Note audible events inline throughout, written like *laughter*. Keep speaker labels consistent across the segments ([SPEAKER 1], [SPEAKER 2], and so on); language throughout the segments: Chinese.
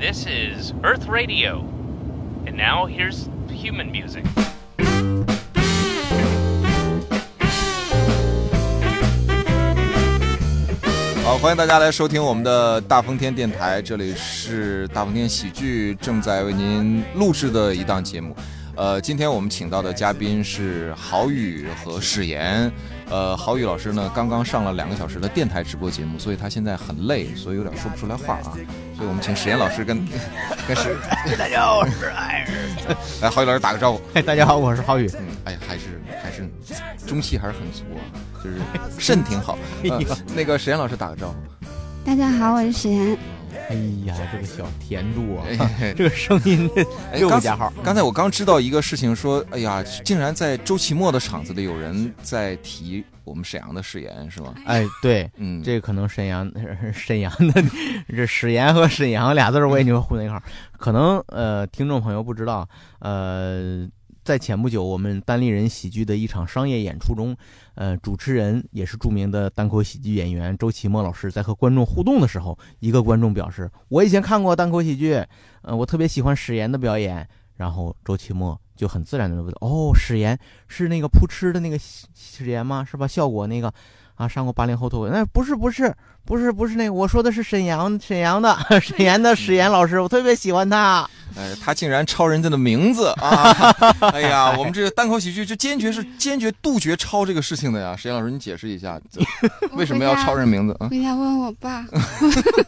[SPEAKER 1] This is Earth Radio. And now here's human music.
[SPEAKER 2] 好，欢迎大家来收听我们的大风天电台，这里是大风天喜剧正在为您录制的一档节目。呃，今天我们请到的嘉宾是郝宇和史岩。呃，郝宇老师呢，刚刚上了两个小时的电台直播节目，所以他现在很累，所以有点说不出来话啊。所以我们请史岩老师跟 *laughs* 跟史
[SPEAKER 3] 大家好，我是艾尔。
[SPEAKER 2] 来郝宇老师打个招呼。
[SPEAKER 3] 嘿， *laughs* 大家好，我是郝宇。
[SPEAKER 2] 嗯，哎，还是还是中气还是很足啊， *laughs* 就是肾挺好。呃那个史岩老师打个招呼。
[SPEAKER 4] 大家好，我是
[SPEAKER 3] *laughs*
[SPEAKER 4] 史岩。
[SPEAKER 3] 哎呀，这个小甜度 *laughs* 啊，
[SPEAKER 2] 哎
[SPEAKER 3] 这个声音这
[SPEAKER 2] 哎
[SPEAKER 3] 又
[SPEAKER 2] 刚
[SPEAKER 3] 不
[SPEAKER 2] 才
[SPEAKER 3] 加号。
[SPEAKER 2] 刚才我刚知道一个事情，说，哎呀，竟然在周奇墨的场子里有人在提我们沈阳的誓言，是吗？
[SPEAKER 3] 哎，对，
[SPEAKER 2] 嗯，
[SPEAKER 3] 这可能沈阳 *laughs* 沈阳的这沈阳和沈阳俩字儿我也经混在一块儿。可能呃，听众朋友不知道，呃，在前不久我们单立人喜剧的一场商业演出中，呃，主持人也是著名的单口喜剧演员周奇墨老师在和观众互动的时候，一个观众表示：“我以前看过单口喜剧，呃，我特别喜欢史岩的表演。”然后周奇墨就很自然的问：“哦，史岩是那个扑哧的那个史史岩吗？是吧？效果那个啊，上过八零后脱口那不是不是不是不是那个，我说的是沈阳沈阳的沈阳的史
[SPEAKER 2] 嗯
[SPEAKER 3] 岩老师，我特别喜欢他。
[SPEAKER 2] 哎，他竟然抄人家的名字啊！ *laughs* 哎呀，我们这个单口喜剧就坚决是坚决杜绝抄这个事情的呀。沈岩老师，你解释一下，为什么要抄人名字啊？
[SPEAKER 4] 回家问我
[SPEAKER 3] *laughs*
[SPEAKER 4] 爸，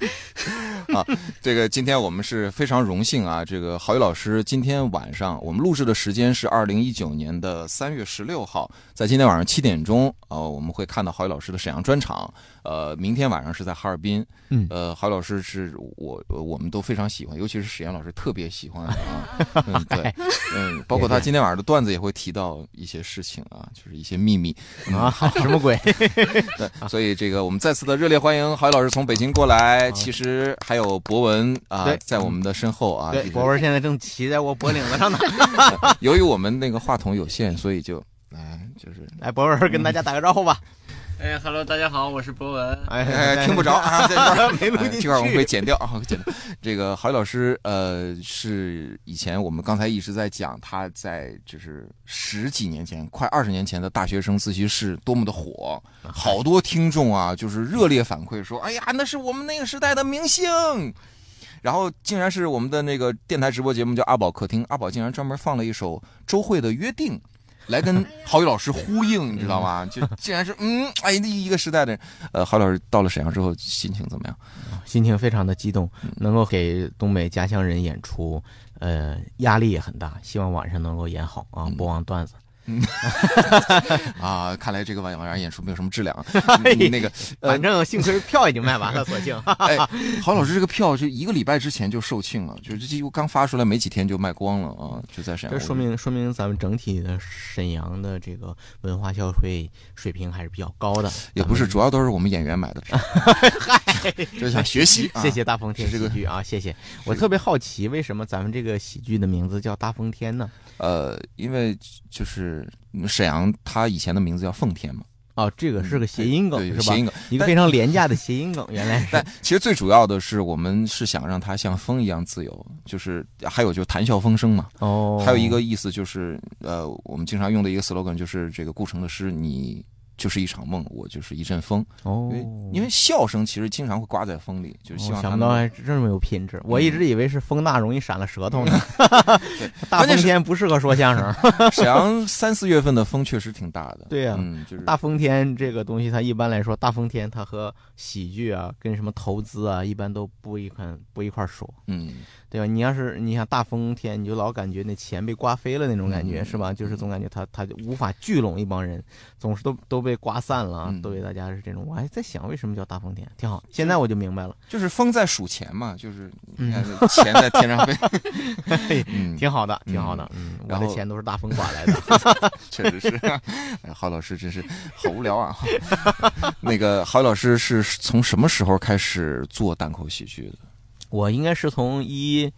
[SPEAKER 2] *laughs* 这个今天我们是非常荣幸啊，这个郝宇老师今天晚上我们录制的时间是二零一九年的三月十六号，在今天晚上七点钟，呃，我们会看到郝宇老师的沈阳专场，呃，明天晚上是在哈尔滨，
[SPEAKER 3] 嗯
[SPEAKER 2] 呃，郝宇老师是我我我们都非常喜欢，尤其是史岩老师特别喜欢啊，嗯，对，嗯，包括他今天晚上的段子也会提到一些事情啊，就是一些秘密，
[SPEAKER 3] 啊，什么 *laughs* 鬼？
[SPEAKER 2] *laughs* 对，所以这个我们再次的热烈欢迎郝宇老师从北京过来，其实还有博文啊、
[SPEAKER 3] 对
[SPEAKER 2] 在我们的身后啊。
[SPEAKER 3] 对
[SPEAKER 2] 一，直
[SPEAKER 3] 博文现 *laughs* 在正骑在我脖领子上
[SPEAKER 2] *laughs*
[SPEAKER 3] 呢。
[SPEAKER 2] 由于我们那个话筒有限，所以就哎就是
[SPEAKER 3] 来，博文跟大家打个招呼吧。
[SPEAKER 5] 哎哈喽，大家好，我是博文。
[SPEAKER 3] *laughs*
[SPEAKER 2] 哎听不着啊，这 *laughs* 块儿
[SPEAKER 3] 没录
[SPEAKER 2] 哎
[SPEAKER 3] 进
[SPEAKER 2] 这块儿我们会
[SPEAKER 3] 去。
[SPEAKER 2] 剪掉啊， *laughs* 会剪掉。这个郝宇老师呃是以前我们刚才一直在讲他在就是十几年前，快二十年前的大学生自习室多么的火，
[SPEAKER 3] 啊
[SPEAKER 2] 好多听众啊，就是热烈反馈说：“哎呀，那是我们那个时代的明星。”然后竟然是我们的那个电台直播节目叫《阿宝客厅》，阿宝竟然专门放了一首周蕙的《约定》，来
[SPEAKER 3] *laughs*
[SPEAKER 2] 跟郝宇老师呼应，你知道吗？就竟然是嗯，哎，那一个时代的人呃，郝宇老师到了沈阳之后心情怎么样？
[SPEAKER 3] 心情非常的激动，
[SPEAKER 2] 嗯
[SPEAKER 3] 能够给东北家乡人演出，呃，压力也很大，希望晚上能够演好啊
[SPEAKER 2] 嗯，
[SPEAKER 3] 不忘段子。
[SPEAKER 2] 啊，看来这个晚晚上演出没有什么质量
[SPEAKER 3] *laughs*
[SPEAKER 2] 啊。
[SPEAKER 3] 哎
[SPEAKER 2] 嗯那个呃
[SPEAKER 3] 反，正幸亏票已经卖完了，索性。
[SPEAKER 2] 哎，郝老师这个票就一个礼拜之前就售罄了，就是这几乎刚发出来没几天就卖光了啊，就在沈阳。
[SPEAKER 3] 这说明说明咱们整体的沈阳的这个文化消费水平还是比较高的，
[SPEAKER 2] 也不是，主要都是我们演员买的
[SPEAKER 3] *laughs*
[SPEAKER 2] 票，就是想学习。
[SPEAKER 3] 谢谢，大风天
[SPEAKER 2] 啊是这
[SPEAKER 3] 喜
[SPEAKER 2] 个
[SPEAKER 3] 剧啊，谢谢。我特别好奇，为什么咱们这个喜剧的名字叫大风天呢？
[SPEAKER 2] 呃，因为就是沈阳，它以前的名字叫奉天嘛，嗯
[SPEAKER 3] 哦，这个是个谐音梗
[SPEAKER 2] 对，有
[SPEAKER 3] 是吧
[SPEAKER 2] 谐？音
[SPEAKER 3] *laughs*
[SPEAKER 2] 梗。
[SPEAKER 3] 一个非常廉价的谐音梗，原来是
[SPEAKER 2] 但其实最主要的是，我们是想让它像风一样自由，就是还有就是谈笑风生嘛。
[SPEAKER 3] 哦。
[SPEAKER 2] 还有一个意思就是，呃，我们经常用的一个 slogan 就是这个顾城的诗，你就是一场梦，我就是一阵风。因
[SPEAKER 3] 哦
[SPEAKER 2] 为，因为笑声其实经常会刮在风里，就是希
[SPEAKER 3] 我
[SPEAKER 2] 望它
[SPEAKER 3] 想
[SPEAKER 2] 能
[SPEAKER 3] 不到还这么有品质，我一
[SPEAKER 2] 嗯
[SPEAKER 3] 直以为是风大容易闪了舌头呢。大
[SPEAKER 2] 关键
[SPEAKER 3] 风
[SPEAKER 2] 是
[SPEAKER 3] 天不适合说相声， *laughs*
[SPEAKER 2] 沈阳三四月份的风确实挺大的，
[SPEAKER 3] 对呀
[SPEAKER 2] 嗯，就是
[SPEAKER 3] 大风天这个东西，它一般来说，大风天它和喜剧啊，跟什么投资啊，一般都不一块不一块说，
[SPEAKER 2] 嗯，
[SPEAKER 3] 对吧？你要是你想大风天，你就老感觉那钱被刮飞了那种感觉，
[SPEAKER 2] 嗯
[SPEAKER 3] 是吧？就是总感觉它它就无法聚拢一帮人，总是都都被刮散了啊，
[SPEAKER 2] 嗯
[SPEAKER 3] 都被大家是这种。我还在想为什么叫大风天，挺好，现 *laughs* 在我就明白了，
[SPEAKER 2] 就是风在数钱嘛，就是
[SPEAKER 3] 嗯
[SPEAKER 2] 你看那钱在天上飞， *laughs* 嗯，
[SPEAKER 3] 挺好的，挺好的。嗯，我
[SPEAKER 2] 然
[SPEAKER 3] 的
[SPEAKER 2] 后
[SPEAKER 3] 钱都是大风刮来的。
[SPEAKER 2] 确实是。哎，郝老师真是好无聊啊。 *laughs* 那个郝老师是从什么时候开始做单口喜剧的？
[SPEAKER 3] 我应该是从一，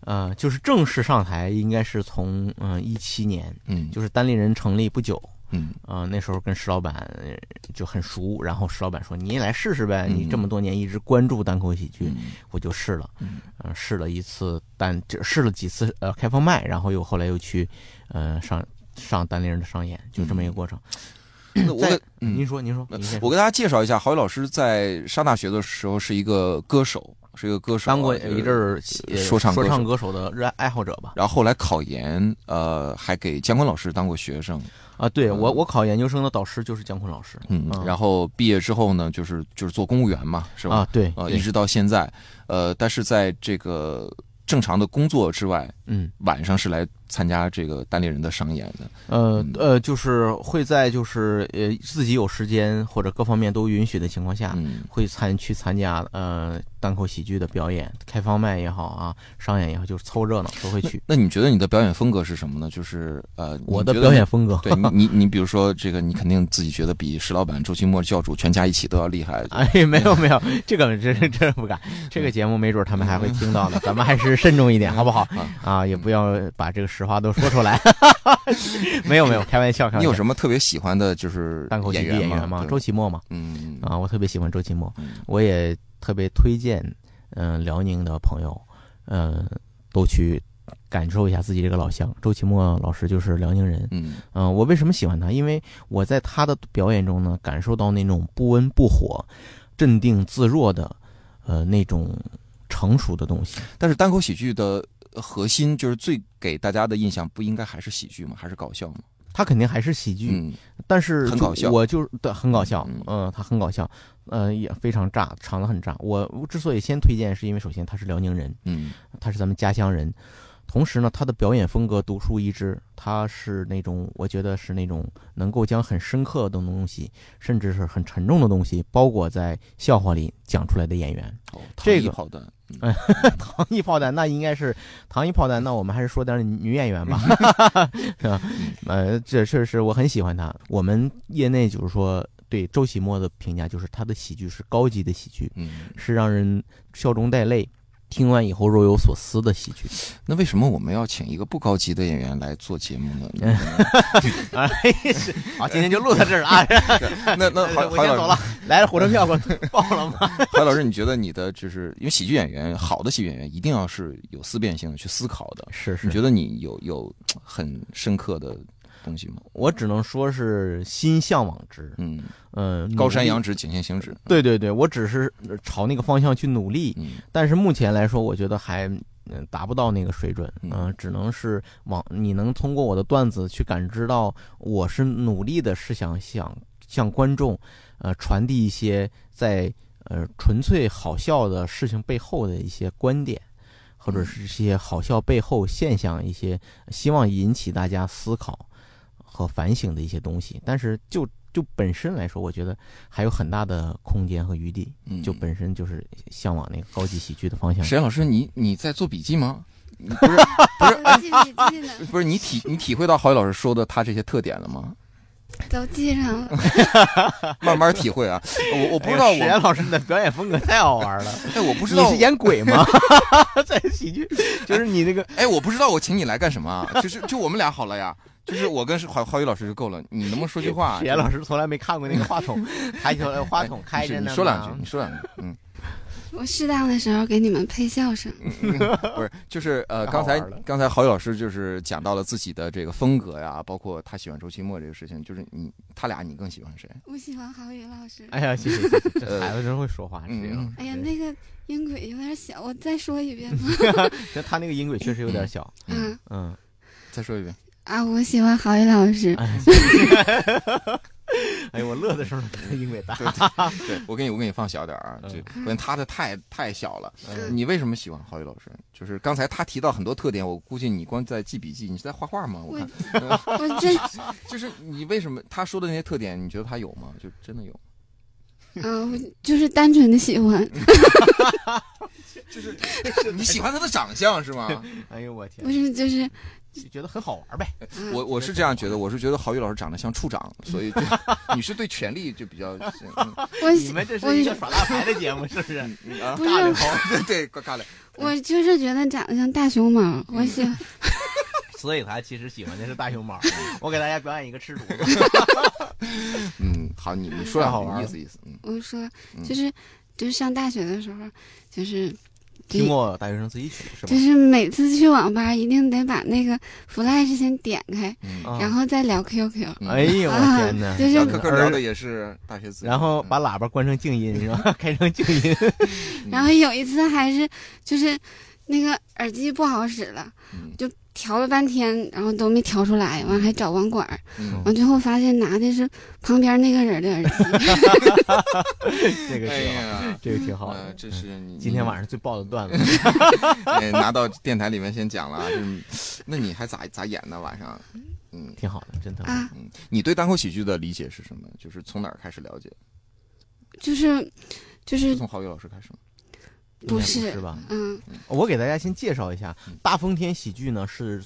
[SPEAKER 3] 呃，就是正式上台，应该是从嗯一七年。
[SPEAKER 2] 嗯，
[SPEAKER 3] 就是单立人成立不久，
[SPEAKER 2] 嗯
[SPEAKER 3] 啊、那时候跟石老板呃就很熟，然后石老板说你也来试试呗，你这么多年一直关注单口喜剧，
[SPEAKER 2] 嗯
[SPEAKER 3] 我就试了，
[SPEAKER 2] 嗯
[SPEAKER 3] 呃试了一次单，就试了几次呃开放麦，然后又后来又去呃上上单立人的商演，就这么一个过程。
[SPEAKER 2] 那我
[SPEAKER 3] 在
[SPEAKER 2] 给嗯
[SPEAKER 3] 您说，您说，您先
[SPEAKER 2] 我
[SPEAKER 3] 说
[SPEAKER 2] 给大家介绍一下，郝宇老师在上大学的时候是一个歌手，是一个歌手，啊
[SPEAKER 3] 当过
[SPEAKER 2] 就
[SPEAKER 3] 有
[SPEAKER 2] 是
[SPEAKER 3] 一阵儿呃
[SPEAKER 2] 说唱歌
[SPEAKER 3] 说
[SPEAKER 2] 手嗯
[SPEAKER 3] 唱歌手的热爱爱好者吧？
[SPEAKER 2] 然后后来考研，呃，还给姜昆老师当过学生，
[SPEAKER 3] 啊，对我我考研究生的导师就是姜昆老师，
[SPEAKER 2] 嗯，
[SPEAKER 3] 啊
[SPEAKER 2] 然后毕业之后呢，就是就是做公务员嘛，是吧？
[SPEAKER 3] 啊，对，
[SPEAKER 2] 呃，
[SPEAKER 3] 对
[SPEAKER 2] 一直到现在，呃，但是在这个正常的工作之外，
[SPEAKER 3] 嗯。
[SPEAKER 2] 晚上是来参加这个单立人的商演的。
[SPEAKER 3] 呃
[SPEAKER 2] 嗯
[SPEAKER 3] 呃，就是会在就是呃自己有时间或者各方面都允许的情况下，
[SPEAKER 2] 嗯
[SPEAKER 3] 会参去参加呃单口喜剧的表演，开放麦也好啊，商演也好，就是凑热闹都会去。
[SPEAKER 2] 那你觉得你的表演风格是什么呢？就是呃，
[SPEAKER 3] 我
[SPEAKER 2] 你
[SPEAKER 3] 的
[SPEAKER 2] 觉得
[SPEAKER 3] 表
[SPEAKER 2] 你
[SPEAKER 3] 演风格，
[SPEAKER 2] *laughs* 对你，你你比如说这个，你肯定自己觉得比石老板、周奇墨、教主全家一起都要厉害。
[SPEAKER 3] *laughs* 哎，没有没有，这个这这不敢，
[SPEAKER 2] 嗯
[SPEAKER 3] 这个节目没准他们还会听到的，咱们还是慎重一点，好不好？
[SPEAKER 2] 嗯
[SPEAKER 3] 啊，也不要把这个实话都说
[SPEAKER 2] *laughs*
[SPEAKER 3] 出来。没有没有，开玩笑，开玩笑。
[SPEAKER 2] 你有什么特别喜欢的，就是
[SPEAKER 3] 单口喜
[SPEAKER 2] 演
[SPEAKER 3] 剧演
[SPEAKER 2] 员
[SPEAKER 3] 员
[SPEAKER 2] 吗
[SPEAKER 3] 吗？？
[SPEAKER 2] 对
[SPEAKER 3] 周奇墨吗？
[SPEAKER 2] 嗯
[SPEAKER 3] 啊，我特别喜欢周奇墨
[SPEAKER 2] 嗯，
[SPEAKER 3] 我也特别推荐，嗯、辽宁的朋友，嗯、都去感受一下自己这个老乡。周奇墨老师就是辽宁人，
[SPEAKER 2] 嗯
[SPEAKER 3] 嗯、我为什么喜欢他？因为我在他的表演中呢，感受到那种不温不火、镇定自若的，呃，那种成熟的东西。
[SPEAKER 2] 但是单口喜剧的核心就是最给大家的印象，不应该还是喜剧吗？还是搞笑吗？
[SPEAKER 3] 他肯定还是喜剧，
[SPEAKER 2] 嗯
[SPEAKER 3] 但是
[SPEAKER 2] 很
[SPEAKER 3] 就
[SPEAKER 2] 搞笑
[SPEAKER 3] 我就是对很搞笑，
[SPEAKER 2] 嗯
[SPEAKER 3] 嗯、他很搞笑，呃，也非常炸，场子很炸。我我之所以先推荐，是因为首先他是辽宁人，
[SPEAKER 2] 嗯
[SPEAKER 3] 他是咱们家乡人，同时呢，他的表演风格独树一帜，他是那种我觉得是那种能够将很深刻的东西，甚至是很沉重的东西包裹在笑话里讲出来的演员。 *laughs*
[SPEAKER 2] 哦，
[SPEAKER 3] 这个
[SPEAKER 2] 好的，
[SPEAKER 3] 糖衣炮弹，那应该是糖衣炮弹，那我们还是说点女演员吧。 *laughs* 呃，这确实我很喜欢他。我们业内就是说对周奇墨的评价就是他的喜剧是高级的喜剧，
[SPEAKER 2] 嗯，
[SPEAKER 3] 是让人笑中带泪，听完以后若有所思的喜剧。
[SPEAKER 2] 那为什么我们要请一个不高级的演员来做节目
[SPEAKER 3] *laughs*
[SPEAKER 2] 呢？
[SPEAKER 3] 嗯啊，是好，今天就录到这儿了啊。 *laughs*
[SPEAKER 2] 那那
[SPEAKER 3] 对
[SPEAKER 2] 郝
[SPEAKER 3] 哎我
[SPEAKER 2] 郝宇
[SPEAKER 3] 先走
[SPEAKER 2] 老
[SPEAKER 3] 了
[SPEAKER 2] 师，，
[SPEAKER 3] 来了火车 *laughs* 票给我报了吗？
[SPEAKER 2] 郝宇老师，你觉得你的就是因为喜剧演员，好的喜剧演员一定要是有思辨性的去思考的。
[SPEAKER 3] 是
[SPEAKER 2] 你
[SPEAKER 3] 是，
[SPEAKER 2] 觉得你有有很深刻的东西吗？
[SPEAKER 3] 我只能说是心向往之，
[SPEAKER 2] 嗯，
[SPEAKER 3] 嗯、
[SPEAKER 2] 高山仰
[SPEAKER 3] 努力。
[SPEAKER 2] 止，井线行止。
[SPEAKER 3] 对对对，我只是朝那个方向去努力，
[SPEAKER 2] 嗯
[SPEAKER 3] 但是目前来说，我觉得还嗯达不到那个水准，
[SPEAKER 2] 嗯
[SPEAKER 3] 嗯、只能是往你能通过我的段子去感知到，我是努力的，是想想向观众，呃，传递一些在呃纯粹好笑的事情背后的一些观点。或者是一些好笑背后现象，一些希望引起大家思考和反省的一些东西。但是就就本身来说，我觉得还有很大的空间和余地。
[SPEAKER 2] 嗯，
[SPEAKER 3] 就本身就是向往那个高级喜剧的方向。
[SPEAKER 2] 沈老师，你你在做笔记吗？ *laughs* 你不是不是
[SPEAKER 4] 我记记记得
[SPEAKER 2] 不是你体你体会到郝宇老师说的他这些特点了吗？
[SPEAKER 4] 都记上了。
[SPEAKER 2] 慢慢体会啊，我我
[SPEAKER 3] 我
[SPEAKER 2] 不知道
[SPEAKER 3] 史哎岩
[SPEAKER 2] 我
[SPEAKER 3] 老师的表演风格太好玩了，
[SPEAKER 2] 哎我不知
[SPEAKER 3] 你
[SPEAKER 2] 道
[SPEAKER 3] 是演
[SPEAKER 2] *laughs*
[SPEAKER 3] 鬼吗？在喜剧，就是你那个
[SPEAKER 2] 哎我不知道我请你来干什么啊？就是就我们俩好了呀，就是我跟郝郝宇老师就够了，你能不能说句话？啊
[SPEAKER 3] 史岩老师从来没看过那个话
[SPEAKER 2] *laughs*
[SPEAKER 3] 筒，抬起头来话筒开着
[SPEAKER 2] 哎你
[SPEAKER 3] 呢。
[SPEAKER 2] 说两句，你说两句，嗯，
[SPEAKER 4] 我适当的时候给你们配笑声。
[SPEAKER 2] *laughs* 不是，就是呃，
[SPEAKER 3] 太
[SPEAKER 2] 刚
[SPEAKER 3] 好
[SPEAKER 2] 才
[SPEAKER 3] 玩了
[SPEAKER 2] 刚才郝宇老师就是讲到了自己的这个风格呀，包括他喜欢周奇墨这个事情，就是你他俩你更喜欢谁？
[SPEAKER 4] 我喜欢郝宇老师。
[SPEAKER 3] 哎呀，谢谢谢谢，这孩子真会说话，史岩老师
[SPEAKER 2] 呃嗯。
[SPEAKER 4] 哎呀，那个音轨有点小，我再说一遍吧。
[SPEAKER 3] 那他那个音轨确实有点小，
[SPEAKER 2] 嗯
[SPEAKER 4] *laughs* 啊
[SPEAKER 3] 嗯，
[SPEAKER 2] 再说一遍，
[SPEAKER 4] 啊，我喜欢郝宇老师。
[SPEAKER 3] 哎，
[SPEAKER 2] 嗯
[SPEAKER 3] 哎呦，我乐的时候他音轨大，
[SPEAKER 2] 对对对，我给你我给你放小点儿啊，这
[SPEAKER 4] 嗯
[SPEAKER 2] 关键他的太太小了。
[SPEAKER 4] 嗯
[SPEAKER 2] 你为什么喜欢郝宇老师？就是刚才他提到很多特点，我估计你光在记笔记，你是在画画吗？我看， *laughs*
[SPEAKER 4] 我真，
[SPEAKER 2] 就是你为什么他说的那些特点，你觉得他有吗？就真的有？
[SPEAKER 4] 啊，我就是单纯的喜欢。
[SPEAKER 2] 就是 *laughs* 你喜欢他的长相是吗？
[SPEAKER 3] 哎呦我天
[SPEAKER 4] 不，是，就是，
[SPEAKER 3] 就觉得很好玩呗。
[SPEAKER 4] 啊
[SPEAKER 2] *laughs* 我我是这样觉得，我是觉得郝宇老师长得像处长，所以就 *laughs* 你是对权力就比较嗯
[SPEAKER 4] 我
[SPEAKER 3] 你
[SPEAKER 4] 喜
[SPEAKER 3] 们这
[SPEAKER 4] 我
[SPEAKER 3] 是一个耍大牌的节目，是不是？
[SPEAKER 2] 嗯啊
[SPEAKER 4] 不
[SPEAKER 2] 尬 *laughs*
[SPEAKER 4] 是
[SPEAKER 2] 聊，对对，尬聊。
[SPEAKER 3] *laughs*
[SPEAKER 4] 我就是觉得长得像大熊猫，我喜欢，
[SPEAKER 3] 所以他其实喜欢的是大
[SPEAKER 2] *laughs*
[SPEAKER 3] 熊猫。我给大家表演一个吃竹子。
[SPEAKER 2] 嗯，好，你你说
[SPEAKER 3] 太好
[SPEAKER 2] 两
[SPEAKER 3] 玩
[SPEAKER 2] 句
[SPEAKER 3] 了
[SPEAKER 2] 意思意思，嗯，
[SPEAKER 4] 我说
[SPEAKER 2] 嗯
[SPEAKER 4] 就是就是上大学的时候，就是
[SPEAKER 3] 听过大学生自己曲是
[SPEAKER 4] 就
[SPEAKER 3] 吗？
[SPEAKER 4] 是每次去网吧一定得把那个 Flash 先点开，
[SPEAKER 2] 嗯
[SPEAKER 3] 啊
[SPEAKER 4] 然后再聊 QQ。
[SPEAKER 2] 嗯
[SPEAKER 3] 哎呦我
[SPEAKER 4] 啊
[SPEAKER 3] 天哪！
[SPEAKER 4] 就
[SPEAKER 2] 然
[SPEAKER 4] 是
[SPEAKER 2] 后可可聊的也是大学自己，
[SPEAKER 3] 然后把
[SPEAKER 2] 嗯
[SPEAKER 3] 喇叭关成静音是吧？ *laughs* 开成静音。
[SPEAKER 2] 嗯
[SPEAKER 4] 然后有一次还是就是那个耳机不好使了，
[SPEAKER 2] 嗯
[SPEAKER 4] 就调了半天，然后都没调出来，完还找网管儿，
[SPEAKER 2] 嗯
[SPEAKER 4] 完最后发现拿的是旁边那个人的耳机。 *laughs*
[SPEAKER 3] 这个
[SPEAKER 2] 哎
[SPEAKER 3] 挺好，
[SPEAKER 2] 呀，
[SPEAKER 3] 这个挺好
[SPEAKER 2] 呃
[SPEAKER 3] 的。
[SPEAKER 2] 这是你
[SPEAKER 3] 今天晚
[SPEAKER 2] 上
[SPEAKER 3] 上最爆的段子。
[SPEAKER 2] 嗯拿到电台里面先讲了啊，这那你还咋咋演呢？晚上，嗯
[SPEAKER 3] 挺好的，真的。
[SPEAKER 4] 啊，
[SPEAKER 2] 嗯，你对单口喜剧的理解是什么？就是从哪儿开始了解？
[SPEAKER 4] 就是就是是
[SPEAKER 2] 从郝宇老师开始吗？
[SPEAKER 3] 应该
[SPEAKER 4] 不
[SPEAKER 3] 不
[SPEAKER 4] 是
[SPEAKER 3] 是吧？
[SPEAKER 4] 嗯
[SPEAKER 3] 我给大家先介绍一下
[SPEAKER 2] 嗯，
[SPEAKER 3] 大风天喜剧呢是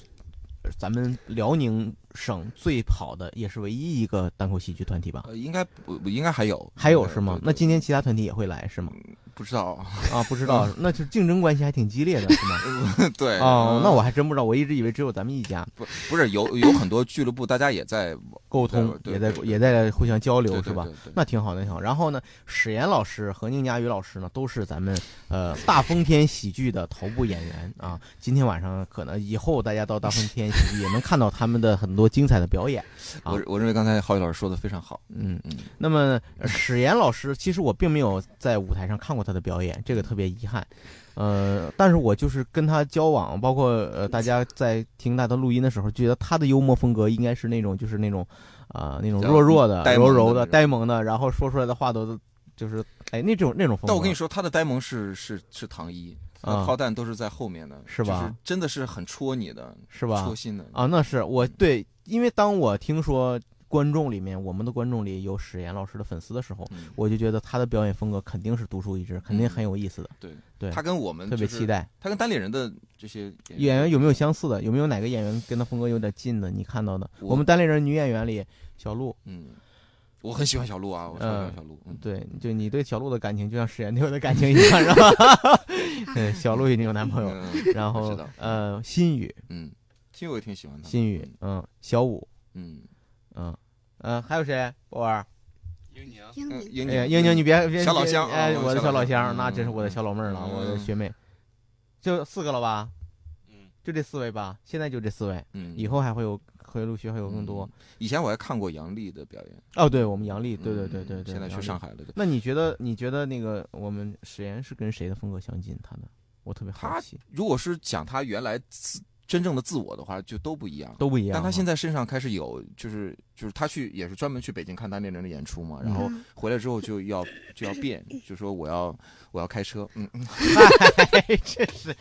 [SPEAKER 3] 呃咱们辽宁省最好的，也是唯一一个单口喜剧团体吧。
[SPEAKER 2] 呃，应该不不应该还有，
[SPEAKER 3] 还有
[SPEAKER 2] 对
[SPEAKER 3] 是吗
[SPEAKER 2] 对？对
[SPEAKER 3] 那今天其他团体也会来是吗？
[SPEAKER 2] 不知道， *laughs*
[SPEAKER 3] 啊，不知道，那就竞争关系还挺激烈的是吗？
[SPEAKER 2] 嗯对
[SPEAKER 3] 哦
[SPEAKER 2] 嗯，
[SPEAKER 3] 那我还真不知道，我一直以为只有咱们一家
[SPEAKER 2] 不不是有有很多俱乐部，大家也在
[SPEAKER 3] 沟通，
[SPEAKER 2] 对对
[SPEAKER 3] 也在
[SPEAKER 2] 对对
[SPEAKER 3] 也在互相交
[SPEAKER 2] 对
[SPEAKER 3] 流
[SPEAKER 2] 对
[SPEAKER 3] 是吧
[SPEAKER 2] 对？对
[SPEAKER 3] 那挺好的，挺好。然后呢，史岩老师和宁佳宇老师呢，都是咱们呃大风天喜剧的头部演员啊。今天晚上可能以后大家到大风天喜剧也能看到他们的很多精彩的表演。啊
[SPEAKER 2] 我我认为刚才郝宇老师说的非常好，
[SPEAKER 3] 嗯，
[SPEAKER 2] 嗯
[SPEAKER 3] 那么呃史岩老师，其实我并没有在舞台上看过他的表演，这个特别遗憾。呃，但是我就是跟他交往，包括呃，大家在听他的录音的时候，觉得他的幽默风格应该是那种，就是那种，啊、那种
[SPEAKER 2] 比较
[SPEAKER 3] 弱弱的、
[SPEAKER 2] 呆萌
[SPEAKER 3] 柔
[SPEAKER 2] 的
[SPEAKER 3] 柔
[SPEAKER 2] 那
[SPEAKER 3] 的、
[SPEAKER 2] 种
[SPEAKER 3] 呆萌的，然后说出来的话都，就是哎，那种那种风格。
[SPEAKER 2] 但我跟你说，他的呆萌是是是唐一，他
[SPEAKER 3] 啊
[SPEAKER 2] 的炮弹都是在后面的，
[SPEAKER 3] 是吧
[SPEAKER 2] 就是真的是很戳你的，
[SPEAKER 3] 是吧？
[SPEAKER 2] 戳心的。
[SPEAKER 3] 啊，那是我对，因为当我听说观众里面我们的观众里有史岩老师的粉丝的时候，
[SPEAKER 2] 嗯
[SPEAKER 3] 我就觉得他的表演风格肯定是独树一帜，肯定很有意思的，对
[SPEAKER 2] 他跟我们
[SPEAKER 3] 特
[SPEAKER 2] 嗯
[SPEAKER 3] 别
[SPEAKER 2] 就是
[SPEAKER 3] 期，待。
[SPEAKER 2] 他跟单立人的这些
[SPEAKER 3] 演员有没有相似的？有没有哪个演员跟他风格有点近的？你看到的，
[SPEAKER 2] 我
[SPEAKER 3] 我们单立人女演员里，小鹿，
[SPEAKER 2] 嗯，我很喜欢小鹿啊，我超喜欢小鹿，嗯，
[SPEAKER 3] 呃对，就你对小鹿的感情就像史岩 *laughs* 对我的感情一样，是吧？ *laughs*
[SPEAKER 4] 啊
[SPEAKER 3] 嗯，小鹿已经有男朋友了，
[SPEAKER 2] 嗯，
[SPEAKER 3] *laughs* 然
[SPEAKER 2] 我
[SPEAKER 3] 后
[SPEAKER 2] 知道
[SPEAKER 3] 呃，新宇，
[SPEAKER 2] 嗯，其实我也挺喜欢他的，
[SPEAKER 3] 新宇，嗯，小五，
[SPEAKER 2] 嗯，
[SPEAKER 3] 嗯嗯，还有谁？博儿。
[SPEAKER 5] 有你啊，
[SPEAKER 4] 英
[SPEAKER 2] 嗯，
[SPEAKER 4] 明
[SPEAKER 2] 英
[SPEAKER 3] 哎呀，英宁，你别别
[SPEAKER 2] 小老乡
[SPEAKER 3] 别哎，
[SPEAKER 2] 啊
[SPEAKER 3] 我的小
[SPEAKER 2] 小老
[SPEAKER 3] 老乡，
[SPEAKER 2] 乡
[SPEAKER 3] 那
[SPEAKER 2] 嗯
[SPEAKER 3] 真是我的小老妹儿了，
[SPEAKER 2] 嗯
[SPEAKER 3] 我的学妹，就四个了吧？
[SPEAKER 5] 嗯，
[SPEAKER 3] 就这四位吧，现在就这四位，
[SPEAKER 2] 嗯，
[SPEAKER 3] 以后还会有，会陆续会有更多
[SPEAKER 2] 嗯。。以前我还看过杨笠的表演，
[SPEAKER 3] 哦，对我们杨丽，对对对对
[SPEAKER 2] 嗯
[SPEAKER 3] 对，
[SPEAKER 2] 现在去
[SPEAKER 3] 杨笠
[SPEAKER 2] 上。海了，对。
[SPEAKER 3] 那你觉得你觉得那个我们史岩是跟谁的风格相近？他的，我特别好
[SPEAKER 2] 他
[SPEAKER 3] 奇，
[SPEAKER 2] 如果是讲他原来自真正的自我的话，就都不一样。
[SPEAKER 3] 都不一样啊。
[SPEAKER 2] 但他现
[SPEAKER 3] 在
[SPEAKER 2] 在身上开始有，就是就是他去也是专门去北京看单立人的演出嘛，然后
[SPEAKER 4] 嗯
[SPEAKER 2] 回来之后就要就要变，就说我要我要开车，嗯，嗯
[SPEAKER 3] *laughs* 这是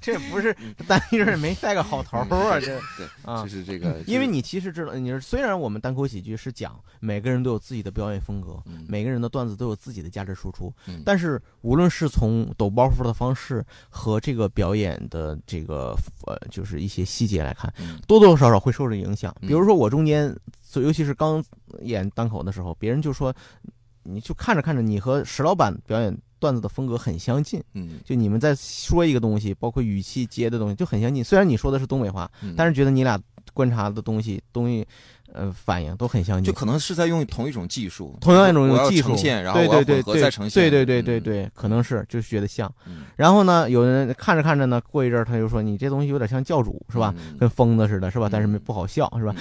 [SPEAKER 3] 这不是单一人没带个好头儿啊，这
[SPEAKER 2] 嗯对，
[SPEAKER 3] *laughs* 啊
[SPEAKER 2] 就。是这个，
[SPEAKER 3] 因为你其实知道，你是虽然我们单口喜剧是讲每个人都有自己的表演风格，
[SPEAKER 2] 嗯
[SPEAKER 3] 每个人的段子都有自己的价值输出，
[SPEAKER 2] 嗯
[SPEAKER 3] 但是无论是从抖包袱的方式和这个表演的这个呃，就是一些细节来看，
[SPEAKER 2] 嗯
[SPEAKER 3] 多多少少会受着影响。
[SPEAKER 2] 嗯
[SPEAKER 3] 比如说我中间，所尤其是刚演单口的时候，别人就说，你就看着看着，你和石老板表演段子的风格很相近，
[SPEAKER 2] 嗯，
[SPEAKER 3] 就你们在说一个东西，包括语气接的东西就很相近。虽然你说的是东北话，
[SPEAKER 2] 嗯
[SPEAKER 3] 但是觉得你俩观察的东西东西，呃，反应都很相近，
[SPEAKER 2] 就可能是在用同一种技术，
[SPEAKER 3] 同样一
[SPEAKER 2] 我
[SPEAKER 3] 种
[SPEAKER 2] 要
[SPEAKER 3] 技术
[SPEAKER 2] 呈现，然后
[SPEAKER 3] 对
[SPEAKER 2] 我要
[SPEAKER 3] 对
[SPEAKER 2] 混
[SPEAKER 3] 对
[SPEAKER 2] 合
[SPEAKER 3] 对，
[SPEAKER 2] 再呈现，
[SPEAKER 3] 对对对对
[SPEAKER 2] 嗯，
[SPEAKER 3] 对，可能是就是觉得像。
[SPEAKER 2] 嗯
[SPEAKER 3] 然后呢，有人看着看着呢，过一阵儿他就说你这东西有点像教主是吧？？
[SPEAKER 2] 嗯
[SPEAKER 3] 跟疯子似的，是吧？
[SPEAKER 2] 嗯
[SPEAKER 3] 但是没不好笑，是吧？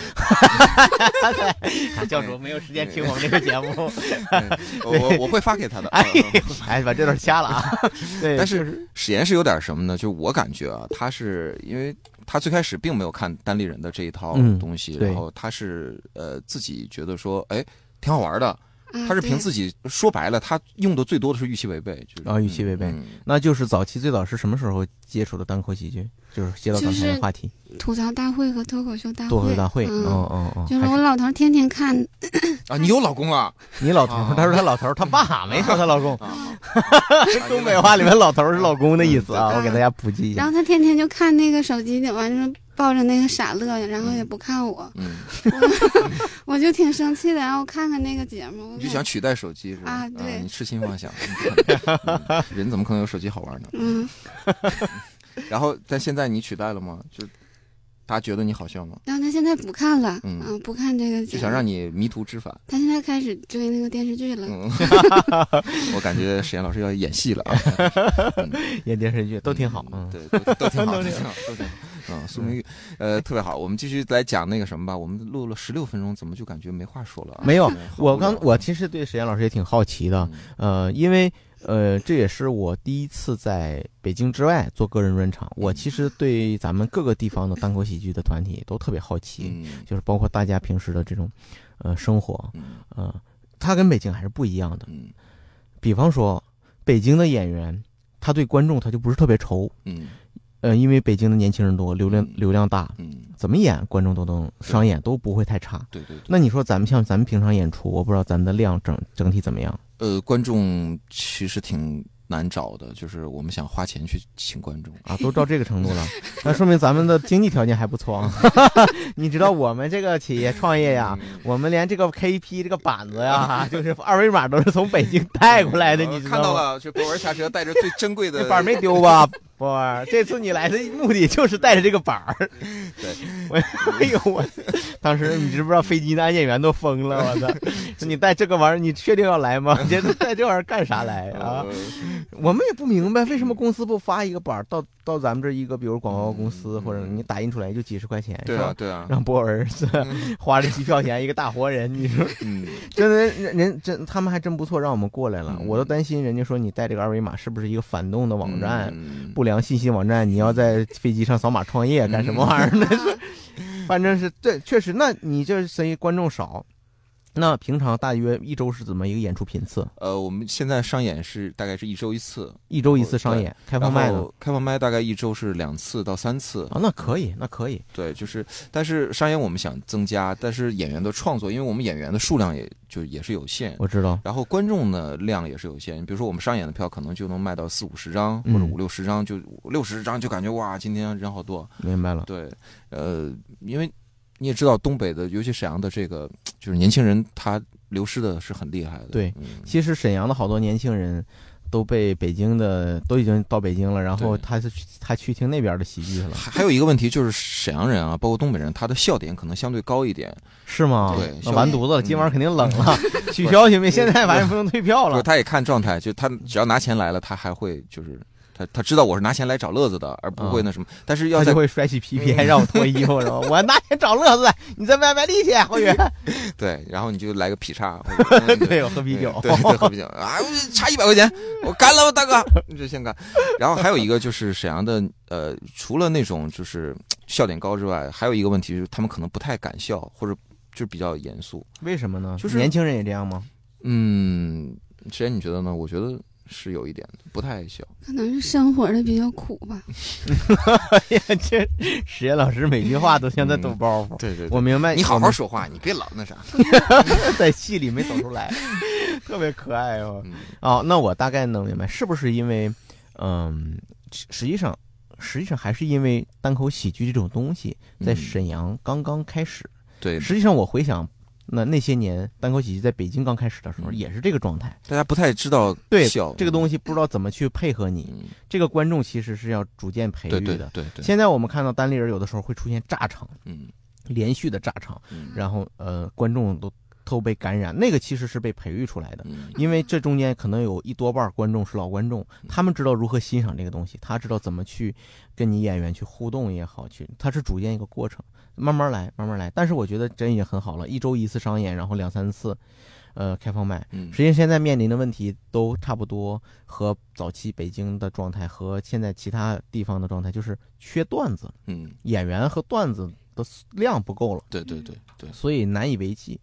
[SPEAKER 3] 教主没有时间听我们这个节 *laughs* 目，
[SPEAKER 2] 嗯我
[SPEAKER 3] *laughs*
[SPEAKER 2] 我我会发给他的。
[SPEAKER 3] 哎
[SPEAKER 2] 嗯嗯
[SPEAKER 3] 哎，把这段掐了啊。对，
[SPEAKER 2] 但
[SPEAKER 3] 就是
[SPEAKER 2] 史岩是有点什么呢？就我感觉啊，他是因为他最开始并没有看单立人的这一套
[SPEAKER 3] 嗯
[SPEAKER 2] 东西，
[SPEAKER 3] 对
[SPEAKER 2] 然后他是呃自己觉得说，哎，挺好玩的。
[SPEAKER 4] 啊
[SPEAKER 2] 他是凭
[SPEAKER 4] 对
[SPEAKER 2] 自己说白了，他用的最多的是预期违背，就是
[SPEAKER 3] 啊预期违背
[SPEAKER 2] 嗯
[SPEAKER 3] 那就是早期最早是什么时候接触的单口喜剧？就是接到刚才的话题，
[SPEAKER 4] 吐槽大会和脱口秀大会，
[SPEAKER 3] 多回大会。
[SPEAKER 4] 嗯
[SPEAKER 3] 嗯嗯嗯，
[SPEAKER 4] 就是
[SPEAKER 3] 还
[SPEAKER 4] 我老头儿天天看，
[SPEAKER 2] 啊，你有老公
[SPEAKER 3] *laughs*
[SPEAKER 2] 了
[SPEAKER 3] 你老头儿
[SPEAKER 2] 啊，
[SPEAKER 3] 他说他老头儿，他 *laughs* 爸没说他老公。
[SPEAKER 2] 啊？
[SPEAKER 3] 东北话里面老头儿是老公的意思啊，
[SPEAKER 4] 嗯
[SPEAKER 3] 我给大家普及一
[SPEAKER 4] 然
[SPEAKER 3] 下
[SPEAKER 4] 后。他天天就看那个手机，完了抱着那个傻乐，然后也不看我，
[SPEAKER 2] *laughs* 嗯，
[SPEAKER 4] 我就挺生气的。然后看看那个节目，我
[SPEAKER 2] 你就
[SPEAKER 4] 感
[SPEAKER 2] 想取代手机是吧？
[SPEAKER 4] 啊对
[SPEAKER 2] 你痴心妄想，嗯 *laughs* 人怎么可能有手机好玩呢？
[SPEAKER 4] 嗯，
[SPEAKER 2] 然后，但现在你取代了吗？就他觉得你好笑吗？
[SPEAKER 4] 然后他现在不看了，
[SPEAKER 2] 嗯
[SPEAKER 4] 啊，不看这个节
[SPEAKER 2] 就
[SPEAKER 4] 目，
[SPEAKER 2] 想让你迷途知返。
[SPEAKER 4] 他现在开始追那个电视剧 *laughs* 了。
[SPEAKER 2] 嗯，我感觉沈岩老师要演戏了啊，
[SPEAKER 3] 演电视剧都挺好，
[SPEAKER 2] 嗯
[SPEAKER 3] 嗯，
[SPEAKER 2] 对，都都挺好，
[SPEAKER 3] 都
[SPEAKER 2] 都
[SPEAKER 3] 挺
[SPEAKER 2] 挺好，都挺好。嗯，苏明玉，呃，特别好。我们继续来讲那个什么吧。我们录了十六分钟，怎么就感觉没话说了啊？
[SPEAKER 3] 没有
[SPEAKER 2] 对好
[SPEAKER 3] 我
[SPEAKER 2] 无聊
[SPEAKER 3] 刚我其实对沈岩老师也挺好奇的，
[SPEAKER 2] 嗯
[SPEAKER 3] 呃，因为呃，这也是我第一次在北京之外做个人专场。我其实对咱们各个地方的单口喜剧的团体都特别好奇，
[SPEAKER 2] 嗯
[SPEAKER 3] 就是包括大家平时的这种呃生活，
[SPEAKER 2] 嗯
[SPEAKER 3] 呃，它跟北京还是不一样的。
[SPEAKER 2] 嗯
[SPEAKER 3] 比方说，北京的演员，他对观众他就不是特别愁，
[SPEAKER 2] 嗯
[SPEAKER 3] 呃，因为北京的年轻人多，流量
[SPEAKER 2] 嗯
[SPEAKER 3] 流量大，
[SPEAKER 2] 嗯，
[SPEAKER 3] 怎么演观众都能商演都不会太差。
[SPEAKER 2] 对对对。
[SPEAKER 3] 那你说咱们像咱们平常演出，我不知道咱们的量整整体怎么样。
[SPEAKER 2] 呃，观众其实挺难找的，就是我们想花钱去请观众。
[SPEAKER 3] 啊，都到这个程度了，那说明咱们的经济条件还不错啊。 *laughs* 你知道我们这个企业创业呀，
[SPEAKER 2] 嗯
[SPEAKER 3] 我们连这个 KP 这个板子呀，就是二维码都是从北京带过来的，你知
[SPEAKER 2] 哦看到
[SPEAKER 3] 道吗？
[SPEAKER 2] 了，这博文下车带着最珍贵
[SPEAKER 3] 这
[SPEAKER 2] 的
[SPEAKER 3] 板儿没丢吧，波儿？这次你来的目的就是带着这个板儿。
[SPEAKER 2] 对，
[SPEAKER 3] 我哎呦我，当时你知不知道飞机的安检员都疯了，我操！说你带这个玩意儿，你确定要来吗？ *laughs* 你这带这玩意儿干啥来啊？
[SPEAKER 2] 呃
[SPEAKER 3] 我们也不明白为什么
[SPEAKER 2] 嗯
[SPEAKER 3] 公司不发一个板儿到到咱们这一个，比如广告公司或者你打印出来就几十块钱，
[SPEAKER 2] 嗯对
[SPEAKER 3] 是
[SPEAKER 2] 啊
[SPEAKER 3] 吧？
[SPEAKER 2] 对啊，
[SPEAKER 3] *laughs* 让
[SPEAKER 2] *laughs*
[SPEAKER 3] 波儿是花着机票钱一个大活人，你说
[SPEAKER 2] 嗯，
[SPEAKER 3] 真的人人真他们还真不错，让我们过来了，
[SPEAKER 2] 嗯
[SPEAKER 3] 我都担心人家说你带这个二维码是不是一个反动的网站，
[SPEAKER 2] 嗯
[SPEAKER 3] 不良信息网站，你要在飞机上扫码创业干什么玩意儿呢？
[SPEAKER 4] 啊
[SPEAKER 2] 嗯
[SPEAKER 3] *laughs* 反正是对，确实，那你这谁观众少？那平常大约一周是怎么一个演出频次？
[SPEAKER 2] 呃，我们现在商演是大概是一周一次，
[SPEAKER 3] 一周一次商
[SPEAKER 2] 对
[SPEAKER 3] 演，开
[SPEAKER 2] 开
[SPEAKER 3] 放麦呢？
[SPEAKER 2] 开放麦大概一周是两次到三次，
[SPEAKER 3] 啊，那可以，那可以，
[SPEAKER 2] 对，就是，但是商演我们想增加，但是演员的创作，因为我们演员的数量也就也是有限，
[SPEAKER 3] 我知道。
[SPEAKER 2] 然后观众的量也是有限，比如说我们商演的票可能就能卖到四五十张或
[SPEAKER 3] 嗯
[SPEAKER 2] 者五六十张，就五六十张就感觉哇，今天人好多。
[SPEAKER 3] 明白了，
[SPEAKER 2] 对，呃，因为你也知道东北的，尤其沈阳的这个，就是年轻人他流失的是很厉害的。
[SPEAKER 3] 对
[SPEAKER 2] 嗯，
[SPEAKER 3] 其实沈阳的好多年轻人都被北京的都已经到北京了，然后
[SPEAKER 2] 对
[SPEAKER 3] 他是去他去听那边的喜剧去了，
[SPEAKER 2] 还还有一个问题就是沈阳人啊，包括东北人，他的笑点可能相对高一点，
[SPEAKER 3] 是吗？
[SPEAKER 2] 对
[SPEAKER 3] 那
[SPEAKER 2] 像
[SPEAKER 3] 完犊子了，
[SPEAKER 2] 嗯
[SPEAKER 3] 今晚肯定冷
[SPEAKER 2] *laughs*
[SPEAKER 3] 了，取消行不行？现在反正不用退票
[SPEAKER 2] 不是
[SPEAKER 3] 了。
[SPEAKER 2] 他也看状态，就他只要拿钱来了，他还会就是他他知道我是拿钱来找乐子的，而不会那什么，但是要
[SPEAKER 3] 嗯他
[SPEAKER 2] 在嗯
[SPEAKER 3] 就会甩起皮皮，还让我脱衣服，
[SPEAKER 2] *laughs*
[SPEAKER 3] 是吧？我拿钱找乐子，你再卖卖力气，侯宇。
[SPEAKER 2] 对，然后你就来个劈叉，或
[SPEAKER 3] *laughs*
[SPEAKER 2] 者
[SPEAKER 3] 对，我喝啤酒。
[SPEAKER 2] 对对，喝啤酒啊，我差一百块钱，我干了吧，大哥，你就先干。然后还有一个就是沈阳的，呃，除了那种就是笑点高之外，还有一个问题就是他们可能不太敢笑，或者就是比较严肃。
[SPEAKER 3] 为什么呢？
[SPEAKER 2] 就是
[SPEAKER 3] 年轻人也这样吗？
[SPEAKER 2] 嗯，之前你觉得呢？我觉得是有一点的不太爱笑。
[SPEAKER 4] 可能是生活的比较苦吧。
[SPEAKER 3] *laughs* 哎呀，这实验老师每句话都像在抖包袱。
[SPEAKER 2] 对对
[SPEAKER 3] 我明白，
[SPEAKER 2] 嗯哎你好
[SPEAKER 3] 我明
[SPEAKER 2] 好说话，你别老那啥。
[SPEAKER 3] 在戏里没走出来，特别可爱哦。
[SPEAKER 2] *laughs* 嗯
[SPEAKER 3] 哦，那我大概能明白，是不是因为，嗯，实实际上，实际上还是因为单口喜剧这种东西在
[SPEAKER 2] 嗯
[SPEAKER 3] 沈阳刚刚开始。
[SPEAKER 2] 对，
[SPEAKER 3] 实际上，我回想那那些年单口喜剧在北京刚开始的时候，
[SPEAKER 2] 嗯
[SPEAKER 3] 也是这个状态。
[SPEAKER 2] 大家不太知道
[SPEAKER 3] 对
[SPEAKER 2] 笑
[SPEAKER 3] 这个东西不知道怎么去配合你，
[SPEAKER 2] 嗯，
[SPEAKER 3] 这个观众其实是要逐渐培育
[SPEAKER 2] 对
[SPEAKER 3] 的。
[SPEAKER 2] 对对对，
[SPEAKER 3] 现在我们看到单立人有的时候会出现炸场，
[SPEAKER 2] 嗯
[SPEAKER 3] 连续的炸场，
[SPEAKER 2] 嗯
[SPEAKER 3] 然后呃，观众都都被感染，那个其实是被培育出来的。
[SPEAKER 2] 嗯
[SPEAKER 3] 因为这中间可能有一多半儿观众是老观众，他们知道如何欣赏这个东西，他知道怎么去跟你演员去互动也好，去他是逐渐一个过程，慢慢来，慢慢来。但是我觉得真已经很好了，一周一次商演，然后两三次，呃，开放麦。
[SPEAKER 2] 嗯
[SPEAKER 3] 实际上现在面临的问题都差不多和早期北京的状态和现在其他地方的状态，就是缺段子，
[SPEAKER 2] 嗯，
[SPEAKER 3] 演员和段子的量不够了。
[SPEAKER 2] 对对对对，
[SPEAKER 3] 所以难以为继。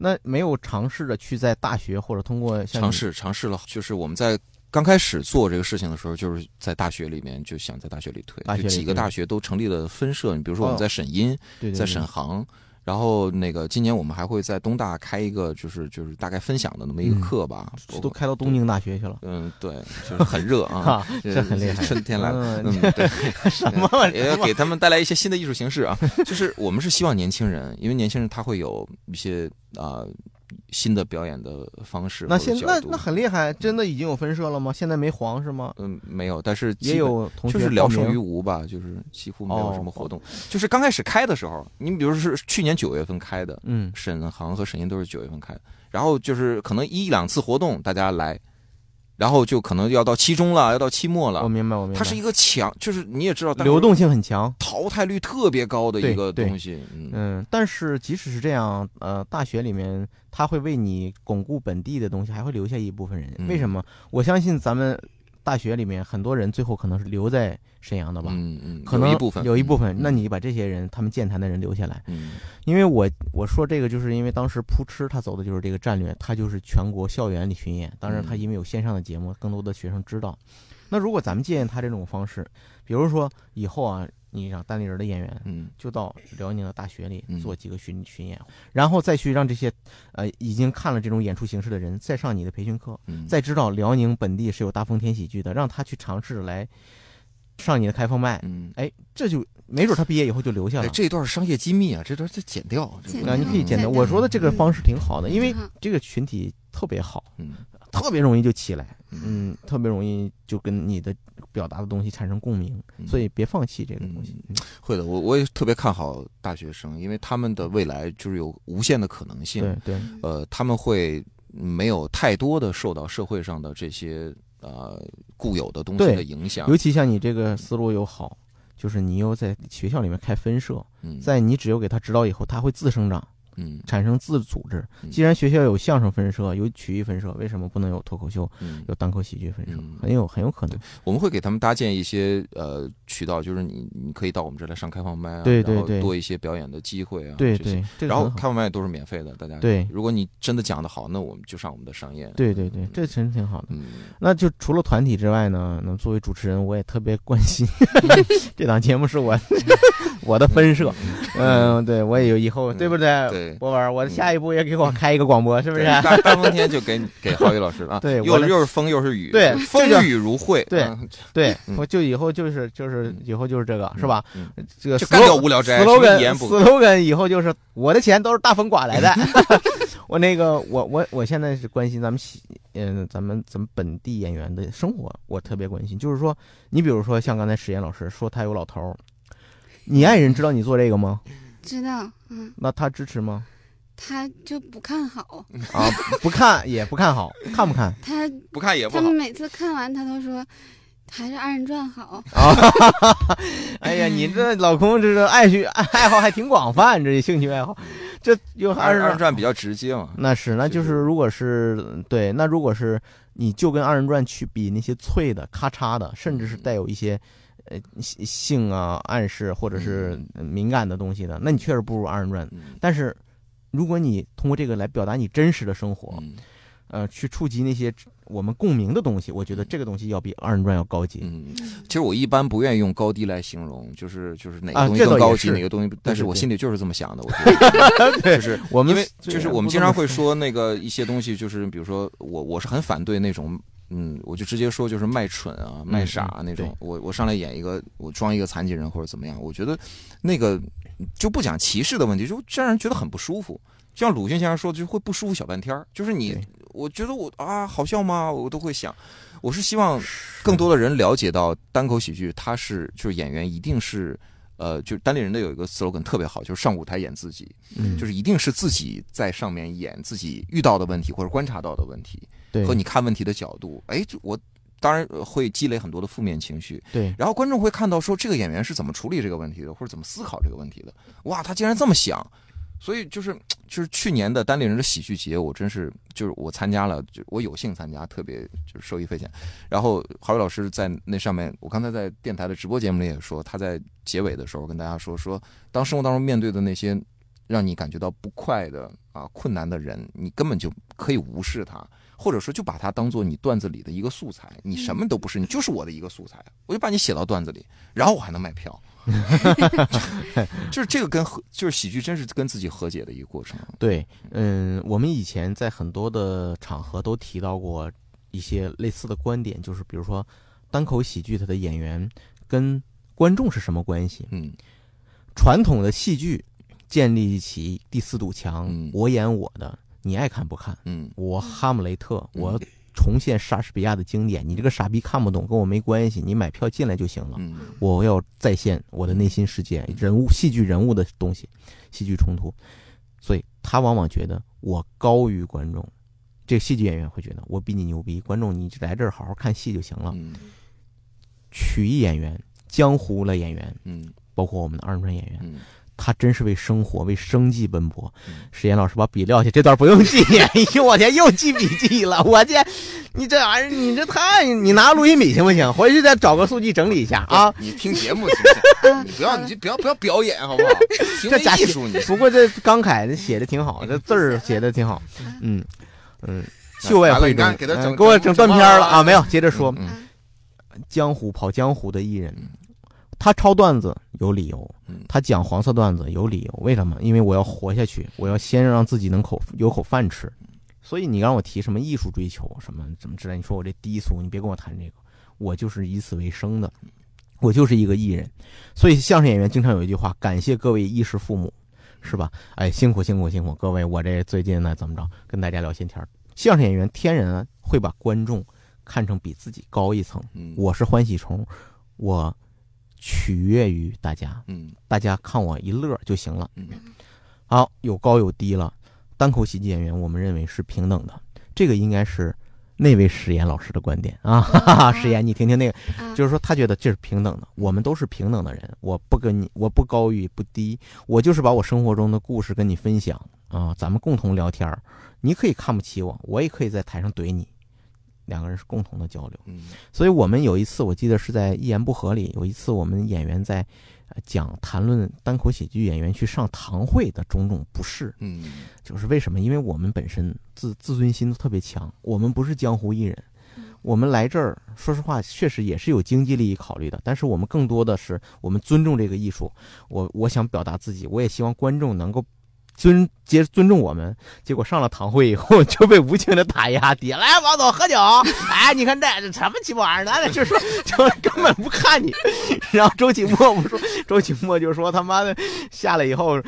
[SPEAKER 3] 那没有尝试着去在大学或者通过像你
[SPEAKER 2] 尝试尝试了，就是我们在刚开始做这个事情的时候，就是在大学里面就想在大学里推，
[SPEAKER 3] 大学里
[SPEAKER 2] 就几个
[SPEAKER 3] 推
[SPEAKER 2] 大学都成立了分社。你比如说我们
[SPEAKER 3] 哦
[SPEAKER 2] 在沈阴，
[SPEAKER 3] 对对对
[SPEAKER 2] 在沈航，然后那个今年我们还会在东大开一个，就是就是大概分享的那么一个
[SPEAKER 3] 嗯
[SPEAKER 2] 课吧。我
[SPEAKER 3] 都开到东京大学去了，
[SPEAKER 2] 嗯，对，就是很热啊，
[SPEAKER 3] 哈，这很厉害。 *laughs*
[SPEAKER 2] 春天来了，
[SPEAKER 3] 嗯
[SPEAKER 2] 嗯，对，
[SPEAKER 3] *laughs* 什么玩意
[SPEAKER 2] 也
[SPEAKER 3] 儿
[SPEAKER 2] 要给他们带来一些新的艺术形式啊。就是我们是希望年轻人，因为年轻人他会有一些啊、新的表演的方式
[SPEAKER 3] 那
[SPEAKER 2] 或者
[SPEAKER 3] 现
[SPEAKER 2] 角
[SPEAKER 3] 那
[SPEAKER 2] 度
[SPEAKER 3] 那很厉害，真的已经有分社了吗？现在没黄是吗？
[SPEAKER 2] 嗯没有，但是基
[SPEAKER 3] 也
[SPEAKER 2] 本
[SPEAKER 3] 有同学
[SPEAKER 2] 就是聊
[SPEAKER 3] 报
[SPEAKER 2] 胜
[SPEAKER 3] 名
[SPEAKER 2] 于无吧，就是几乎没有
[SPEAKER 3] 哦
[SPEAKER 2] 什么活动。就是刚开始开的时候，你比如说是去年九月份开的，
[SPEAKER 3] 嗯
[SPEAKER 2] 沈航和沈音都是九月份开，然后就是可能一两次活动大家来，然后就可能要到期中了，要到期末
[SPEAKER 3] 我
[SPEAKER 2] 了。
[SPEAKER 3] 明白我明白，
[SPEAKER 2] 它是一个强，就是你也知道，
[SPEAKER 3] 流动性很强。
[SPEAKER 2] 淘汰率特别高的一个
[SPEAKER 3] 对对
[SPEAKER 2] 东西。嗯，
[SPEAKER 3] 嗯，但是即使是这样，呃，大学里面他会为你巩固本地的东西，还会留下一部分人。
[SPEAKER 2] 嗯
[SPEAKER 3] 为什么？我相信咱们大学里面很多人最后可能是留在沈阳的吧，
[SPEAKER 2] 嗯嗯，
[SPEAKER 3] 可能
[SPEAKER 2] 有一部分，
[SPEAKER 3] 有一部分。
[SPEAKER 2] 嗯
[SPEAKER 3] 那你把这些人，他们建坛的人留下来，
[SPEAKER 2] 嗯
[SPEAKER 3] 因为我我说这个，就是因为当时扑哧他走的就是这个战略，他就是全国校园里巡演。当然，他
[SPEAKER 2] 嗯
[SPEAKER 3] 因为有线上的节目，更多的学生知道。那如果咱们借鉴他这种方式，比如说以后啊，你让单立人的演员
[SPEAKER 2] 嗯
[SPEAKER 3] 就到辽宁的大学里
[SPEAKER 2] 嗯
[SPEAKER 3] 做几个巡巡演，然后再去让这些呃已经看了这种演出形式的人再上你的培训课，
[SPEAKER 2] 嗯，
[SPEAKER 3] 再知道辽宁本地是有大风天喜剧的，让他去尝试着来上你的开放麦，
[SPEAKER 2] 嗯，
[SPEAKER 3] 这就没准他毕业以后就留下
[SPEAKER 2] 哎
[SPEAKER 3] 了，。
[SPEAKER 2] 这一段商业机密啊，这段再剪掉，这
[SPEAKER 4] 剪
[SPEAKER 2] 不
[SPEAKER 3] 啊，你
[SPEAKER 4] 掉
[SPEAKER 3] 可以简单。
[SPEAKER 4] 嗯
[SPEAKER 3] 我说的这个方式挺好的，因为
[SPEAKER 4] 挺好
[SPEAKER 3] 这个群体特别好，
[SPEAKER 2] 嗯
[SPEAKER 3] 特别容易就起来，
[SPEAKER 2] 嗯
[SPEAKER 3] 嗯，特别容易就跟你的表达的东西产生共鸣，
[SPEAKER 2] 嗯
[SPEAKER 3] *laughs* 所以别放弃这个东西。嗯
[SPEAKER 2] 会的，我我也特别看好大学生，因为他们的未来就是有无限的可能性。
[SPEAKER 3] 对对，
[SPEAKER 4] 嗯
[SPEAKER 2] 呃，他们会没有太多的受到社会上的这些呃固有的东西
[SPEAKER 3] 对
[SPEAKER 2] 的影响
[SPEAKER 3] 尤。其像你这个思路又好，就是你又在学校里面开分社，
[SPEAKER 2] 嗯，
[SPEAKER 3] 在你只有给他指导以后，他会自生长，
[SPEAKER 2] 嗯
[SPEAKER 3] 产生自组织
[SPEAKER 2] 嗯。
[SPEAKER 3] 既然学校有相声分社，有曲艺分社，为什么不能有脱口秀、
[SPEAKER 2] 嗯，
[SPEAKER 3] 有单口喜剧分社
[SPEAKER 2] 嗯？
[SPEAKER 3] 很有很有可能。
[SPEAKER 2] 我们会给他们搭建一些呃渠道，就是你你可以到我们这儿来上开放麦啊，
[SPEAKER 3] 对对
[SPEAKER 2] 然后
[SPEAKER 3] 对
[SPEAKER 2] 多一些表演的机会啊，
[SPEAKER 3] 对
[SPEAKER 2] 这些。
[SPEAKER 3] 对，这个
[SPEAKER 2] 然后
[SPEAKER 3] 很好
[SPEAKER 2] 开放麦都是免费的，大家
[SPEAKER 3] 对
[SPEAKER 2] 如果你真的讲得好，那我们就上我们的商业。，
[SPEAKER 3] 对对对，这真挺好的。
[SPEAKER 2] 嗯，
[SPEAKER 3] 那就除了团体之外呢，那么作为主持人，我也特别关心
[SPEAKER 2] *laughs*
[SPEAKER 3] 这档节目是我我的分社，嗯，对我也有以后，
[SPEAKER 2] 嗯
[SPEAKER 3] 对不对？
[SPEAKER 2] 对
[SPEAKER 3] 博文，我
[SPEAKER 2] 嗯
[SPEAKER 3] 下一步也给我开一个广播，是不是 *laughs*
[SPEAKER 2] 对？大大风天就给你给郝宇老师了，啊
[SPEAKER 3] 对
[SPEAKER 2] 又
[SPEAKER 3] 我的
[SPEAKER 2] 又是风又是雨，
[SPEAKER 3] 对
[SPEAKER 2] 风
[SPEAKER 3] 这个
[SPEAKER 2] 雨如晦，
[SPEAKER 3] 对
[SPEAKER 2] 啊
[SPEAKER 3] 对
[SPEAKER 2] 嗯，
[SPEAKER 3] 我就以后就是就是以后就是这个，是吧？？
[SPEAKER 2] 嗯嗯
[SPEAKER 3] 这个
[SPEAKER 2] 就干掉
[SPEAKER 3] slogan
[SPEAKER 2] 无聊斋，什么一
[SPEAKER 3] slogan
[SPEAKER 2] 言不合
[SPEAKER 3] slogan 以后就是我的钱都是大风刮来的。 *laughs* 我那个我我我现在是关心咱们喜嗯、咱们咱们本地演员的生活，我特别关心。就是说，你比如说像刚才史岩老师说他有老头儿，你爱人知道你做这个吗？
[SPEAKER 4] 知道，嗯，
[SPEAKER 3] 那他支持吗？
[SPEAKER 4] 他就不看好，
[SPEAKER 2] 嗯
[SPEAKER 3] 啊，不看也不看好，看不看？
[SPEAKER 4] 他
[SPEAKER 2] 不看也不
[SPEAKER 4] 他
[SPEAKER 2] 好
[SPEAKER 4] 们。每次看完他都说还是二人转好，
[SPEAKER 3] 啊 *laughs* 哎呀，你这老公这个爱去爱爱好还挺广泛，这兴趣爱好，这又还
[SPEAKER 2] 二
[SPEAKER 3] 是
[SPEAKER 2] 二人转比较直接嘛。
[SPEAKER 3] 那是，那
[SPEAKER 2] 就
[SPEAKER 3] 就是是如果是对，那如果是你就跟二人转去比那些脆的、咔嚓的，甚至是
[SPEAKER 2] 嗯
[SPEAKER 3] 带有一些呃性性啊暗示或者是
[SPEAKER 2] 嗯
[SPEAKER 3] 呃敏感的东西的，那你确实不如二人转。
[SPEAKER 2] 嗯
[SPEAKER 3] 但是如果你通过这个来表达你真实的生活，
[SPEAKER 2] 嗯
[SPEAKER 3] 呃，去触及那些我们共鸣的东西，我觉得
[SPEAKER 2] 嗯
[SPEAKER 3] 这个东西要比二人转要高级。
[SPEAKER 2] 嗯，其实我一般不愿意用高低来形容，就是就是哪个
[SPEAKER 3] 啊
[SPEAKER 2] 东西
[SPEAKER 3] 这倒
[SPEAKER 2] 更高
[SPEAKER 3] 也
[SPEAKER 2] 级，
[SPEAKER 3] 是
[SPEAKER 2] 哪个东西不，但是
[SPEAKER 3] 对对
[SPEAKER 2] 我
[SPEAKER 3] 对
[SPEAKER 2] 心里就是这么想的。我觉
[SPEAKER 3] *laughs*
[SPEAKER 2] 得嗯就是
[SPEAKER 3] 我们
[SPEAKER 2] 因为
[SPEAKER 3] 虽
[SPEAKER 2] 就是
[SPEAKER 3] 然
[SPEAKER 2] 我们
[SPEAKER 3] 不
[SPEAKER 2] 经
[SPEAKER 3] 这
[SPEAKER 2] 常
[SPEAKER 3] 么
[SPEAKER 2] 会
[SPEAKER 3] 说
[SPEAKER 2] 说那个一些东西，就是比如说我我是很反对那种。嗯，我就直接说，就是卖蠢啊、卖傻啊
[SPEAKER 3] 嗯
[SPEAKER 2] 那种
[SPEAKER 3] 对。
[SPEAKER 2] 我我上来演一个，我装一个残疾人或者怎么样，我觉得那个就不讲歧视的问题，就让人觉得很不舒服。就像鲁迅先生说的，就会不舒服小半天儿。就是你
[SPEAKER 3] 对，
[SPEAKER 2] 我觉得我啊，好笑吗？我都会想。我是希望更多的人了解到单口喜剧，它是就是演员一定是，呃，就是单立人的有一个 slogan 特别好，就是上舞台演自己。
[SPEAKER 3] 嗯
[SPEAKER 2] 就是一定是自己在上面演自己遇到的问题或者观察到的问题
[SPEAKER 3] 对
[SPEAKER 2] 和你看问题的角度。哎，就我当然呃会积累很多的负面情绪，
[SPEAKER 3] 对
[SPEAKER 2] 然后观众会看到说这个演员是怎么处理这个问题的，或者怎么思考这个问题的。哇，他竟然这么想！所以就是就是去年的单立人的喜剧节，我真是就是我参加了，就我有幸参加，特别就是受益匪浅。然后郝宇老师在那上面，我刚才在电台的直播节目里也说，他在结尾的时候跟大家说说，当生活当中面对的那些让你感觉到不快的啊困难的人，你根本就可以无视他，或者说就把它当做你段子里的一个素材，你什么
[SPEAKER 3] 嗯
[SPEAKER 2] 都不是，你就是我的一个素材，我就把你写到段子里，然后我还能卖
[SPEAKER 3] *laughs*
[SPEAKER 2] 票。就是这个跟和就是喜剧，真是跟自己和解的一个过程。
[SPEAKER 3] 对，嗯，我们以前在很多的场合都提到过一些类似的观点，就是比如说单口喜剧它的演员跟观众是什么关系？
[SPEAKER 2] 嗯
[SPEAKER 3] 传统的戏剧建立起第四堵墙，
[SPEAKER 2] 嗯
[SPEAKER 3] 我演我的，你爱看不看。
[SPEAKER 2] 嗯
[SPEAKER 3] 我哈姆雷特，
[SPEAKER 2] 嗯
[SPEAKER 3] 我重现莎士比亚的经典。你这个傻逼看不懂跟我没关系，你买票进来就行了。
[SPEAKER 2] 嗯
[SPEAKER 3] 我要再现我的内心世界、人物、戏剧人物的东西，戏剧冲突。所以他往往觉得我高于观众，这个戏剧演员会觉得我比你牛逼，观众你来这儿好好看戏就行了。
[SPEAKER 2] 嗯
[SPEAKER 3] 曲艺演员、江湖类演员，
[SPEAKER 2] 嗯
[SPEAKER 3] 包括我们的二人转演员，
[SPEAKER 2] 嗯，
[SPEAKER 3] 他真是为生活、为生计奔波
[SPEAKER 2] 嗯。
[SPEAKER 3] 史岩老师把笔撂下，这段不用记。哎呦，我天， *laughs* 又记笔记了。我天，你这玩意儿，你这太……你拿录音笔行不行？回去再找个数据整理一下啊。
[SPEAKER 2] 嗯你听节目行不
[SPEAKER 4] 嗯
[SPEAKER 2] 行？你不要，你就不要不要表演好不
[SPEAKER 3] *laughs*
[SPEAKER 2] 好？行为
[SPEAKER 3] 这假
[SPEAKER 2] 艺术，你
[SPEAKER 3] *laughs* 不过这慷慨这写的挺 *laughs* 好，这字儿写的挺好。嗯嗯，秀外慧中
[SPEAKER 2] 完了你看，给他整
[SPEAKER 3] 嗯给我整断片儿了啊！
[SPEAKER 2] 整
[SPEAKER 3] 没有，接着说
[SPEAKER 2] 嗯
[SPEAKER 3] 江湖跑江湖的艺人
[SPEAKER 2] 嗯，
[SPEAKER 3] 他抄段子有理由
[SPEAKER 2] 嗯，
[SPEAKER 3] 他讲黄色段子有理由。为什么？因为我要活下去，我要先让自己能口有口饭吃。所以你让我提什么艺术追求什么什么之类，你说我这低俗，你别跟我谈这个。我就是以此为生的，我就是一个艺人。所以相声演员经常有一句话：感谢各位衣食父母，是吧？哎，辛苦辛苦辛苦各位，我这最近呢怎么着，跟大家聊闲天儿。相声演员天然啊会把观众看成比自己高一层。
[SPEAKER 2] 嗯
[SPEAKER 3] 我是欢喜虫，我取悦于大家，
[SPEAKER 2] 嗯
[SPEAKER 3] 大家看我一乐就行了。
[SPEAKER 2] 嗯
[SPEAKER 3] 好，有高有低了。单口喜剧演员，我们认为是平等的，这个应该是那位史岩老师的观点啊。 *laughs* 哈哈，史岩，你听听那个，
[SPEAKER 4] 啊，
[SPEAKER 3] 就是说他觉得这是平等的，我们都是平等的人，我不跟你，我不高于不低，我就是把我生活中的故事跟你分享啊，咱们共同聊天儿。你可以看不起我，我也可以在台上怼你，两个人是共同的交流。
[SPEAKER 2] 嗯
[SPEAKER 3] 所以我们有一次，我记得是在《一言不合》里，有一次我们演员在呃讲谈论单口喜剧演员去上堂会的种种不适，
[SPEAKER 2] 嗯
[SPEAKER 3] 就是为什么？因为我们本身自自尊心都特别强，我们不是江湖艺人
[SPEAKER 4] 嗯，
[SPEAKER 3] 我们来这儿，说实话，确实也是有经济利益考虑的，但是我们更多的是我们尊重这个艺术，我我想表达自己，我也希望观众能够。尊接尊重我们，结果上了堂会以后 *laughs* 就被无情的打压低。来，王总喝酒，哎，你看这这什么鸡巴玩意儿，咱俩就说 *laughs* 就根本不看你。 *laughs* 然后周启墨不说，周启墨就说他妈的下来以后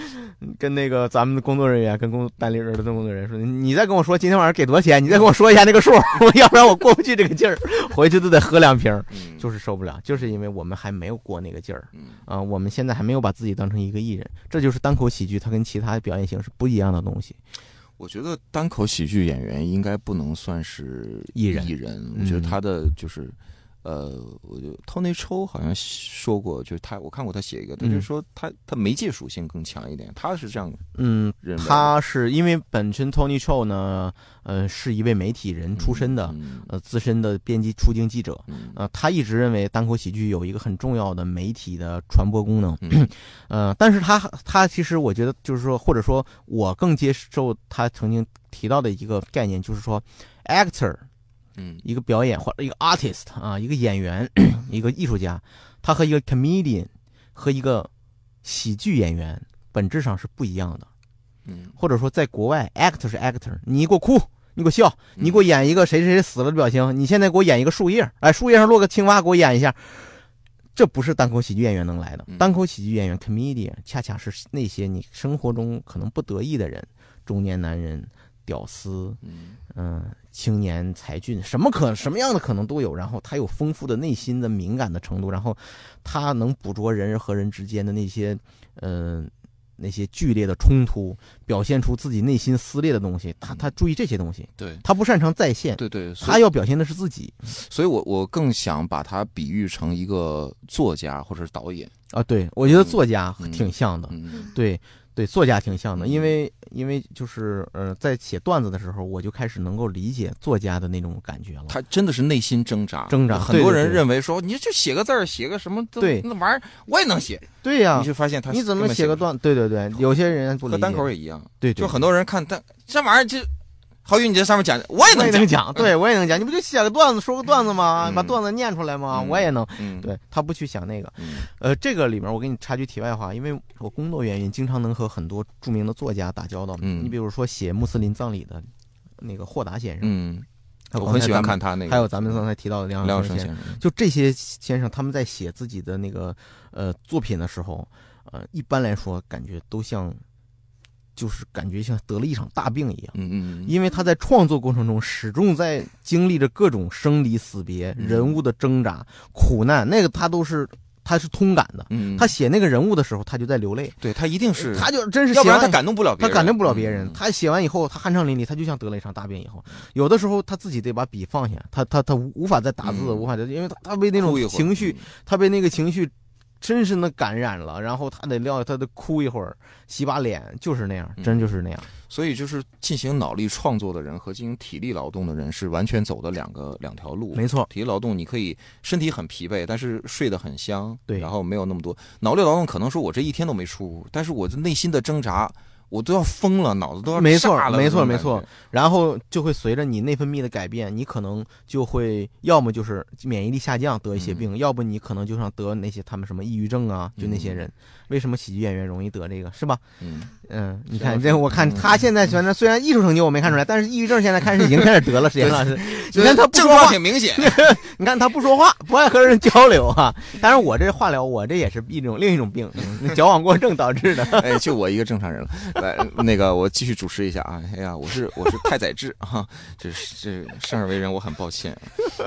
[SPEAKER 3] 跟那个咱们的工作人员，跟工单立人的工作人员说，你再跟我说今天晚上给多少钱，你再跟我说一下那个数， *laughs* 要不然我过不去这个劲儿，回去都得喝两瓶儿，
[SPEAKER 2] 嗯，
[SPEAKER 3] 就是是受不了，就是因为我们还没有过那个劲儿
[SPEAKER 2] 嗯
[SPEAKER 3] 啊、我们现在还没有把自己当成一个艺人，这就是单口喜剧它跟其他表演形式不一样的东西。
[SPEAKER 2] 我觉得单口喜剧演员应该不能算是
[SPEAKER 3] 艺人
[SPEAKER 2] 艺人，我觉得
[SPEAKER 3] 嗯
[SPEAKER 2] 他的就是，呃，我就 Tony Cho 好像说过，就是他，我看过他写一个，他就
[SPEAKER 3] 嗯
[SPEAKER 2] 说他他媒介属性更强一点，他是这样
[SPEAKER 3] 嗯，
[SPEAKER 2] 认为的。
[SPEAKER 3] 他是因为本身 Tony Chou 呢，呃，是一位媒体人出身的，
[SPEAKER 2] 嗯
[SPEAKER 3] 呃，资深的编辑出镜记者，
[SPEAKER 2] 嗯
[SPEAKER 3] 呃，他一直认为单口喜剧有一个很重要的媒体的传播功能，
[SPEAKER 2] 嗯
[SPEAKER 3] *clears throat* 呃，但是他他其实我觉得就是说，或者说我更接受他曾经提到的一个概念，就是说，actor
[SPEAKER 2] 嗯
[SPEAKER 3] 一个表演或者一个 artist 啊，一个演员， *clears throat* 一个艺术家，他和一个 comedian 和一个喜剧演员本质上是不一样的，
[SPEAKER 2] 嗯，
[SPEAKER 3] 或者说在国外，actor 是 actor，你给我哭。你给我笑，你给我演一个谁谁谁死了的表情，你现在给我演一个树叶，哎，树叶上落个青蛙，给我演一下，这不是单口喜剧演员能来的
[SPEAKER 2] 嗯。
[SPEAKER 3] 单口喜剧演员 comedian 恰恰是那些你生活中可能不得意的人，中年男人、屌丝、
[SPEAKER 2] 嗯
[SPEAKER 3] 嗯、青年才俊，什么可什么样的可能都有。然后他有丰富的内心的敏感的程度，然后他能捕捉人和人之间的那些嗯、呃那些剧烈的冲突，表现出自己内心撕裂的东西。他他注意这些东西，
[SPEAKER 2] 对
[SPEAKER 3] 他不擅长再现，
[SPEAKER 2] 对对，所以
[SPEAKER 3] 他要表现的是自己
[SPEAKER 2] 所以我我更想把他比喻成一个作家或者是导演。
[SPEAKER 3] 啊。对，我觉得作家
[SPEAKER 2] 嗯
[SPEAKER 3] 挺像的，
[SPEAKER 2] 嗯
[SPEAKER 3] 对对，作家挺像的，因
[SPEAKER 2] 嗯
[SPEAKER 3] 为因为就是呃，在写段子的时候，我就开始能够理解作家的那种感觉了。
[SPEAKER 2] 他真的是内心挣扎，
[SPEAKER 3] 挣扎
[SPEAKER 2] 很
[SPEAKER 3] 对
[SPEAKER 2] 多
[SPEAKER 3] 对
[SPEAKER 2] 人
[SPEAKER 3] 对
[SPEAKER 2] 认为说，你就写个字儿，写个什么都，
[SPEAKER 3] 对
[SPEAKER 2] 那玩意儿我也能写。
[SPEAKER 3] 对呀、
[SPEAKER 2] 你就发现他
[SPEAKER 3] 你怎
[SPEAKER 2] 根
[SPEAKER 3] 么
[SPEAKER 2] 本
[SPEAKER 3] 写个
[SPEAKER 2] 不出
[SPEAKER 3] 段？对对对，有些人不
[SPEAKER 2] 来？和
[SPEAKER 3] 理解。
[SPEAKER 2] 单口也一样，
[SPEAKER 3] 对对，
[SPEAKER 2] 就很多人看单这玩意儿就，郝宇，你这上面讲，我也
[SPEAKER 3] 我也
[SPEAKER 2] 能
[SPEAKER 3] 能
[SPEAKER 2] 讲。 *laughs*
[SPEAKER 3] 讲，对我也能讲。你不就写个段子，说个段子吗？
[SPEAKER 2] 嗯
[SPEAKER 3] 把段子念出来吗？
[SPEAKER 2] 嗯
[SPEAKER 3] 我也能。
[SPEAKER 2] 嗯，
[SPEAKER 3] 对他不去想那个，
[SPEAKER 2] 嗯，
[SPEAKER 3] 呃，这个里面我给你插句题外话，因为我工作原因，经常能和很多著名的作家打交道。
[SPEAKER 2] 嗯
[SPEAKER 3] 你比如说写穆斯林葬礼的那个霍达先生，
[SPEAKER 2] 嗯，
[SPEAKER 3] 还
[SPEAKER 2] 我
[SPEAKER 3] 有刚
[SPEAKER 2] 很
[SPEAKER 3] 才
[SPEAKER 2] 喜欢
[SPEAKER 3] 咱们
[SPEAKER 2] 看他那个，
[SPEAKER 3] 还有咱们刚才提到的梁
[SPEAKER 2] 梁晓
[SPEAKER 3] 晓声
[SPEAKER 2] 声
[SPEAKER 3] 先生，
[SPEAKER 2] 先生，
[SPEAKER 3] 就这些先生他们在写自己的那个呃作品的时候，呃，一般来说感觉都像就是感觉像得了一场大病一样。
[SPEAKER 2] 嗯嗯嗯，
[SPEAKER 3] 因为他在创作过程中始终在经历着各种生离死别、
[SPEAKER 2] 嗯
[SPEAKER 3] 人物的挣扎、苦难，那个他都是他是通感的。
[SPEAKER 2] 嗯，嗯
[SPEAKER 3] 他写那个人物的时候，他就在流泪，
[SPEAKER 2] 对他一定是，
[SPEAKER 3] 他就真是
[SPEAKER 2] 要
[SPEAKER 3] 写
[SPEAKER 2] 不然
[SPEAKER 3] 完
[SPEAKER 2] 他感动不了别
[SPEAKER 3] 他
[SPEAKER 2] 人，
[SPEAKER 3] 感动不了别人
[SPEAKER 2] 嗯。
[SPEAKER 3] 他写完以后，他酣畅淋漓，他就像得了一场大病以后，有的时候他自己得把笔放下，他他他无无法再打字，
[SPEAKER 2] 嗯
[SPEAKER 3] 无法再，因为他他被那种
[SPEAKER 2] 哭一会儿嗯
[SPEAKER 3] 情绪，，他被那个情绪深深的感染了，然后他得撂，他得哭一会儿，洗把脸，就是那样，
[SPEAKER 2] 嗯
[SPEAKER 3] 真就是那样。
[SPEAKER 2] 所以就是进行脑力创作的人和进行体力劳动的人是完全走的两个两条路。
[SPEAKER 3] 没错，
[SPEAKER 2] 体力劳动，你可以身体很疲惫，但是睡得很香，
[SPEAKER 3] 对
[SPEAKER 2] 然后没有那么多脑力劳动，可能说我这一天都没出屋，但是我这内心的挣扎，我都要疯了，脑子都要
[SPEAKER 3] 没错
[SPEAKER 2] 炸了
[SPEAKER 3] 没
[SPEAKER 2] 那种
[SPEAKER 3] 错
[SPEAKER 2] 感
[SPEAKER 3] 没错
[SPEAKER 2] 觉，
[SPEAKER 3] 然后就会随着你内分泌的改变，你可能就会要么就是免疫力下降得一
[SPEAKER 2] 嗯
[SPEAKER 3] 些病，要不你可能就像得那些他们什么抑郁症啊，就那些人，为什么喜剧演员容易得这个是吧？
[SPEAKER 2] 嗯，
[SPEAKER 3] 嗯，你
[SPEAKER 2] 是
[SPEAKER 3] 看
[SPEAKER 2] 的
[SPEAKER 3] 这，我看
[SPEAKER 2] 嗯
[SPEAKER 3] 他现在虽然虽然艺术成就我没看出来，但是抑郁症现在开始已经开始得了，史岩老师，你看他不
[SPEAKER 2] 症
[SPEAKER 3] 说
[SPEAKER 2] 状
[SPEAKER 3] 话，
[SPEAKER 2] 挺明显，
[SPEAKER 3] 你看他不说话，不爱和人交流啊。当然我这化疗，我这也是一种另一种病，嗯矫枉过正导致的。
[SPEAKER 2] *laughs* 哎，就我一个正常人了。来，那个我继续主持一下啊。哎呀，我是我是太宰治啊，这是这生而为人，我很抱歉。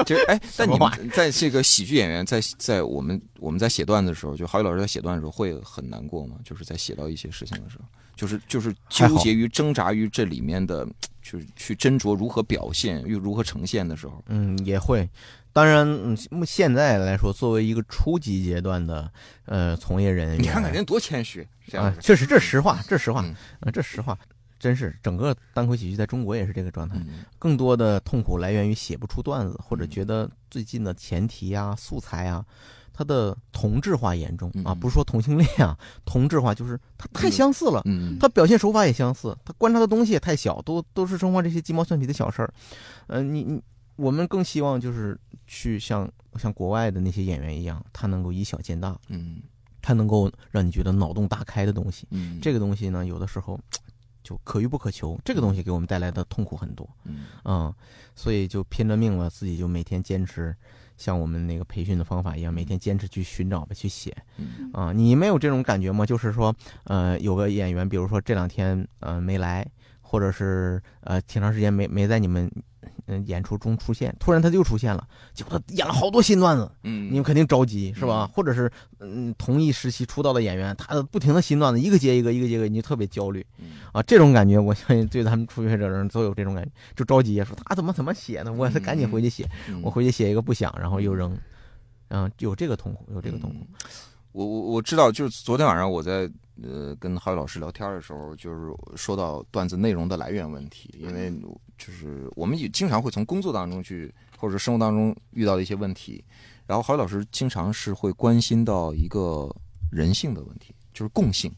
[SPEAKER 2] 就是哎，但你
[SPEAKER 3] 什么
[SPEAKER 2] 们在这个喜剧演员在在我们我们在写段子的时候，就郝宇老师在写段子的时候会很难过吗？就是在写到一些事情的时候，就是就是
[SPEAKER 3] 还好
[SPEAKER 2] 纠结于挣扎于这里面的，就是去斟酌如何表现又如何呈现的时候，
[SPEAKER 3] 嗯，也会。当然，嗯，目现在来说，作为一个初级阶段的呃从业人员，
[SPEAKER 2] 你看看人家多谦虚，这样
[SPEAKER 3] 啊
[SPEAKER 2] 子，
[SPEAKER 3] 确实这实话，这实话，
[SPEAKER 2] 嗯
[SPEAKER 3] 呃这实话，真是整个单口喜剧在中国也是这个状态。
[SPEAKER 2] 嗯
[SPEAKER 3] 更多的痛苦来源于写不出段子，或者
[SPEAKER 2] 嗯
[SPEAKER 3] 觉得最近的前提啊、素材啊，它的同质化严重啊，
[SPEAKER 2] 嗯
[SPEAKER 3] 不是说同性恋啊，同质化就是它太
[SPEAKER 2] 嗯
[SPEAKER 3] 相似了，
[SPEAKER 2] 嗯
[SPEAKER 3] 他表现手法也相似，他观察的东西也太小，都都是生活这些鸡毛蒜皮的小事儿。呃，你你我们更希望就是去像像国外的那些演员一样，他能够以小见大，
[SPEAKER 2] 嗯
[SPEAKER 3] 他能够让你觉得脑洞大开的东西。
[SPEAKER 2] 嗯，
[SPEAKER 3] 这
[SPEAKER 2] 个
[SPEAKER 3] 个东西呢，有的时候就可遇不可求，这个东西给我们带来的痛苦很多。
[SPEAKER 2] 嗯
[SPEAKER 3] 嗯，所以就拼了命了，自己就每天坚持，像我们那个培训的方法一样，每天坚持去寻找吧，去写
[SPEAKER 2] 嗯
[SPEAKER 3] 啊、你没有这种感觉吗？就是说，呃，有个演员，比如说这两天呃没来，或者是呃挺长时间没没在你们嗯、演出中出现，突然他就出现了，结果他演了好多新段子，
[SPEAKER 2] 嗯，
[SPEAKER 3] 你们肯定着急是吧
[SPEAKER 2] 嗯？
[SPEAKER 3] 或者是嗯同一时期出道的演员，他不停的新段子，一个接一个，一个接一个，你就特别焦虑。
[SPEAKER 2] 嗯
[SPEAKER 3] 啊，这种感觉，我相信对他们初学者的人都有这种感觉，就着急啊说他怎么怎么写呢？我得赶紧回去写，
[SPEAKER 2] 嗯
[SPEAKER 3] 我回去写一个不想，然后又扔，嗯，有这个痛苦，有这个痛苦，
[SPEAKER 2] 嗯我我我知道，就是昨天晚上我在呃跟郝宇老师聊天的时候，就是说到段子内容的来源问题，因为
[SPEAKER 3] 嗯
[SPEAKER 2] 就是我们也经常会从工作当中去，或者生活当中遇到的一些问题，然后郝宇老师经常是会关心到一个人性的问题，就是共性，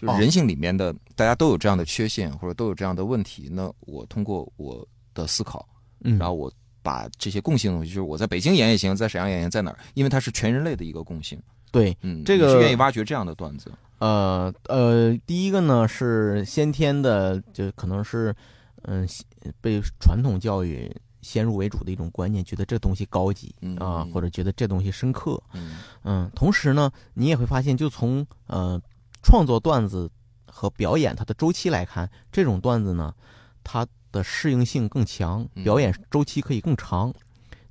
[SPEAKER 2] 就是
[SPEAKER 3] 哦
[SPEAKER 2] 人性里面的、大家都有这样的缺陷或者都有这样的问题，那我通过我的思考，
[SPEAKER 3] 嗯，
[SPEAKER 2] 然后我把这些共性的东西，就是我在北京演也行，在沈阳演也行在哪儿，因为它是全人类的一个共性。
[SPEAKER 3] 对，
[SPEAKER 2] 嗯，
[SPEAKER 3] 这
[SPEAKER 2] 你
[SPEAKER 3] 个
[SPEAKER 2] 是愿意挖掘这样的段子，
[SPEAKER 3] 呃呃，第一个呢是先天的，就可能是嗯西被传统教育先入为主的一种观念，觉得这东西高级
[SPEAKER 2] 嗯
[SPEAKER 3] 啊
[SPEAKER 2] 嗯，
[SPEAKER 3] 或者觉得这东西深刻，
[SPEAKER 2] 嗯
[SPEAKER 3] 嗯，同时呢，你也会发现，就从呃创作段子和表演它的周期来看，这种段子呢，它的适应性更强，
[SPEAKER 2] 嗯
[SPEAKER 3] 表演周期可以更长，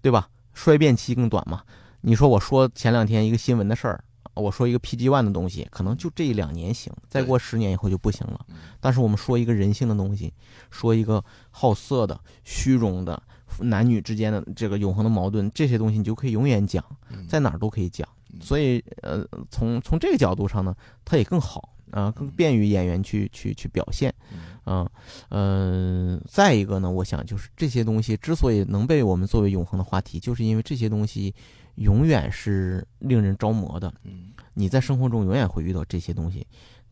[SPEAKER 3] 对吧？衰变期更短嘛。你说我说前两天一个新闻的事儿，我说一个 PG One 的东西，可能就这一两年行，再
[SPEAKER 2] 对
[SPEAKER 3] 过十年以后就不行了。
[SPEAKER 2] 嗯
[SPEAKER 3] 但是我们说一个人性的东西，说一个好色的、虚荣的、男女之间的这个永恒的矛盾，这些东西你就可以永远讲。
[SPEAKER 2] 嗯
[SPEAKER 3] 在哪儿都可以讲
[SPEAKER 2] 嗯，
[SPEAKER 3] 所以呃，从从这个角度上呢，它也更好啊、更
[SPEAKER 2] 嗯
[SPEAKER 3] 便于演员去去去表现
[SPEAKER 2] 嗯
[SPEAKER 3] 啊，嗯、呃再一个呢，我想就是这些东西之所以能被我们作为永恒的话题，就是因为这些东西永远是令人着魔的，
[SPEAKER 2] 嗯
[SPEAKER 3] 你在生活中永远会遇到这些东西。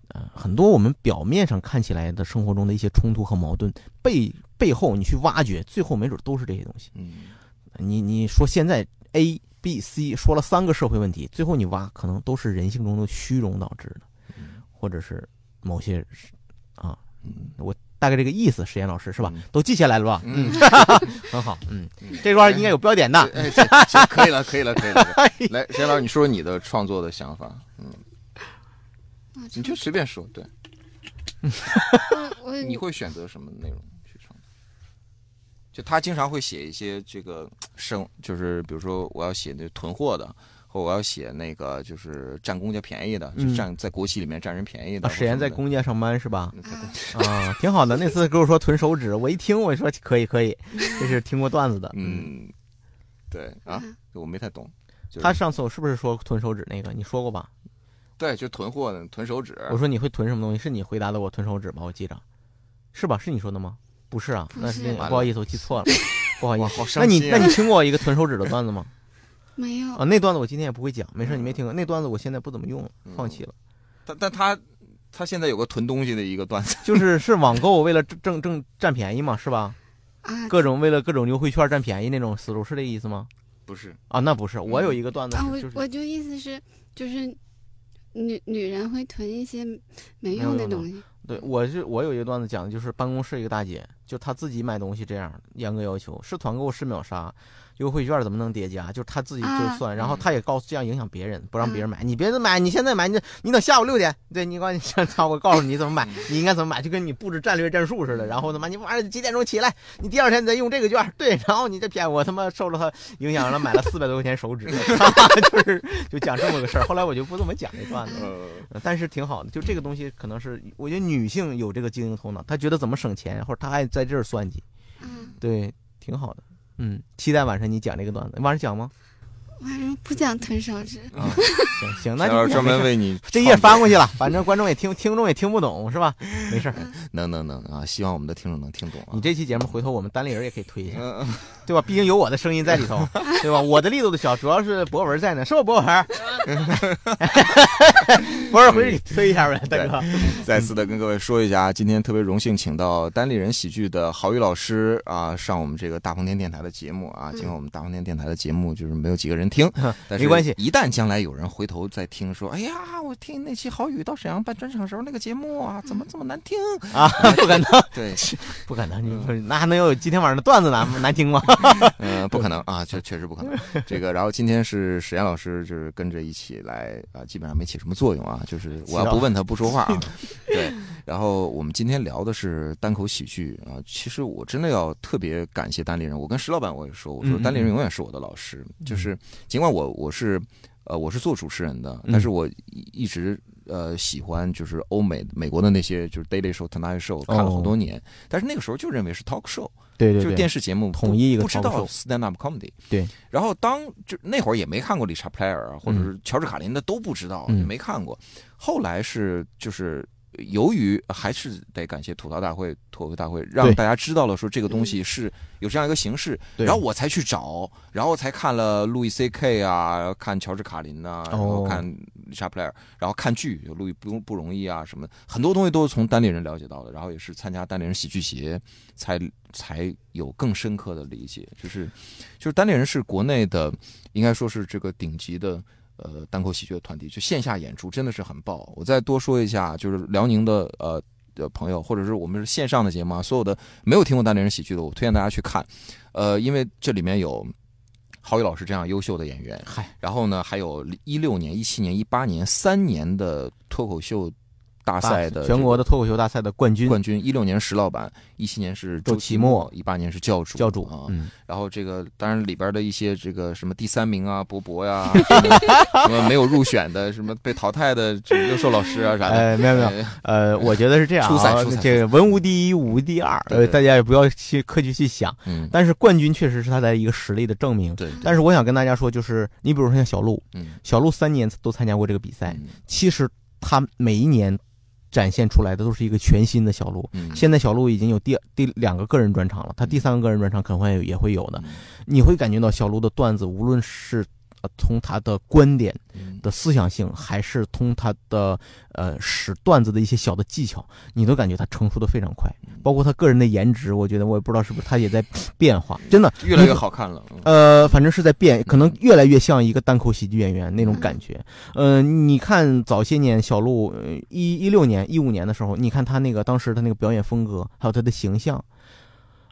[SPEAKER 3] 呃，很多我们表面上看起来的生活中的一些冲突和矛盾，背背后你去挖掘，最后没准都是这些东西。
[SPEAKER 2] 嗯
[SPEAKER 3] 你你说现在 A、B、C 说了三个社会问题，最后你挖可能都是人性中的虚荣导致的，
[SPEAKER 2] 嗯
[SPEAKER 3] 或者是某些啊，
[SPEAKER 2] 嗯
[SPEAKER 3] 大概这个意思。实验老师是吧
[SPEAKER 2] 嗯？
[SPEAKER 3] 都记下来了吧？
[SPEAKER 2] 嗯，
[SPEAKER 3] 很好，嗯
[SPEAKER 2] 嗯，
[SPEAKER 3] 这段应该有标点的。
[SPEAKER 2] 哎，
[SPEAKER 3] *laughs*
[SPEAKER 2] 这这可以了，可以了，可以了。可以了来，沈老师，你说说你的创作的想法，嗯，
[SPEAKER 4] 啊
[SPEAKER 2] 你就随便说，对，
[SPEAKER 4] 我
[SPEAKER 2] 你会选择什么内容去创作？就他经常会写一些这个生，就是比如说我要写那囤货的，或我要写那个就是占公家便宜的，
[SPEAKER 3] 嗯
[SPEAKER 2] 就占在国企里面占人便宜的。
[SPEAKER 3] 啊
[SPEAKER 2] 或
[SPEAKER 3] 沈岩
[SPEAKER 2] 什么
[SPEAKER 3] 在
[SPEAKER 2] 的
[SPEAKER 3] 公家上班是吧？
[SPEAKER 2] 嗯在公
[SPEAKER 4] 啊，
[SPEAKER 3] 啊，挺好的。那次跟我说囤手指，我一听我说可以可以，这是听过段子的。
[SPEAKER 2] 嗯，对啊
[SPEAKER 4] 嗯，
[SPEAKER 2] 我没太懂。就是
[SPEAKER 3] 他上次我是不是说囤手指那个？你说过吧？
[SPEAKER 2] 对，就囤货的，囤手指。
[SPEAKER 3] 我说你会囤什么东西？是你回答的我囤手指吧？我记着，是吧？是你说的吗？不是啊，
[SPEAKER 4] 不
[SPEAKER 3] 那是
[SPEAKER 4] 是
[SPEAKER 3] 另
[SPEAKER 2] 完了
[SPEAKER 3] 不好意思，我记错
[SPEAKER 2] *laughs*
[SPEAKER 3] 了，不好意
[SPEAKER 2] 哇，
[SPEAKER 3] 思。
[SPEAKER 2] 好伤
[SPEAKER 3] 那你
[SPEAKER 2] 心
[SPEAKER 3] 那
[SPEAKER 2] 啊！
[SPEAKER 3] 你听过一个囤手指的段子吗？
[SPEAKER 4] 没有
[SPEAKER 3] 啊，那段子我今天也不会讲，
[SPEAKER 2] 嗯
[SPEAKER 3] 没事，你没听过。那段子我现在不怎么用了，放弃了。
[SPEAKER 2] 但但他他现在有个囤东西的一个段子，
[SPEAKER 3] 就是是网购为了挣挣挣占便宜嘛，是吧？
[SPEAKER 4] 啊
[SPEAKER 3] 各种为了各种优惠券占便宜那种思路，是这意思吗？
[SPEAKER 2] 不是
[SPEAKER 3] 啊，那不是，我有一个段子
[SPEAKER 4] 啊，
[SPEAKER 3] 是，
[SPEAKER 4] 我
[SPEAKER 3] 就是
[SPEAKER 4] 我就意思是就是女女人会囤一些没用的东西，
[SPEAKER 3] 对，我是我有一个段子讲的就是办公室一个大姐，就她自己买东西这样严格要求，是团购是秒杀，优惠券怎么能叠加？就是她自己就
[SPEAKER 4] 啊
[SPEAKER 3] 算，然后
[SPEAKER 2] 嗯
[SPEAKER 3] 她也告诉这样影响别人，不让别人买，你别买，你现在买，你你等下午六点，对你管你上操，我告诉你怎么买，你应该怎么买，就跟你布置战略战术似的。然后他妈你晚上几点钟起来，你第二天你再用这个券，对，然后你这骗我他妈受了她影响，然后买了四百多块钱手指， *laughs* 就是就讲这么个事儿。后来我就不怎么讲这段子了。
[SPEAKER 2] 呃，
[SPEAKER 3] 呃但是挺好的，就这个东西可能是我觉得女性有这个经营头脑，她觉得怎么省钱，或者她爱在这儿算计，
[SPEAKER 4] 啊，
[SPEAKER 3] 对，挺好的。嗯，期待晚上你讲这个段子，晚上讲吗？
[SPEAKER 4] 我还是不讲囤手指，
[SPEAKER 3] 行行，那
[SPEAKER 2] 那要
[SPEAKER 3] 就
[SPEAKER 2] 是专门
[SPEAKER 3] 没事
[SPEAKER 2] 为你
[SPEAKER 3] 这页翻过去了，反正观众也听，听众也听不懂，是吧？没事儿，
[SPEAKER 2] 能能能啊！希望我们的听众能听懂啊
[SPEAKER 3] 你。这期节目回头我们单立人也可以推一下，
[SPEAKER 2] 嗯，嗯
[SPEAKER 3] 对吧？毕竟有我的声音在
[SPEAKER 2] *laughs*
[SPEAKER 3] 里头，对吧？我的力度的小，主要是博文在呢，是吧？博文，博文回去给推一下呗，大哥。
[SPEAKER 2] 再次的跟各位说一下啊，今天特别荣幸请到单立人喜剧的郝宇老师啊，上我们这个大风天电台的节目啊。
[SPEAKER 4] 嗯
[SPEAKER 2] 尽管我们大风天电台的节目就是没有几个人听，但是
[SPEAKER 3] 没关系
[SPEAKER 2] 一旦将来有人回头再听说，哎呀，我听那期郝宇到沈阳办专场时候那个节目啊，
[SPEAKER 3] 嗯
[SPEAKER 2] 怎么这么难听？
[SPEAKER 3] 啊，不敢当，
[SPEAKER 2] 对，
[SPEAKER 3] 不敢当，你不那还能有今天晚上的段子 *laughs* 难难听吗？
[SPEAKER 2] 呃，不可能啊，确确实不可能。这个，然后今天是史岩老师，就是跟着一起来啊，基本上没起什么作用啊，就是我要不问他不说话啊。对，然后我们今天聊的是单口喜剧啊，其实我真的要特别感谢单立人，我跟石老板我也说，我说
[SPEAKER 3] 嗯嗯
[SPEAKER 2] 单立人永远是我的老师，就是尽管我我是呃我是做主持人的，
[SPEAKER 3] 嗯
[SPEAKER 2] 但是我一一直。呃，喜欢就是欧美美国的那些就是 Daily Show、Tonight Show，看了好
[SPEAKER 3] 哦
[SPEAKER 2] 多年，但是那个时候就认为是 talk show，
[SPEAKER 3] 对对
[SPEAKER 2] 就是电视节目不
[SPEAKER 3] 统一一个
[SPEAKER 2] 不知
[SPEAKER 3] 操
[SPEAKER 2] 道
[SPEAKER 3] 守
[SPEAKER 2] stand up comedy。
[SPEAKER 3] 对，
[SPEAKER 2] 然后当就那会儿也没看过理查普莱尔啊，或者是乔治卡林的都不知道，
[SPEAKER 3] 嗯
[SPEAKER 2] 也没看过。后来是就是由于还是得感谢吐槽大会、脱口秀大会，让
[SPEAKER 3] 对
[SPEAKER 2] 大家知道了说这个东西是有这样一个形式，
[SPEAKER 3] 对
[SPEAKER 2] 然后我才去找，然后才看了路易 C K 啊，看乔治卡林呐、然后
[SPEAKER 3] 哦
[SPEAKER 2] 看理查普莱尔，然后看剧，有路易不不容易啊什么的，很多东西都是从单立人了解到的，然后也是参加单立人喜剧节才才有更深刻的理解，就是就是单立人是国内的，应该说是这个顶级的。呃，单口喜剧的团体就线下演出真的是很爆。我再多说一下，就是辽宁的呃的朋友，或者是我们是线上的节目啊，所有的没有听过单立人喜剧的，我推荐大家去看。呃，因为这里面有 *laughs* 郝宇老师这样优秀的演员，
[SPEAKER 3] 嗨，
[SPEAKER 2] 然后呢，还有一六年、一七年、一八年三年的脱口秀大赛的
[SPEAKER 3] 全国的脱口秀大赛的冠军
[SPEAKER 2] 冠军。一六年石老板，一七年是周
[SPEAKER 3] 周奇
[SPEAKER 2] 奇
[SPEAKER 3] 墨
[SPEAKER 2] 墨，一八年是教主
[SPEAKER 3] 教主
[SPEAKER 2] 啊，。
[SPEAKER 3] 嗯，
[SPEAKER 2] 然后这个当然里边的一些这个什么第三名啊、博博
[SPEAKER 3] *laughs*
[SPEAKER 2] 呀、什么什么没有入选的、什么被淘汰的这个优秀老师啊啥的。
[SPEAKER 3] 呃，没有没有，
[SPEAKER 2] 呃
[SPEAKER 3] 呃，我觉得是这样
[SPEAKER 2] 初
[SPEAKER 3] 啊
[SPEAKER 2] 赛初赛，
[SPEAKER 3] 这个文无第一，武无第二，
[SPEAKER 2] 对
[SPEAKER 3] 呃，
[SPEAKER 2] 对
[SPEAKER 3] 大家也不要去刻意去想，
[SPEAKER 2] 嗯，
[SPEAKER 3] 但是冠军确实是他的一个实力的证明。
[SPEAKER 2] 对，
[SPEAKER 3] 但
[SPEAKER 2] 是
[SPEAKER 3] 是我想跟大家说，就是你比如说像小鹿，
[SPEAKER 2] 嗯，
[SPEAKER 3] 小鹿三年都参加过这个比赛，
[SPEAKER 2] 嗯
[SPEAKER 3] 其实他每一年展现出来的都是一个全新的小鹿。
[SPEAKER 2] 嗯，
[SPEAKER 3] 现在小鹿已经有第第两个个人专场了，他第三个个人专场可能会也会有的。你会感觉到小鹿的段子，无论是呃从他的观点
[SPEAKER 2] 嗯
[SPEAKER 3] 的思想性，还是从他的呃使段子的一些小的技巧，你都感觉他成熟的非常快。包括他个人的颜值，我觉得我也不知道是不是他也在变化，真的
[SPEAKER 2] 越来越。好看了。嗯
[SPEAKER 3] 呃，反正是在变，可能越来越像一个单口喜剧演员那种感觉。呃，你看早些年小鹿，呃一一六年、一五年的时候，你看他那个当时他那个表演风格，还有他的形象，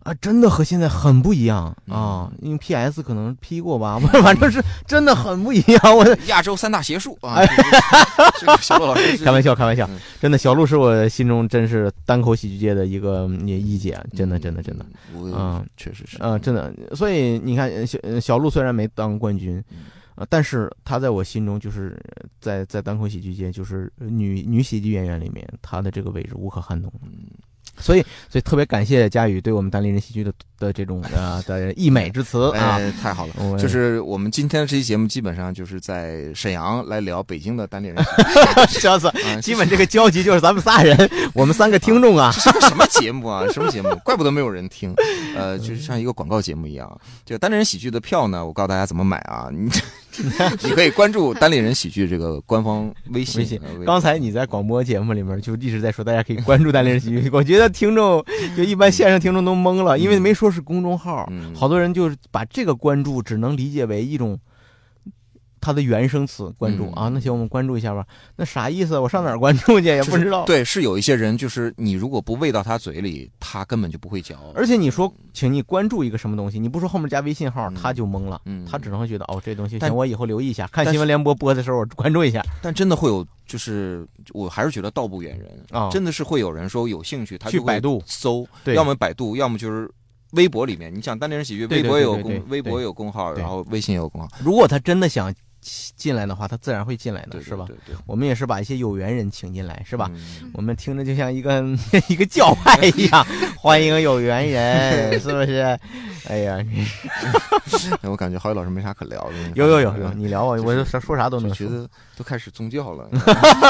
[SPEAKER 3] 啊，真的和现在很不一样啊！因为 PS 可能 P 过吧， *laughs* 反正是真的很不一样。我
[SPEAKER 2] 亚洲三大邪术啊，
[SPEAKER 3] *laughs*
[SPEAKER 2] 这个小洛老师是
[SPEAKER 3] 开玩笑，开玩笑
[SPEAKER 2] 嗯，
[SPEAKER 3] 真的，小鹿是我心中真是单口喜剧界的一个嗯一姐，真的，真的，真的，，
[SPEAKER 2] 嗯我
[SPEAKER 3] 嗯
[SPEAKER 2] 确实是，
[SPEAKER 3] 呃，真的，所以你看，呃小呃小鹿虽然没当冠军
[SPEAKER 2] 嗯，
[SPEAKER 3] 呃，但是她在我心中就是呃在在单口喜剧界，就是女女喜剧演员里面，她的这个位置无可撼动。
[SPEAKER 2] 嗯
[SPEAKER 3] 所以，所以特别感谢佳宇对我们单立人喜剧的的这种呃的溢美之词啊，
[SPEAKER 2] 哎，太好了。
[SPEAKER 3] 我
[SPEAKER 2] 就是我们今天这期节目，基本上就是在沈阳来聊北京的单立人，
[SPEAKER 3] *laughs* 笑死，
[SPEAKER 2] 啊
[SPEAKER 3] 基本这个交集就是咱们仨人，我们三个听众啊
[SPEAKER 2] 这，是个什么节目啊？ *laughs* 什么节目？怪不得没有人听。呃，就是像一个广告节目一样。这个单立人喜剧的票呢，我告诉大家怎么买啊？你 *laughs* 你可以关注单立人喜剧这个官方微信。
[SPEAKER 3] 微信
[SPEAKER 2] 呃微
[SPEAKER 3] 刚才你在广播节目里面就一直在说，大家可以关注单立人喜剧。我觉得听众就一般线上听众都懵了，因为没说是公众号，
[SPEAKER 2] 嗯
[SPEAKER 3] 好多人就是把这个关注只能理解为一种它的原生词关注、
[SPEAKER 2] 嗯
[SPEAKER 3] 啊。那行，我们关注一下吧。那啥意思？我上哪儿关注去？也
[SPEAKER 2] 就是
[SPEAKER 3] 不知道。
[SPEAKER 2] 对，是有一些人，就是你如果不喂到他嘴里，他根本就不会嚼。
[SPEAKER 3] 而且你说，请你关注一个什么东西，你不说后面加微信号，
[SPEAKER 2] 嗯
[SPEAKER 3] 他就懵了。
[SPEAKER 2] 嗯，
[SPEAKER 3] 他只能会觉得哦，这东西
[SPEAKER 2] 但
[SPEAKER 3] 行，我以后留意一下。看
[SPEAKER 2] 但是
[SPEAKER 3] 新闻联播播的时候，我关注一下。
[SPEAKER 2] 但真的会有，就是我还是觉得道不远人
[SPEAKER 3] 啊
[SPEAKER 2] 真的是会有人说有兴趣，他
[SPEAKER 3] 去
[SPEAKER 2] 就会
[SPEAKER 3] 百度
[SPEAKER 2] 搜，
[SPEAKER 3] 对，
[SPEAKER 2] 要么百度，要么就是微博里面。你想单立人喜剧，微
[SPEAKER 3] 对对
[SPEAKER 2] 博也有
[SPEAKER 3] 对对
[SPEAKER 2] 公，
[SPEAKER 3] 对
[SPEAKER 2] 微博也有公号，
[SPEAKER 3] 对
[SPEAKER 2] 然后微信也有公号，
[SPEAKER 3] 如果他真的想进来的话，他自然会进来的，
[SPEAKER 2] 对，对
[SPEAKER 3] 是吧？
[SPEAKER 2] 对对，嗯
[SPEAKER 3] 我们也是把一些有缘人请进来，是
[SPEAKER 2] 是
[SPEAKER 3] 吧？？我们听着就像一个 *laughs* 一个教派一 *laughs* 样，欢迎有缘人， *laughs* 是不是？哎呀，
[SPEAKER 2] *laughs* 哎我感觉郝宇老师没啥可聊的。
[SPEAKER 3] 有有有有，你聊吧，
[SPEAKER 2] 就是
[SPEAKER 3] 我就说说啥都
[SPEAKER 2] 就
[SPEAKER 3] 能
[SPEAKER 2] 觉
[SPEAKER 3] 说。
[SPEAKER 2] 得都开始宗教
[SPEAKER 3] *laughs*
[SPEAKER 2] 了，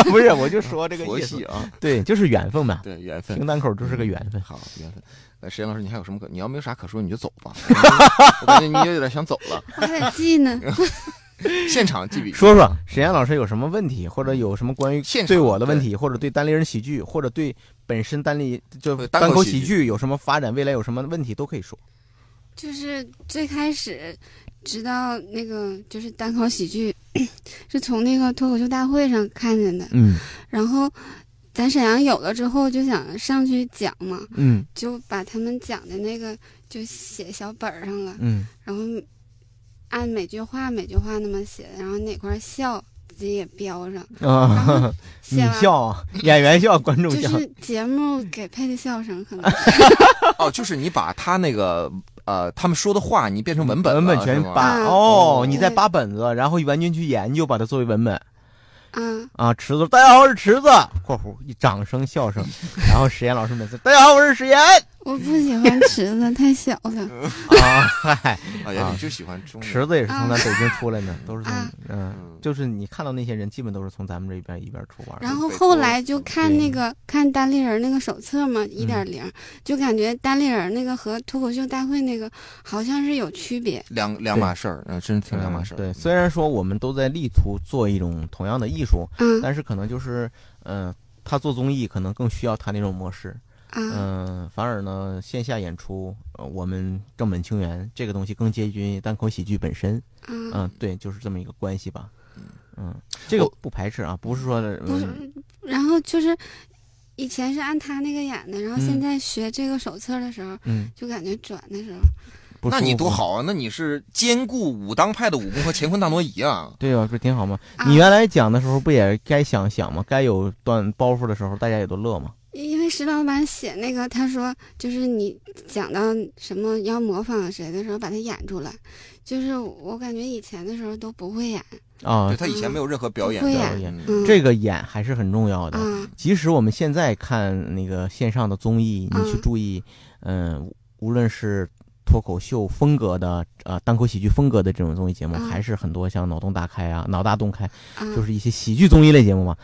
[SPEAKER 3] 不是，我就说这个
[SPEAKER 2] 佛
[SPEAKER 3] 意思嗯
[SPEAKER 2] 系。啊，
[SPEAKER 3] 对，就是缘分嘛，
[SPEAKER 2] 对缘分
[SPEAKER 3] 听。单口就是个缘分。
[SPEAKER 2] 好，缘分。呃，石岩老师，你还有什么可？你要没有啥可说，你就走
[SPEAKER 3] *laughs*
[SPEAKER 2] 吧。我感觉你也有点想走了。
[SPEAKER 4] 我还得记呢。
[SPEAKER 2] 现场记笔记，
[SPEAKER 3] 说说沈岩老师有什么问题，或者有什么关于
[SPEAKER 2] 现场
[SPEAKER 3] 嗯对我的问题，或者对单立人喜剧，或者对本身单立就
[SPEAKER 2] 对单口
[SPEAKER 3] 单口
[SPEAKER 2] 喜
[SPEAKER 3] 喜剧有什么发展，未来有什么问题都可以说。
[SPEAKER 4] 就是最开始，直到那个就是单口喜剧，是从那个脱口秀大会上看见的。
[SPEAKER 3] 嗯
[SPEAKER 4] 然后咱沈阳有了之后，就想上去讲嘛，
[SPEAKER 3] 嗯
[SPEAKER 4] 就把他们讲的那个就写小本儿上了，
[SPEAKER 3] 嗯
[SPEAKER 4] 然后按每句话每句话那么写，然后哪块儿笑自己也标上，然
[SPEAKER 3] 啊。 *laughs*
[SPEAKER 4] 后写
[SPEAKER 3] 你
[SPEAKER 4] 完。
[SPEAKER 3] 笑，啊演员笑，观众
[SPEAKER 4] 就
[SPEAKER 3] 笑，
[SPEAKER 4] 是节目给配的笑声，
[SPEAKER 3] *laughs*
[SPEAKER 4] 可能
[SPEAKER 2] 哦，就是你把他那个呃他们说的话，你变成文本了，
[SPEAKER 3] 文本
[SPEAKER 2] 啊
[SPEAKER 3] 全
[SPEAKER 2] 是吗
[SPEAKER 3] 扒
[SPEAKER 4] 嗯
[SPEAKER 3] 哦
[SPEAKER 2] 哦，
[SPEAKER 3] 你再扒本子，然后完全去研究，把它作为文本
[SPEAKER 4] 啊，
[SPEAKER 3] 啊。池子，大家好，我是池子（括弧一掌声笑声），然后史岩老师每次大家好，我是史岩
[SPEAKER 4] 我不喜欢池子，太小了。
[SPEAKER 2] *laughs*
[SPEAKER 3] 啊，嗨，
[SPEAKER 2] 啊，也许就喜欢中文
[SPEAKER 3] 池子也是从咱北京出来的，都是从
[SPEAKER 4] 啊
[SPEAKER 3] 嗯。
[SPEAKER 2] 嗯
[SPEAKER 3] 就是你看到那些人，基本都是从咱们这边一边出玩的。
[SPEAKER 4] 然后后来就看那个看单立人那个手册嘛，一点
[SPEAKER 3] 嗯
[SPEAKER 4] 零，就感觉单立人那个和脱口秀大会那个好像是有区别。
[SPEAKER 2] 两两码事儿，嗯，真挺两码事儿。
[SPEAKER 3] 嗯对，虽然说我们都在力图做一种同样的艺术，
[SPEAKER 4] 嗯
[SPEAKER 3] 但是可能就是，嗯，他做综艺可能更需要他那种模式，
[SPEAKER 4] 啊，
[SPEAKER 3] 嗯，反而呢，线下演出，呃，我们正本清源，这个东西更接近于单口喜剧本身。嗯、
[SPEAKER 4] 啊，
[SPEAKER 3] 对，就是这么一个关系吧。嗯，这个
[SPEAKER 2] 我
[SPEAKER 3] 不排斥啊，不是说，
[SPEAKER 4] 不是
[SPEAKER 3] 嗯、，
[SPEAKER 4] 然后就是以前是按他那个演的，然后
[SPEAKER 3] 嗯
[SPEAKER 4] 现在学这个手册的时候，
[SPEAKER 3] 嗯，
[SPEAKER 4] 就感觉转的时候，
[SPEAKER 3] 不
[SPEAKER 2] 那
[SPEAKER 3] 舒
[SPEAKER 2] 你
[SPEAKER 3] 服
[SPEAKER 2] 多，好啊！那你是兼顾武当派的武功和乾坤大挪移啊！
[SPEAKER 3] 对啊，不是挺好吗？
[SPEAKER 4] 啊
[SPEAKER 3] 你原来讲的时候不也该想想吗？该有段包袱的时候，大家也都乐吗？
[SPEAKER 4] 因为石老板写那个，他说就是你讲到什么要模仿谁的时候，把它演出来。就是我感觉以前的时候都不会演，
[SPEAKER 3] 啊
[SPEAKER 2] 对，他以前没有任何表演
[SPEAKER 4] 不会
[SPEAKER 2] 的，
[SPEAKER 4] 演
[SPEAKER 2] 嗯
[SPEAKER 4] 嗯，
[SPEAKER 3] 这个演还是很重要的。
[SPEAKER 4] 啊
[SPEAKER 3] 即使我们现在看那个线上的综艺，你去
[SPEAKER 4] 嗯
[SPEAKER 3] 注意，嗯、无论是脱口秀风格的，呃，单口喜剧风格的这种综艺节目，
[SPEAKER 4] 嗯
[SPEAKER 3] 还是很多像脑洞大开啊、脑大洞开，
[SPEAKER 4] 啊，
[SPEAKER 3] 就是一些喜剧综艺类节目嘛，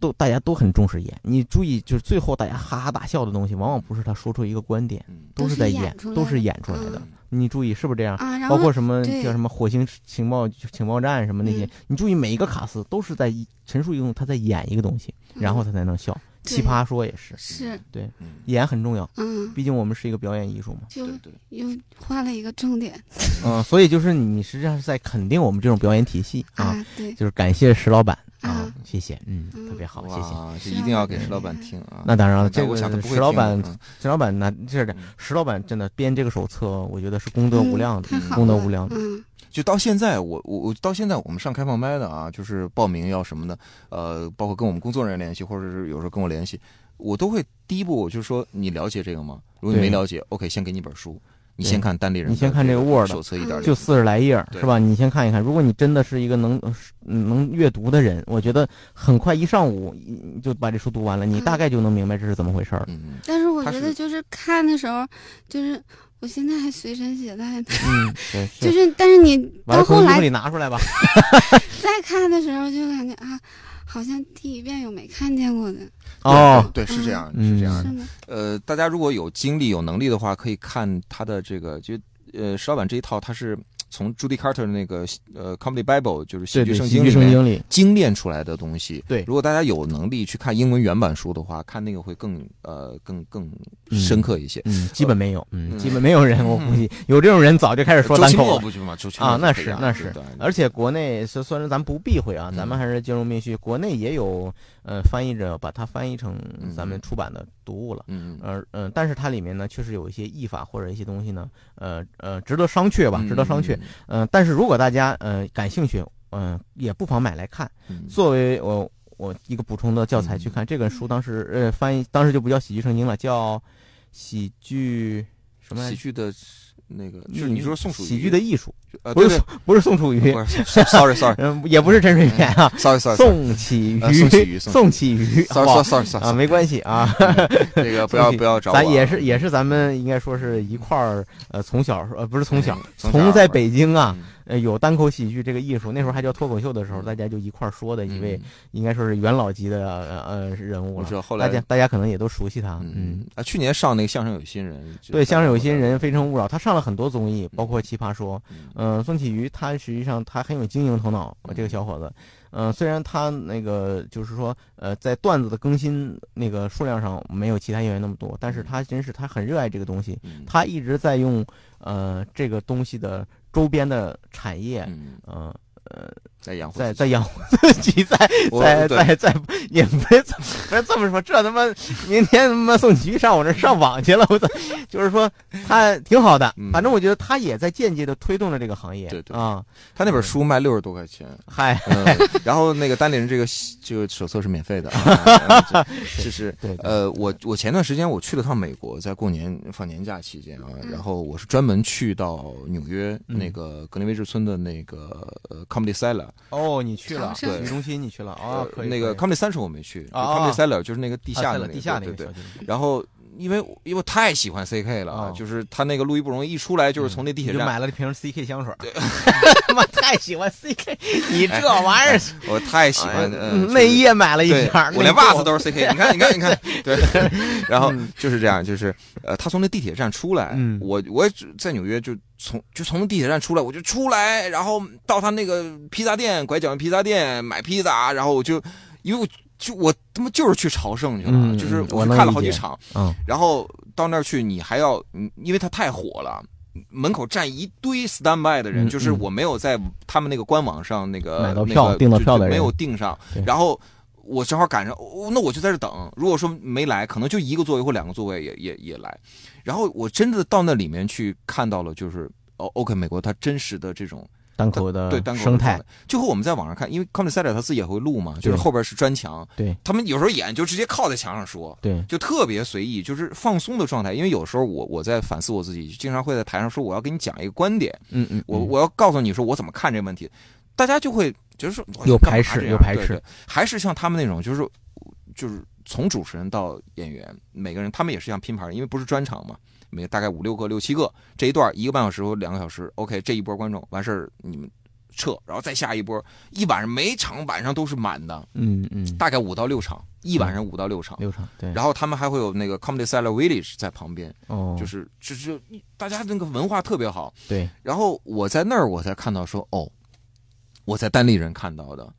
[SPEAKER 3] 都大家都很重视演。你注意，就是最后大家哈哈大笑的东西，往往不是他说出一个观点，
[SPEAKER 2] 嗯
[SPEAKER 3] 都
[SPEAKER 4] 都
[SPEAKER 3] 是
[SPEAKER 4] 是
[SPEAKER 3] 在
[SPEAKER 4] 演
[SPEAKER 3] 演
[SPEAKER 4] 出，来
[SPEAKER 3] 都是
[SPEAKER 4] 的嗯
[SPEAKER 3] 演出来的。你注意是不是这样？
[SPEAKER 4] 啊，然
[SPEAKER 3] 包
[SPEAKER 4] 后
[SPEAKER 3] 括什么
[SPEAKER 4] 对
[SPEAKER 3] 叫什么火星情报情报站什么那些，
[SPEAKER 4] 嗯
[SPEAKER 3] 你注意每一个卡司都是在一陈述一种他在演一个东西，然后他才能笑。
[SPEAKER 4] 嗯对
[SPEAKER 3] 奇葩说也是，
[SPEAKER 4] 是
[SPEAKER 2] 嗯，
[SPEAKER 3] 演很重要，
[SPEAKER 4] 嗯，
[SPEAKER 3] 毕竟我们是一个表演艺术嘛。
[SPEAKER 4] 就
[SPEAKER 2] 对对，
[SPEAKER 4] 又画了一个重点
[SPEAKER 3] 嗯，所以就是你实际上是在肯定我们这种表演体系啊，
[SPEAKER 4] 啊，对
[SPEAKER 3] 就是感谢石老板啊
[SPEAKER 4] 啊，
[SPEAKER 3] 谢谢，嗯，
[SPEAKER 4] 嗯
[SPEAKER 3] 特别好，谢谢。
[SPEAKER 2] 哇，这一定要给石老板听啊。
[SPEAKER 3] 那当然了，这
[SPEAKER 2] 我
[SPEAKER 3] 个
[SPEAKER 2] 想他不会
[SPEAKER 3] 石老板
[SPEAKER 2] 听，啊嗯的
[SPEAKER 3] 石老板那这是
[SPEAKER 2] 嗯
[SPEAKER 3] 石老板真的编这个手册，我觉得是功德无量的嗯
[SPEAKER 4] 太，好
[SPEAKER 3] 功德
[SPEAKER 4] 了
[SPEAKER 3] 无量的。
[SPEAKER 4] 嗯，
[SPEAKER 2] 就到现在，我我我到现在我们上开放麦的啊，就是报名要什么的，呃，包括跟我们工作人员联系，或者是有时候跟我联系，我都会第一步我就说你了解这个吗？如果你
[SPEAKER 3] 对
[SPEAKER 2] 没了解，OK，先给你本书，你
[SPEAKER 3] 对
[SPEAKER 2] 先看单立人的，
[SPEAKER 3] 你先看这个 Word
[SPEAKER 2] 手册一点
[SPEAKER 4] 嗯
[SPEAKER 2] 零
[SPEAKER 3] 就，四十来页儿
[SPEAKER 2] 对
[SPEAKER 3] 是吧？你先看一看。如果你真的是一个能呃是能阅读的人，我觉得很快一上午一就把这书读完了，你
[SPEAKER 4] 嗯
[SPEAKER 3] 大概就能明白这是怎么回事
[SPEAKER 4] *laughs*
[SPEAKER 3] 儿。
[SPEAKER 2] 嗯，
[SPEAKER 4] 但是我
[SPEAKER 2] 他
[SPEAKER 4] 觉
[SPEAKER 2] 是
[SPEAKER 4] 得就是看的时候，就是我现在还随身携带呢，
[SPEAKER 3] 嗯，对，
[SPEAKER 4] 就是是但是你
[SPEAKER 3] 完
[SPEAKER 4] 到
[SPEAKER 3] 了
[SPEAKER 4] 后
[SPEAKER 3] 从衣
[SPEAKER 4] 来
[SPEAKER 3] 服里拿出
[SPEAKER 4] *laughs*
[SPEAKER 3] 来吧。
[SPEAKER 4] 再看的时候，就感觉啊，好像第一遍有没看见过的，
[SPEAKER 3] 哦，
[SPEAKER 2] 对，对是这样，
[SPEAKER 3] 嗯
[SPEAKER 2] 是这样的
[SPEAKER 4] 是。吗？
[SPEAKER 2] 呃，大家如果有精力、有能力的话，可以看他的这个，就呃，石老板这一套，他是从 Judy Carter 那个呃 Comedy Bible，就是喜
[SPEAKER 3] 对
[SPEAKER 2] 剧
[SPEAKER 3] 对，
[SPEAKER 2] 圣
[SPEAKER 3] 喜
[SPEAKER 2] 经
[SPEAKER 3] 剧
[SPEAKER 2] 里
[SPEAKER 3] 圣
[SPEAKER 2] 面
[SPEAKER 3] 经里，
[SPEAKER 2] 精炼出来的东西。
[SPEAKER 3] 对
[SPEAKER 2] 如果大家有能力去看英文原版书的话，看那个会更呃更更深刻一些。
[SPEAKER 3] 嗯，基本没有，嗯，
[SPEAKER 2] 嗯
[SPEAKER 3] 基本没有人，我
[SPEAKER 2] *laughs*
[SPEAKER 3] 估计有这种人早就开始说
[SPEAKER 2] 周
[SPEAKER 3] 单
[SPEAKER 2] 奇
[SPEAKER 3] 口
[SPEAKER 2] 墨
[SPEAKER 3] 了。
[SPEAKER 2] 不去吗？周奇墨
[SPEAKER 3] 啊，那
[SPEAKER 2] 这
[SPEAKER 3] 是
[SPEAKER 2] 样
[SPEAKER 3] 那
[SPEAKER 2] 对
[SPEAKER 3] 是
[SPEAKER 2] 对，
[SPEAKER 3] 而且国内虽虽然咱不避讳啊，
[SPEAKER 2] 嗯
[SPEAKER 3] 咱们还是兼容并蓄，国内也有呃翻译者把它翻译成
[SPEAKER 2] 嗯
[SPEAKER 3] 咱们出版的读物了。
[SPEAKER 2] 嗯嗯
[SPEAKER 3] 呃嗯、呃，但是它里面呢，确实有一些译法或者一些东西呢，呃呃，值得商榷吧，值得商榷。。嗯、但是如果大家呃感兴趣，嗯、也不妨买来看，
[SPEAKER 2] 嗯
[SPEAKER 3] 作为我我一个补充的教材去看。这本书当时呃翻译当时就不叫喜剧圣经了，叫喜剧什么来
[SPEAKER 2] 喜
[SPEAKER 3] 着？
[SPEAKER 2] 剧的那个，就是你说宋楚瑜
[SPEAKER 3] 喜剧的艺术，
[SPEAKER 2] 呃，
[SPEAKER 3] 不
[SPEAKER 2] 对对，
[SPEAKER 3] 是宋不是宋楚瑜，
[SPEAKER 2] 不是，sorry sorry
[SPEAKER 3] 嗯，也不是陈水扁啊，
[SPEAKER 2] sorry sorry，
[SPEAKER 3] 宋启
[SPEAKER 2] 呃宋启
[SPEAKER 3] 瑜，
[SPEAKER 2] 瑜
[SPEAKER 3] 宋启瑜，好
[SPEAKER 2] sorry
[SPEAKER 3] 不好
[SPEAKER 2] sorry sorry sorry
[SPEAKER 3] 啊，没关系啊。
[SPEAKER 2] 这个不要不要找我啊，
[SPEAKER 3] 咱也是也是咱们应该说是一块儿呃从小呃不是从小
[SPEAKER 2] 嗯从小
[SPEAKER 3] 从在北京啊
[SPEAKER 2] 嗯
[SPEAKER 3] 呃有单口喜剧这个艺术，那时候还叫脱口秀的时候，大家就一块儿说的一位
[SPEAKER 2] 嗯
[SPEAKER 3] 应该说是元老级的呃呃人物
[SPEAKER 2] 我知道
[SPEAKER 3] 了，
[SPEAKER 2] 后
[SPEAKER 3] 大
[SPEAKER 2] 来
[SPEAKER 3] 家大家可能也都熟悉他，嗯
[SPEAKER 2] 嗯。啊，去年上那个相声有新人，就
[SPEAKER 3] 对，
[SPEAKER 2] 在
[SPEAKER 3] 相声有
[SPEAKER 2] 我
[SPEAKER 3] 新
[SPEAKER 2] 的
[SPEAKER 3] 人、非诚勿扰，他上了很多综艺，包括《奇葩说》。
[SPEAKER 2] 嗯
[SPEAKER 3] 嗯、宋启瑜他实际上他很有经营头脑，
[SPEAKER 2] 嗯
[SPEAKER 3] 这个小伙子。嗯、虽然他那个就是说，呃，在段子的更新那个数量上没有其他演员那么多，但是他真是他很热爱这个东西，
[SPEAKER 2] 嗯
[SPEAKER 3] 他一直在用呃这个东西的周边的产业，
[SPEAKER 2] 嗯
[SPEAKER 3] 呃呃，
[SPEAKER 2] 在养活
[SPEAKER 3] 在
[SPEAKER 2] 自己 *laughs*
[SPEAKER 3] 在养活自己，在
[SPEAKER 2] 我
[SPEAKER 3] 在
[SPEAKER 2] 对
[SPEAKER 3] 在在 *laughs* 也别这么别这么说，这他妈明天他妈宋琦上我这儿上网去了，我操！就是说他挺好的
[SPEAKER 2] 嗯，
[SPEAKER 3] 反正我觉得他也在间接的推动着这个行业，
[SPEAKER 2] 对对
[SPEAKER 3] 啊，
[SPEAKER 2] 他那本书卖六十多块
[SPEAKER 3] *laughs*
[SPEAKER 2] 钱，
[SPEAKER 3] 嗨，
[SPEAKER 2] 嗯，然后那个单立人这个这个手册是免费的啊，
[SPEAKER 3] *laughs*
[SPEAKER 2] 嗯这就是
[SPEAKER 3] 对对
[SPEAKER 2] 呃，我我前段时间我去了趟美国，在过年放年假期间啊，
[SPEAKER 4] 嗯
[SPEAKER 2] 然后我是专门去到纽约
[SPEAKER 3] 嗯
[SPEAKER 2] 那个格林威治村的那个呃 Comedy Cellar，
[SPEAKER 3] 哦，你去了
[SPEAKER 4] 长，盛
[SPEAKER 3] 体育中心你去了啊
[SPEAKER 2] 呃，
[SPEAKER 3] 可以
[SPEAKER 2] 那个 Comedy Central 我没去就
[SPEAKER 3] 啊啊
[SPEAKER 2] ，Comedy Cellar 就是那个地
[SPEAKER 3] 地
[SPEAKER 2] 下的那个
[SPEAKER 3] 地下那
[SPEAKER 2] 对
[SPEAKER 3] 个
[SPEAKER 2] 对对
[SPEAKER 3] 小。地方
[SPEAKER 2] 然后因为我因为我太喜欢 CK 了啊，
[SPEAKER 3] 哦嗯
[SPEAKER 2] 就是他那个路易不容易一出来就是从那地铁
[SPEAKER 3] 你就
[SPEAKER 2] 站，
[SPEAKER 3] 买了瓶 CK 香水儿，他 *laughs* 妈太喜欢 CK，你这玩意 *laughs* 儿
[SPEAKER 2] 哎我太喜欢
[SPEAKER 3] 哎
[SPEAKER 2] 嗯
[SPEAKER 3] 内衣也买了一
[SPEAKER 2] 对
[SPEAKER 3] 瓶儿，，
[SPEAKER 2] 我连袜子都是 CK，你看，你看，你
[SPEAKER 3] *laughs*
[SPEAKER 2] 看，对，然后就是这样，就是呃，他从那地铁站出来，
[SPEAKER 3] 嗯
[SPEAKER 2] 我我也只在纽约就从就从地铁站出来，我就出来，然后到他那个披萨店拐角的披萨店买披萨，然后我就因为我就我他妈就是去朝圣去了，
[SPEAKER 3] 嗯
[SPEAKER 2] 就是
[SPEAKER 3] 嗯
[SPEAKER 2] 我
[SPEAKER 3] 我
[SPEAKER 2] 去
[SPEAKER 3] 能
[SPEAKER 2] 看了
[SPEAKER 3] 理
[SPEAKER 2] 好几
[SPEAKER 3] 解
[SPEAKER 2] 场，
[SPEAKER 3] 嗯
[SPEAKER 2] 然后到那儿去，你还要，嗯因为它太火了。门口站一堆 standby 的人，
[SPEAKER 3] 嗯
[SPEAKER 2] 就是我没有在他们那个官网上那个
[SPEAKER 3] 买到
[SPEAKER 2] 呃那
[SPEAKER 3] 票
[SPEAKER 2] 个
[SPEAKER 3] 订到
[SPEAKER 2] 就
[SPEAKER 3] 票的
[SPEAKER 2] 就没
[SPEAKER 3] 人
[SPEAKER 2] 有订上
[SPEAKER 3] 对，
[SPEAKER 2] 然后我正好赶上，哦那我就在这等。如果说没来，可能就一个座位或两个座位也也也来。然后我真的到那里面去看到了，就是哦，OK，美国它真实的这种
[SPEAKER 3] 单口的
[SPEAKER 2] 对单口的
[SPEAKER 3] 呃
[SPEAKER 2] 状
[SPEAKER 3] 生态
[SPEAKER 2] 态，就和我们在网上看，因为 Comedy Cellar 他自己也会录嘛，就
[SPEAKER 3] 对
[SPEAKER 2] 是后边是砖墙，
[SPEAKER 3] 对
[SPEAKER 2] 他们有时候演就直接靠在墙上说，
[SPEAKER 3] 对，
[SPEAKER 2] 就特别随意，就是放松的状态。因为有时候我我在反思我自己，经常会在台上说我要给你讲一个观点，
[SPEAKER 3] 嗯嗯，
[SPEAKER 2] 我
[SPEAKER 3] 嗯
[SPEAKER 2] 我要告诉你说我怎么看这个问题，大家就会就是说哇
[SPEAKER 3] 有
[SPEAKER 2] 你干嘛
[SPEAKER 3] 排斥
[SPEAKER 2] 这样
[SPEAKER 3] 有排
[SPEAKER 2] 对
[SPEAKER 3] 斥
[SPEAKER 2] 对还是像他们那种就是就是从主持人到演员，每个人他们也是像拼盘，因为不是专场嘛。每大概五六个、六七个，这一段一个半小时或两个小时，OK，这一波观众完事儿你们撤，然后再下一波，一晚上每场晚上都是满的，
[SPEAKER 3] 嗯嗯，
[SPEAKER 2] 大概五到六场，一晚上五到六场，
[SPEAKER 3] 六场对，
[SPEAKER 2] 然后他们还会有那个 Comedy Cellar Village 在旁边，
[SPEAKER 3] 哦，
[SPEAKER 2] 就是就是大家那个文化特别好。
[SPEAKER 3] 对，
[SPEAKER 2] 然后我在那儿我才看到说，哦，我在单立人看到的，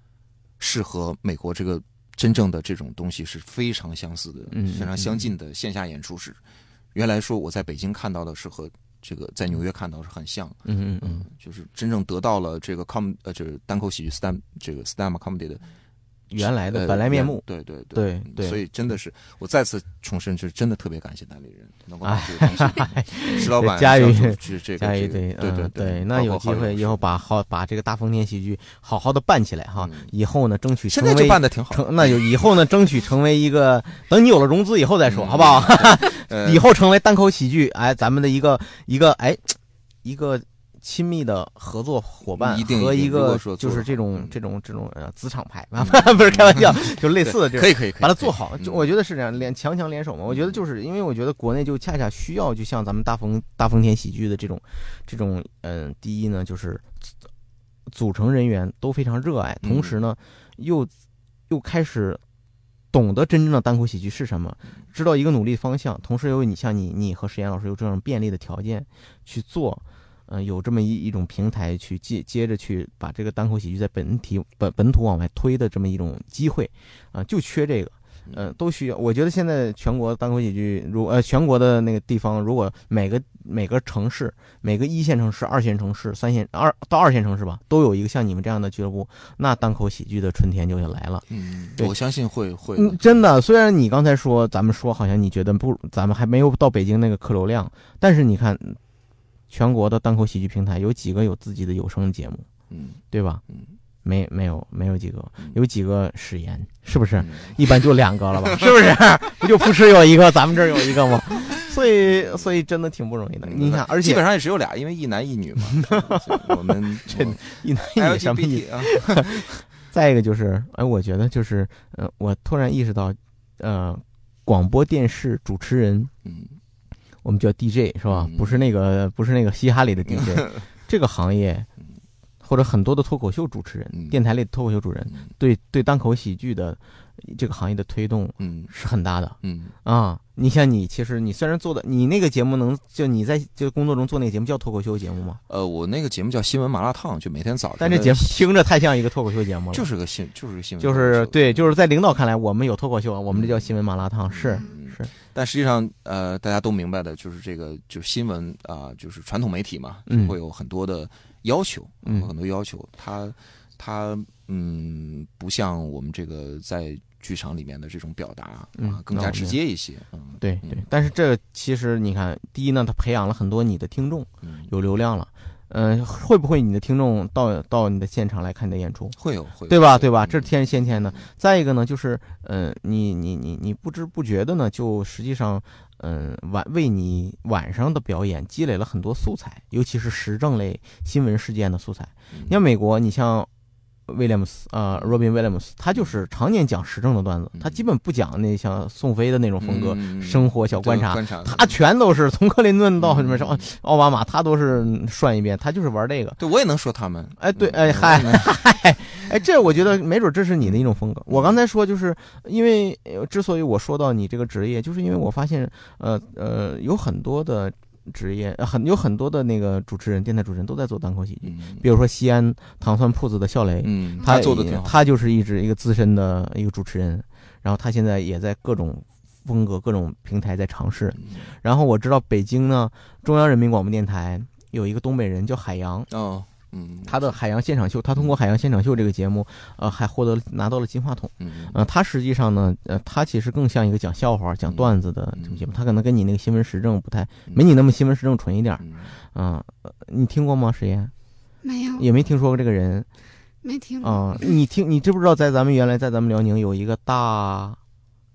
[SPEAKER 2] 是和美国这个真正的这种东西是非常相似的，
[SPEAKER 3] 嗯
[SPEAKER 2] 非常相近的线下演出是。原来说我在北京看到的是和这个在纽约看到是很像，
[SPEAKER 3] 嗯嗯嗯，
[SPEAKER 2] 就是真正得到了这个 com 呃就是单口喜剧 stand 这个 stand comedy 的
[SPEAKER 3] 原来的
[SPEAKER 2] 呃
[SPEAKER 3] 本来面目。
[SPEAKER 2] 对对嗯
[SPEAKER 3] 对对
[SPEAKER 2] 所以真的是我再次重申，就是真的特别感谢单立人能够把这个东西，石老
[SPEAKER 3] *laughs*
[SPEAKER 2] 板
[SPEAKER 3] 佳宇
[SPEAKER 2] 这这个
[SPEAKER 3] 加哎
[SPEAKER 2] 这
[SPEAKER 3] 一
[SPEAKER 2] 个
[SPEAKER 3] 堆，
[SPEAKER 2] 对对
[SPEAKER 3] 嗯那有机会以后把好把这个大丰田喜剧好好的办起来哈，
[SPEAKER 2] 嗯
[SPEAKER 3] 以后呢争取
[SPEAKER 2] 现
[SPEAKER 3] 成
[SPEAKER 2] 在就
[SPEAKER 3] 为
[SPEAKER 2] 办的挺好，
[SPEAKER 3] 成那就以后呢争取成为一个，等你有了融资以后再说，
[SPEAKER 2] 嗯
[SPEAKER 3] 好不好？
[SPEAKER 2] 呃
[SPEAKER 3] 以后成为单口喜剧，哎，咱们的一个一个哎一个亲密的合作伙伴
[SPEAKER 2] 一定
[SPEAKER 3] 和
[SPEAKER 2] 一定
[SPEAKER 3] 一
[SPEAKER 2] 如
[SPEAKER 3] 个
[SPEAKER 2] 果说
[SPEAKER 3] 就
[SPEAKER 2] 做得
[SPEAKER 3] 是这
[SPEAKER 2] 好
[SPEAKER 3] 种
[SPEAKER 2] 嗯
[SPEAKER 3] 这种这种呃子厂牌， *laughs* 不是开玩笑，就类似的这种
[SPEAKER 2] 可。以可以，可以嗯
[SPEAKER 3] 把它做好，就我
[SPEAKER 2] 觉
[SPEAKER 3] 觉得是这样，联强强联手嘛。我觉得就是因为我觉得国内就恰恰需要，就像咱们大丰大丰田喜剧的这种这种，嗯、第一呢就是组组成人员都非常热爱，
[SPEAKER 2] 嗯
[SPEAKER 3] 同时呢又又开始懂得真正的单口喜剧是什么，知道一个努力方向，同时有你像你你和石岩老师有这样便利的条件去做。嗯、有这么一一种平台去接接着去把这个单口喜剧在本体本本土往外推的这么一种机会，啊、就缺这个。嗯、都需要。我觉得现在全国单口喜剧，如呃全国的那个地方，如果每个每个城市、每个一线城市、二线城市、三线二到二线城市吧，都有一个像你们这样的俱乐部，那单口喜剧的春天就要来了。
[SPEAKER 2] 嗯，
[SPEAKER 3] 对
[SPEAKER 2] 我相信会会
[SPEAKER 3] 嗯，真的，虽然你刚才说咱们说好像你觉得不，咱们还没有到北京那个客流量，但是你看，全国的单口喜剧平台有几个有自己的有声节目，
[SPEAKER 2] 嗯
[SPEAKER 3] 对吧？
[SPEAKER 2] 嗯
[SPEAKER 3] 没没有没有几个
[SPEAKER 2] 嗯，
[SPEAKER 3] 有几个史岩，是不是？
[SPEAKER 2] 嗯
[SPEAKER 3] 一般就两个了
[SPEAKER 2] *laughs*
[SPEAKER 3] 吧？是不是？不就扑哧有一个，咱们这儿有一个吗？所以，所以真的挺不容易的。嗯你想，而
[SPEAKER 2] 嗯基
[SPEAKER 3] 且
[SPEAKER 2] 本上也只有俩，因为一男一女
[SPEAKER 3] *laughs*
[SPEAKER 2] 嘛。嗯我们
[SPEAKER 3] 真的一男一女什么意思？
[SPEAKER 2] LGBT 啊，
[SPEAKER 3] 再一个就是，哎，我觉得就是，呃，我突然意识到，呃，广播电视主持人，
[SPEAKER 2] 嗯，
[SPEAKER 3] 我们叫 DJ 是吧？
[SPEAKER 2] 嗯
[SPEAKER 3] 不是那个，不是那个嘻哈里的 DJ，这个行业
[SPEAKER 2] 嗯，
[SPEAKER 3] 或者很多的脱口秀主持人，
[SPEAKER 2] 嗯
[SPEAKER 3] 电台里的脱口秀主持人，
[SPEAKER 2] 嗯
[SPEAKER 3] 对对单口喜剧的这个行业的推动
[SPEAKER 2] 嗯
[SPEAKER 3] 是很大的。
[SPEAKER 2] 嗯
[SPEAKER 3] 啊，你像你，其实你虽然做的，你那个节目能就你在就工作中做那个节目叫脱口秀节目吗？
[SPEAKER 2] 呃，我那个节目叫《新闻麻辣烫》，就每天早上。
[SPEAKER 3] 但这节目听着太像一个脱口秀节目了，
[SPEAKER 2] 就是个新，就是个新闻，。
[SPEAKER 3] 就是对，就是是在领导看来，我们有脱口秀，我们这叫新闻麻辣烫，是
[SPEAKER 2] 嗯
[SPEAKER 3] 是，
[SPEAKER 2] 但实际上，呃，大家都明白的，就是这个就是新闻啊、就是传统媒体嘛，
[SPEAKER 3] 嗯
[SPEAKER 2] 就会有很多的要求，
[SPEAKER 3] 嗯
[SPEAKER 2] 有很多要求。它它嗯，不像我们这个在剧场里面的这种表达啊，
[SPEAKER 3] 嗯
[SPEAKER 2] 更
[SPEAKER 3] 那我
[SPEAKER 2] 加直
[SPEAKER 3] 明
[SPEAKER 2] 接一些。嗯，
[SPEAKER 3] 对
[SPEAKER 2] 嗯
[SPEAKER 3] 对。但是这其实你看，第一呢，他培养了很多你的听众，
[SPEAKER 2] 嗯，
[SPEAKER 3] 有流量了，嗯、会不会你的听众到到你的现场来看你的演出？
[SPEAKER 2] 会有会有
[SPEAKER 3] 对吧？对吧？
[SPEAKER 2] 嗯
[SPEAKER 3] 这是天先天的。再一个呢，就是呃，你你你你不知不觉的呢，就实际上，嗯、晚为你晚上的表演积累了很多素材，尤其是时政类新闻事件的素材。
[SPEAKER 2] 嗯
[SPEAKER 3] 你像美国，你像威廉姆斯啊，Robin Williams，他就是常年讲时政的段子，他基本不讲那像宋飞的那种风格，
[SPEAKER 2] 嗯嗯嗯嗯
[SPEAKER 3] 生活小
[SPEAKER 2] 对
[SPEAKER 3] 观察。
[SPEAKER 2] 观察
[SPEAKER 3] 他全都是从克林顿到什么什么
[SPEAKER 2] 嗯
[SPEAKER 3] 奥巴马，他都是涮一遍，他就是玩这个。
[SPEAKER 2] 对我也能说他们。
[SPEAKER 3] 哎对
[SPEAKER 2] 嗯
[SPEAKER 3] 哎嗨，
[SPEAKER 2] 我也能
[SPEAKER 3] 哎，这我觉得没准这是你的一种风格。我刚才说，就是因为呃之所以我说到你这个职业，就是因为我发现，呃呃，有很多的职业，呃很有很多的那个主持人，电台主持人都在做单口喜剧，
[SPEAKER 2] 嗯
[SPEAKER 3] 比如说西安糖蒜铺子的笑雷，
[SPEAKER 2] 嗯，
[SPEAKER 3] 他
[SPEAKER 2] 做的
[SPEAKER 3] 也
[SPEAKER 2] 挺好。
[SPEAKER 3] 他就是一直一个资深的一个主持人，然后他现在也在各种风格、各种平台在尝试。
[SPEAKER 2] 嗯
[SPEAKER 3] 然后我知道北京呢，中央人民广播电台有一个东北人叫海洋，
[SPEAKER 2] 哦，嗯，
[SPEAKER 3] 他的海洋现场秀，他通过海洋现场秀这个节目，呃，还获得了拿到了金话筒。
[SPEAKER 2] 嗯
[SPEAKER 3] 呃，他实际上呢，呃，他其实更像一个讲笑话、讲段子的
[SPEAKER 2] 嗯
[SPEAKER 3] 这种节目，他可能跟你那个新闻时政不太，没你那么新闻时政纯一点儿。
[SPEAKER 2] 嗯
[SPEAKER 3] 啊、呃你听过吗？石岩
[SPEAKER 4] 没有
[SPEAKER 3] 也没听说过这个人
[SPEAKER 4] 没听过。
[SPEAKER 2] 嗯
[SPEAKER 3] 啊、你听，你知不知道在咱们原来在咱们辽宁有一个大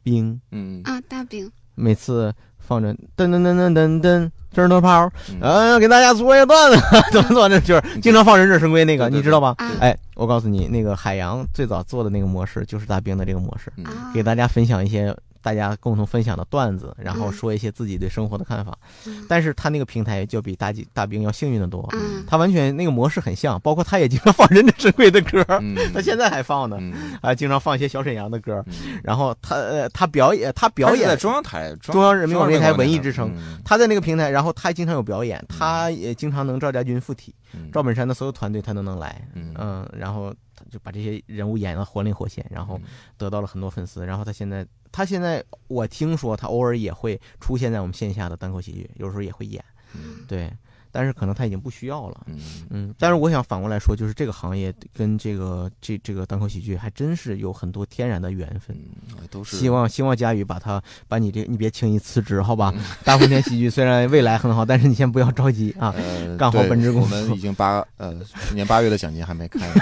[SPEAKER 3] 兵，
[SPEAKER 2] 嗯
[SPEAKER 4] 啊，大饼，
[SPEAKER 3] 每次放着噔噔噔噔噔噔。真头炮，
[SPEAKER 2] 嗯
[SPEAKER 3] 呃，给大家说一个
[SPEAKER 2] *laughs*
[SPEAKER 3] 段子，怎么怎么着，就是经常放《忍者神龟》那个，
[SPEAKER 2] 对对
[SPEAKER 3] 你知道吧？
[SPEAKER 4] 啊
[SPEAKER 3] 哎，我告诉你，那个海洋最早做的那个模式就是大兵的这个模式，
[SPEAKER 2] 嗯
[SPEAKER 4] 啊，
[SPEAKER 3] 给大家分享一些大家共同分享的段子，然后
[SPEAKER 4] 嗯
[SPEAKER 3] 说一些自己对生活的看法。
[SPEAKER 4] 嗯
[SPEAKER 3] 但是他那个平台就比大吉大兵要幸运的多，
[SPEAKER 4] 啊，
[SPEAKER 3] 他完全那个模式很像，包括他也经常放忍者神龟的歌，
[SPEAKER 2] 嗯，
[SPEAKER 3] 他现
[SPEAKER 2] 在
[SPEAKER 3] 在还放呢，
[SPEAKER 2] 嗯
[SPEAKER 3] 啊，经常放一些小沈阳的歌。
[SPEAKER 2] 嗯
[SPEAKER 3] 然后他呃，他表演，他表
[SPEAKER 2] 他是在
[SPEAKER 3] 演
[SPEAKER 2] 中央台、
[SPEAKER 3] 中央人民广播电台文艺之声，
[SPEAKER 2] 嗯
[SPEAKER 3] 他在那个平台，然后他经常有表演，他也经常能赵家军附体，
[SPEAKER 2] 嗯
[SPEAKER 3] 赵本山的所有团队他都能来，
[SPEAKER 2] 嗯嗯
[SPEAKER 3] 嗯，然后他就把这些人物演得活灵活现，然后得到了很多粉丝。然后他现在，他现在我听说他偶尔也会出现在我们线下的单口喜剧，有时候也会演。
[SPEAKER 2] 嗯
[SPEAKER 3] 对，但是可能他已经不需要了。
[SPEAKER 2] 嗯
[SPEAKER 3] 嗯，但是我想反过来说，就是这个行业跟这个这这个单口喜剧还真是有很多天然的缘分。
[SPEAKER 2] 嗯，哎都是
[SPEAKER 3] 希望希望佳宇把他把你这你别轻易辞职，好
[SPEAKER 2] 嗯
[SPEAKER 3] 吧？大风天喜剧虽然未来很好，但是你先不要着急啊。
[SPEAKER 2] 呃
[SPEAKER 3] *laughs* 干好
[SPEAKER 2] 对
[SPEAKER 3] 本职工
[SPEAKER 2] 我们
[SPEAKER 3] 作
[SPEAKER 2] 已经八呃去年八月的奖金还没
[SPEAKER 3] *laughs*
[SPEAKER 2] 开呢，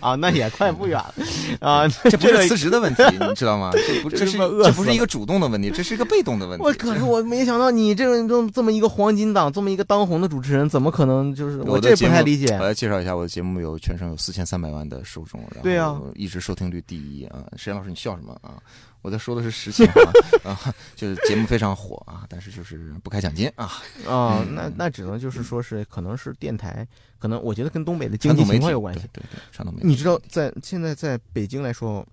[SPEAKER 3] 啊，那也快不远了啊。
[SPEAKER 2] 哎这不是辞职的问题，你知道吗？这不
[SPEAKER 3] *laughs* 这
[SPEAKER 2] 这
[SPEAKER 3] 他
[SPEAKER 2] 是
[SPEAKER 3] 妈饿
[SPEAKER 2] 这不
[SPEAKER 3] 死
[SPEAKER 2] 是一个主动的问题，这是一个被动的问题。
[SPEAKER 3] 我可是我没想到你这种这么这么一个黄金档，这么一个当红的主持人，怎么可能就是
[SPEAKER 2] 我的
[SPEAKER 3] 这不
[SPEAKER 2] 节目哎
[SPEAKER 3] 太理解
[SPEAKER 2] 我。来介绍一下我的节目有全省有四千三百万的受众，然后
[SPEAKER 3] 对啊
[SPEAKER 2] 一直收听率第一啊。沈岩老师，你笑什么
[SPEAKER 3] *laughs*
[SPEAKER 2] 啊？我在说的是实情啊 *laughs* 啊，就是节目非常火啊，但是就是不开奖金啊。
[SPEAKER 3] 啊、
[SPEAKER 2] 嗯
[SPEAKER 3] 那那只能就是说是，可能是电台，可能我觉得跟东北的经
[SPEAKER 2] 传
[SPEAKER 3] 济
[SPEAKER 2] 统媒
[SPEAKER 3] 情
[SPEAKER 2] 体
[SPEAKER 3] 况有关系。
[SPEAKER 2] 对对对，传统媒体。
[SPEAKER 3] 你知道在，现在在北京来说，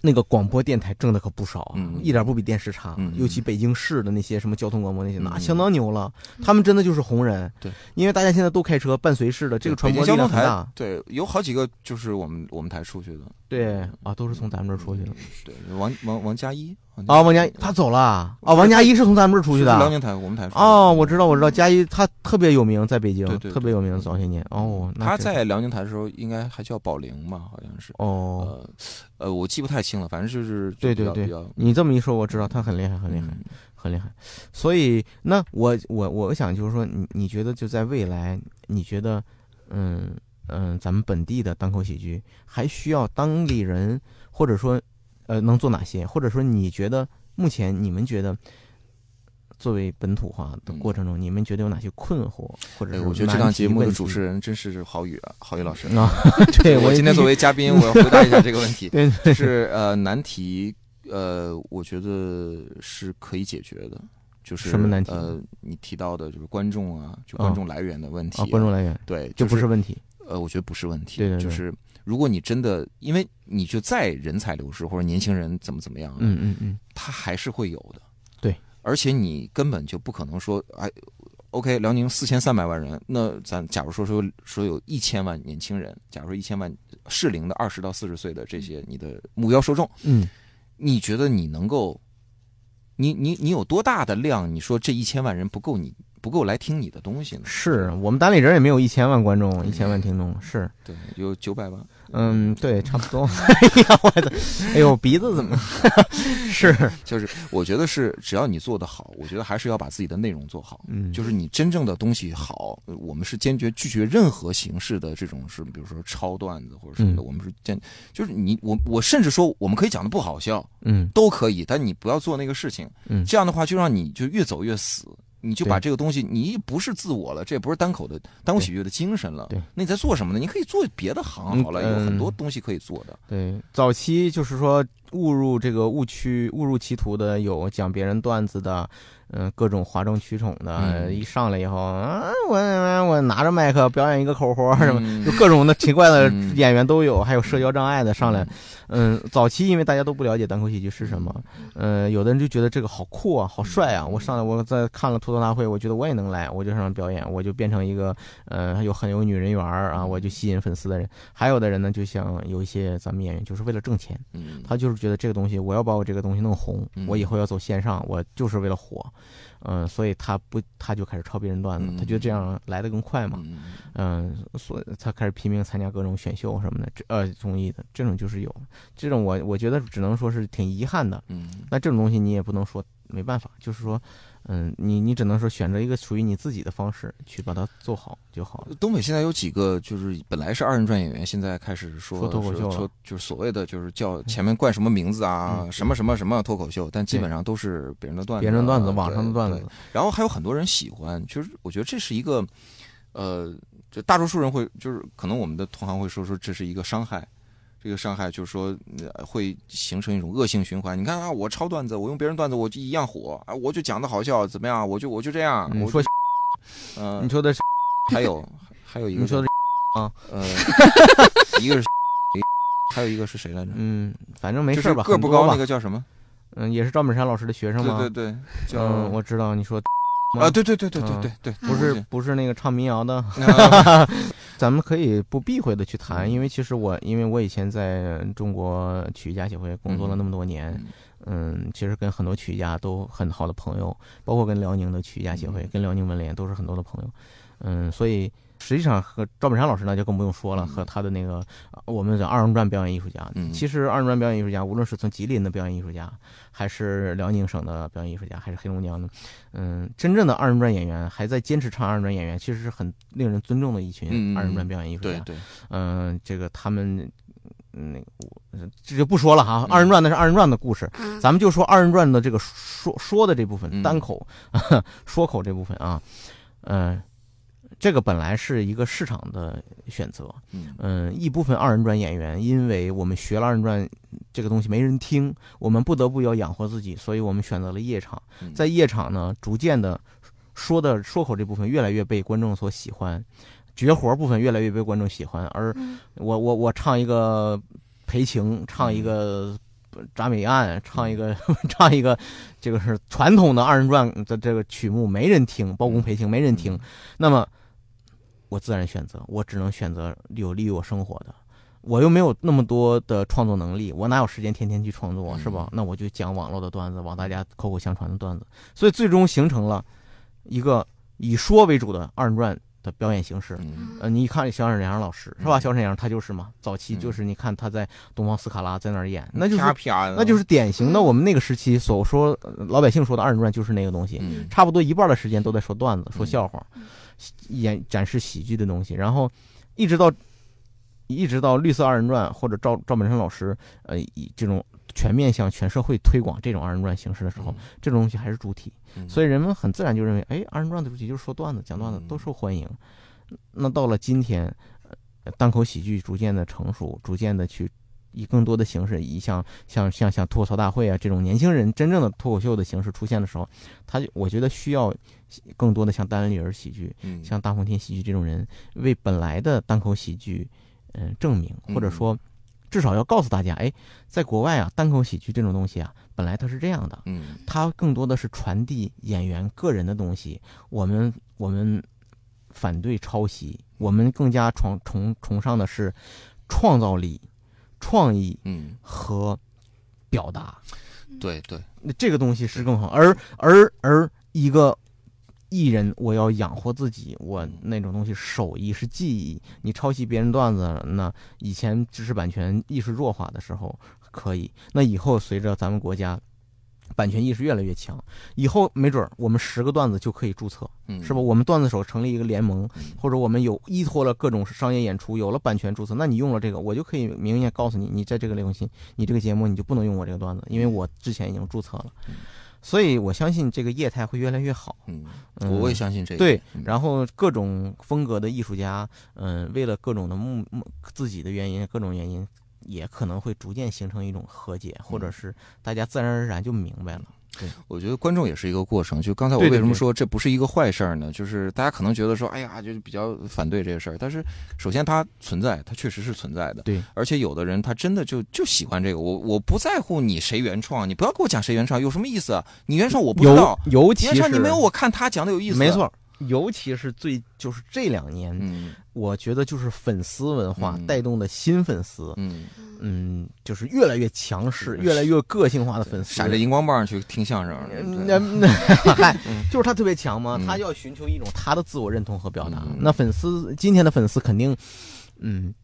[SPEAKER 3] 那个广播电台挣的可不少啊，
[SPEAKER 2] 嗯
[SPEAKER 3] 一点不比电视差。
[SPEAKER 2] 嗯嗯
[SPEAKER 3] 尤其北京市的那些什么交通广播那些，那、
[SPEAKER 2] 嗯
[SPEAKER 3] 相当牛了，他们真的就是红人。
[SPEAKER 2] 对，
[SPEAKER 3] 因为大家现在都开车，伴随式的这个传播
[SPEAKER 2] 北
[SPEAKER 3] 力
[SPEAKER 2] 京交
[SPEAKER 3] 量
[SPEAKER 2] 通
[SPEAKER 3] 很
[SPEAKER 2] 台
[SPEAKER 3] 大。
[SPEAKER 2] 对，有好几个就是我们我们台出去的，
[SPEAKER 3] 对啊，都是从咱们这儿出去的
[SPEAKER 2] 嗯。。对，王王王佳一
[SPEAKER 3] 啊，王佳一他走了啊，啊王佳一是从咱们这儿出去的
[SPEAKER 2] 嗯是辽
[SPEAKER 3] 啊。
[SPEAKER 2] 宁台，我们台出去的
[SPEAKER 3] 哦，我知道，我知道，佳一他特别有名，在北京
[SPEAKER 2] 对对对
[SPEAKER 3] 特别有名，早些年。哦，那
[SPEAKER 2] 他
[SPEAKER 3] 真
[SPEAKER 2] 在辽宁台的时候应该还叫宝玲吧，好像是。
[SPEAKER 3] 哦，
[SPEAKER 2] 呃，呃，我记不太清了，反正就是就
[SPEAKER 3] 对
[SPEAKER 2] 比
[SPEAKER 3] 对
[SPEAKER 2] 较
[SPEAKER 3] 对
[SPEAKER 2] 比较
[SPEAKER 3] 你这么一说，我知道他很厉害，很厉害。
[SPEAKER 2] 嗯
[SPEAKER 3] 很厉害。所以，那我我我想就是说，你你觉得就在未来，你觉得，嗯嗯，咱们本地的单口喜剧还需要当地人，或者说，呃，能做哪些？或者说，你觉得目前你们觉得？作为本土化的过程中，你们觉得有哪些困惑，或者
[SPEAKER 2] 哎，
[SPEAKER 3] 是
[SPEAKER 2] 我觉得这档节目的主持
[SPEAKER 3] 人
[SPEAKER 2] 人真是郝宇啊，郝宇老师。
[SPEAKER 3] 啊， *laughs* 对
[SPEAKER 2] 我今天作
[SPEAKER 3] 为。
[SPEAKER 2] 为嘉宾，我要回答一下这个问题
[SPEAKER 3] *laughs* 对
[SPEAKER 2] 就
[SPEAKER 3] 对
[SPEAKER 2] 是呃，难题，呃，我觉得是可以解决的。就是
[SPEAKER 3] 什么难题
[SPEAKER 2] 呃，你提到的就是观众啊，就观众来源的问题、
[SPEAKER 3] 啊，观众来源
[SPEAKER 2] 对，
[SPEAKER 3] 就不
[SPEAKER 2] 是
[SPEAKER 3] 是问题，
[SPEAKER 2] 呃，我觉得不是问题。
[SPEAKER 3] 对对对
[SPEAKER 2] 就是如果你真的，因为你就再人才流失或者年轻人怎么怎么样，啊
[SPEAKER 3] 嗯嗯嗯，
[SPEAKER 2] 它还是会有的。
[SPEAKER 3] 对，
[SPEAKER 2] 而且你根本就不可能说，哎，OK，辽宁四千三百万人，那咱假如说说说有一千万年轻人，假如说一千万适龄的二十到四十岁的这些你的目标受众，
[SPEAKER 3] 嗯
[SPEAKER 2] 你觉得你能够，你你你有多大的量？你说这一千万人不够你不够来听你的东西呢？
[SPEAKER 3] 是我们单立人也没有一千万观众，一千万听众是，
[SPEAKER 2] 对，有九百万，
[SPEAKER 3] 嗯，对，差不
[SPEAKER 2] *laughs*
[SPEAKER 3] 多。哎呀，我的，哎呦，鼻子怎么是？
[SPEAKER 2] 就是我觉得是只要你做得好，我觉得还是要把自己的内容做好。
[SPEAKER 3] 嗯，
[SPEAKER 2] 就是你真正的东西好，呃我们是坚决拒绝任何形式的这种是，比如说抄段子或者什么的，
[SPEAKER 3] 嗯
[SPEAKER 2] 我们是坚，就是你我我甚至说我们可以讲的不好笑
[SPEAKER 3] 嗯
[SPEAKER 2] 都可以，但你不要做那个事情，
[SPEAKER 3] 嗯
[SPEAKER 2] 这样的话就让你就越走越死，你就把
[SPEAKER 3] 对
[SPEAKER 2] 这个东西你不是自我了，这也不是单口的单口喜剧的精神了
[SPEAKER 3] 对，
[SPEAKER 2] 那你在做什么呢？你可以做别的行
[SPEAKER 3] 嗯
[SPEAKER 2] 好了，有很多
[SPEAKER 3] 嗯
[SPEAKER 2] 东西可以做
[SPEAKER 3] *laughs*
[SPEAKER 2] 的，
[SPEAKER 3] 对，早期就是说误入这个误区、误入歧途的有讲别人段子的，嗯、各种哗众取宠的，
[SPEAKER 2] 嗯
[SPEAKER 3] 一上来以后啊，我我拿着麦克表演一个口活儿什么，
[SPEAKER 2] 嗯
[SPEAKER 3] 就各种的奇怪的
[SPEAKER 2] 嗯
[SPEAKER 3] 演员都有，还有社交障碍的上来，嗯，早期因为大家都不了解单口喜剧是什么，嗯，有的人就觉得这个好酷啊，好帅啊！我上来我在看了吐槽大会，我觉得我也能来，我就上来表演，我就变成一个呃有很有女人缘儿啊，我就吸引粉丝的人。还有的人呢，就像有一些咱们演员，就是为了挣钱，
[SPEAKER 2] 嗯，
[SPEAKER 3] 他就是觉得这个东西，我要把我这个东西弄红，
[SPEAKER 2] 嗯
[SPEAKER 3] 我以后要走线上，我就是为了火，嗯、所以他不他就开始抄别人段子，他觉得这样来的更快嘛，
[SPEAKER 2] 嗯
[SPEAKER 3] 嗯，所以他开始拼命参加各种选秀什么的，这呃综艺的这种就是有，这种我我觉得只能说是挺遗憾的。
[SPEAKER 2] 嗯
[SPEAKER 3] 那这种东西你也不能说没办法，就是说，嗯，你你只能说选择一个属于你自己的方式去把它做好就好了。
[SPEAKER 2] 东北现在有几个就是本来是二人转演员，现在开始说
[SPEAKER 3] 说脱口秀了
[SPEAKER 2] 说说就是所谓的就是叫前面冠什么名字啊，
[SPEAKER 3] 嗯
[SPEAKER 2] 什么什么什么脱口秀，但基本上都是别人的段子，
[SPEAKER 3] 别人段子，
[SPEAKER 2] 对
[SPEAKER 3] 网上的段。
[SPEAKER 2] 啊
[SPEAKER 3] 子
[SPEAKER 2] 对，然后还有很多人喜欢，就是我觉得这是一个，呃，这大多数人会就是可能我们的同行会说说这是一个伤害。这个伤害就是说，呃会形成一种恶性循环。你看啊，我抄段子，我用别人段子，我就一样火啊，我就讲的好笑，怎么样？我就我就这样。
[SPEAKER 3] 你
[SPEAKER 2] 我
[SPEAKER 3] 嗯说
[SPEAKER 2] 嗯、
[SPEAKER 3] *laughs* 你说的是
[SPEAKER 2] 还有还有一个
[SPEAKER 3] 你说的是 *laughs*
[SPEAKER 2] 呃，一个是，还有一个是谁来着？
[SPEAKER 3] 嗯，反正没
[SPEAKER 2] 就是
[SPEAKER 3] 事儿吧，
[SPEAKER 2] 个
[SPEAKER 3] 很
[SPEAKER 2] 不
[SPEAKER 3] 多
[SPEAKER 2] 高
[SPEAKER 3] 吧
[SPEAKER 2] 那个叫什么？
[SPEAKER 3] 嗯，也是赵本山老师的学生
[SPEAKER 2] 对
[SPEAKER 3] 吗？
[SPEAKER 2] 对对，叫
[SPEAKER 3] 嗯，我知道你说
[SPEAKER 2] 啊，对对对对对
[SPEAKER 3] 嗯
[SPEAKER 2] 对对， *laughs*
[SPEAKER 3] 不是不是那个唱民谣的，
[SPEAKER 2] 那
[SPEAKER 3] 咱们可以不避讳的去
[SPEAKER 2] 嗯
[SPEAKER 3] 谈，因为其实我因为我以前在中国曲艺家协会工作了那么多年，嗯，其实跟很多曲艺家都很好的朋友，包括跟辽宁的曲艺家协会、
[SPEAKER 2] 嗯
[SPEAKER 3] 跟辽宁文联都是很多的朋友，嗯，所以实际上和赵本山老师那就更不用说了，
[SPEAKER 2] 嗯
[SPEAKER 3] 和他的那个呃我们讲二人转表演艺术家，
[SPEAKER 2] 嗯
[SPEAKER 3] 其实二人转表演艺术家，无论是从吉林的表演艺术家，还是辽宁省的表演艺术家，还是黑龙江的，嗯，真正的二人转演员还在坚持唱二人转演员，其实是很令人尊重的
[SPEAKER 2] 嗯
[SPEAKER 3] 一
[SPEAKER 2] 嗯
[SPEAKER 3] 群
[SPEAKER 2] 嗯
[SPEAKER 3] 二人转表演艺术家，
[SPEAKER 2] 对对，
[SPEAKER 3] 嗯、这个他们，嗯，那个我这就不说了哈
[SPEAKER 2] 嗯，
[SPEAKER 3] 二人转那是二人转的故事，
[SPEAKER 4] 啊，
[SPEAKER 3] 咱们就说二人转的这个说说的这部分，
[SPEAKER 2] 嗯
[SPEAKER 3] 单口、 *laughs* 说口这部分啊，嗯、这个本来是一个市场的选择，
[SPEAKER 2] 嗯
[SPEAKER 3] 嗯，一部分二人转演员，因为我们学了二人转这个东西没人听，我们不得不要养活自己，所以我们选择了夜场
[SPEAKER 2] 嗯。
[SPEAKER 3] 在夜场呢，逐渐的说的说口这部分越来越被观众所喜欢，绝活部分越来越被观众喜欢。而
[SPEAKER 4] 嗯
[SPEAKER 3] 我我我唱一个裴情，唱一个铡美案，唱一个 *laughs* 唱一个这个是传统的二人转的这个曲目没人听，包公裴情没人听，那么我自然选择，我只能选择有利于我生活的。我又没有那么多的创作能力，我哪有时间天天去创作，
[SPEAKER 2] 嗯
[SPEAKER 3] 是吧？那我就讲网络的段子，往大家口口相传的段子，所以最终形成了一个以说为主的二人转的表演形式。
[SPEAKER 2] 嗯
[SPEAKER 3] 呃，你一看小沈阳老师是吧？
[SPEAKER 2] 嗯
[SPEAKER 3] 小沈阳他就是嘛，早期
[SPEAKER 2] 嗯
[SPEAKER 3] 就是你看他在东方斯卡拉在那儿演，那就是
[SPEAKER 2] 啪啪的，
[SPEAKER 3] 那就是典型
[SPEAKER 2] 嗯
[SPEAKER 3] 的我们那个时期所说呃老百姓说的二人转就是那个东西，
[SPEAKER 2] 嗯
[SPEAKER 3] 差不多一半的时间都在说段子、说笑话
[SPEAKER 4] 嗯，
[SPEAKER 3] 演展示喜剧的东西，然后一直到一直到绿色二人转或者赵赵本山老师呃以这种全面向全社会推广这种二人转形式
[SPEAKER 2] 嗯
[SPEAKER 3] 的时候，这种东西还是主体，嗯所
[SPEAKER 2] 以
[SPEAKER 3] 以人们很自然就认为，哎，二人转的主题就是说段子、讲段子
[SPEAKER 2] 嗯
[SPEAKER 3] 都受欢迎。那到了今天，呃单口喜剧逐渐的成熟，逐渐的去以更多的形式，以像像像像吐槽大会啊这种年轻人真正的脱口秀的形式出现的时候，他就我觉得需要更多的像单立人喜剧、
[SPEAKER 2] 嗯
[SPEAKER 3] 像大风天喜剧这种人，为本来的单口喜剧，嗯、证明，或者
[SPEAKER 2] 嗯
[SPEAKER 3] 说至少要告诉大家，哎，在国外啊，单口喜剧这种东西啊，本来它是这样的。
[SPEAKER 2] 嗯
[SPEAKER 3] 它更多的是传递演员个人的东西。我们我们反对抄袭，我们更加崇崇崇尚的是创造力、创意
[SPEAKER 2] 嗯，
[SPEAKER 3] 和表达。嗯
[SPEAKER 2] 对对，
[SPEAKER 3] 那这个东西是更好。而而而一个艺人，我要养活自己，我那种东西手艺是技艺。你抄袭别人段子，那以前知识版权意识弱化的时候可以，那以后随着咱们国家。版权意识越来越强，以后没准儿我们十个段子就可以注册，
[SPEAKER 2] 嗯
[SPEAKER 3] 是吧？？我们段子手成立一个联盟
[SPEAKER 2] 嗯，
[SPEAKER 3] 或者我们有依托了各种商业演出，有了版权注册，那你用了这个，我就可以明确告诉你，你在这个类型，你这个节目你就不能用我这个段子，因为我之前已经注册了
[SPEAKER 2] 嗯，
[SPEAKER 3] 所以我相信这个业态会越来越好。
[SPEAKER 2] 嗯，
[SPEAKER 3] 嗯
[SPEAKER 2] 我也相信这个。
[SPEAKER 3] 对
[SPEAKER 2] 嗯，
[SPEAKER 3] 然后各种风格的艺术家，嗯，为了各种的目目自己的原因，各种原因，也可能会逐渐形成一种和解，或者是大家自然而然就明白了。
[SPEAKER 2] 我觉得观众也是一个过程。就刚才我
[SPEAKER 3] 对
[SPEAKER 2] 为
[SPEAKER 3] 对
[SPEAKER 2] 什么
[SPEAKER 3] 对
[SPEAKER 2] 说这不是一个坏事儿呢？就是大家可能觉得说，哎呀，就是比较反对这个事儿。但是首先它存在，它确实是存在的。
[SPEAKER 3] 对，
[SPEAKER 2] 而且有的人他真的就就喜欢这个。我我不在乎你谁原创，你不要跟我讲谁原创，有什么意思啊？你原创我不知道
[SPEAKER 3] 尤，尤
[SPEAKER 2] 你
[SPEAKER 3] 其
[SPEAKER 2] 原
[SPEAKER 3] 是
[SPEAKER 2] 创你没有我看他讲的有意思。啊
[SPEAKER 3] 没，错，尤其是最就是这两年，
[SPEAKER 2] 嗯
[SPEAKER 3] 我觉得就是粉丝文化
[SPEAKER 2] 嗯
[SPEAKER 3] 带动的新粉丝，
[SPEAKER 2] 嗯，
[SPEAKER 3] 嗯，就是越来越强势，
[SPEAKER 2] 是
[SPEAKER 3] 越来越个性化的粉丝，
[SPEAKER 2] 闪着荧光棒去听相声，
[SPEAKER 3] 嗯
[SPEAKER 2] 对 *laughs*
[SPEAKER 3] 那那嗨，就是他特别强嘛，
[SPEAKER 2] 嗯
[SPEAKER 3] 他要寻求一种他的自我认同和表达
[SPEAKER 2] 嗯。
[SPEAKER 3] 那粉丝今天的粉丝肯定，嗯，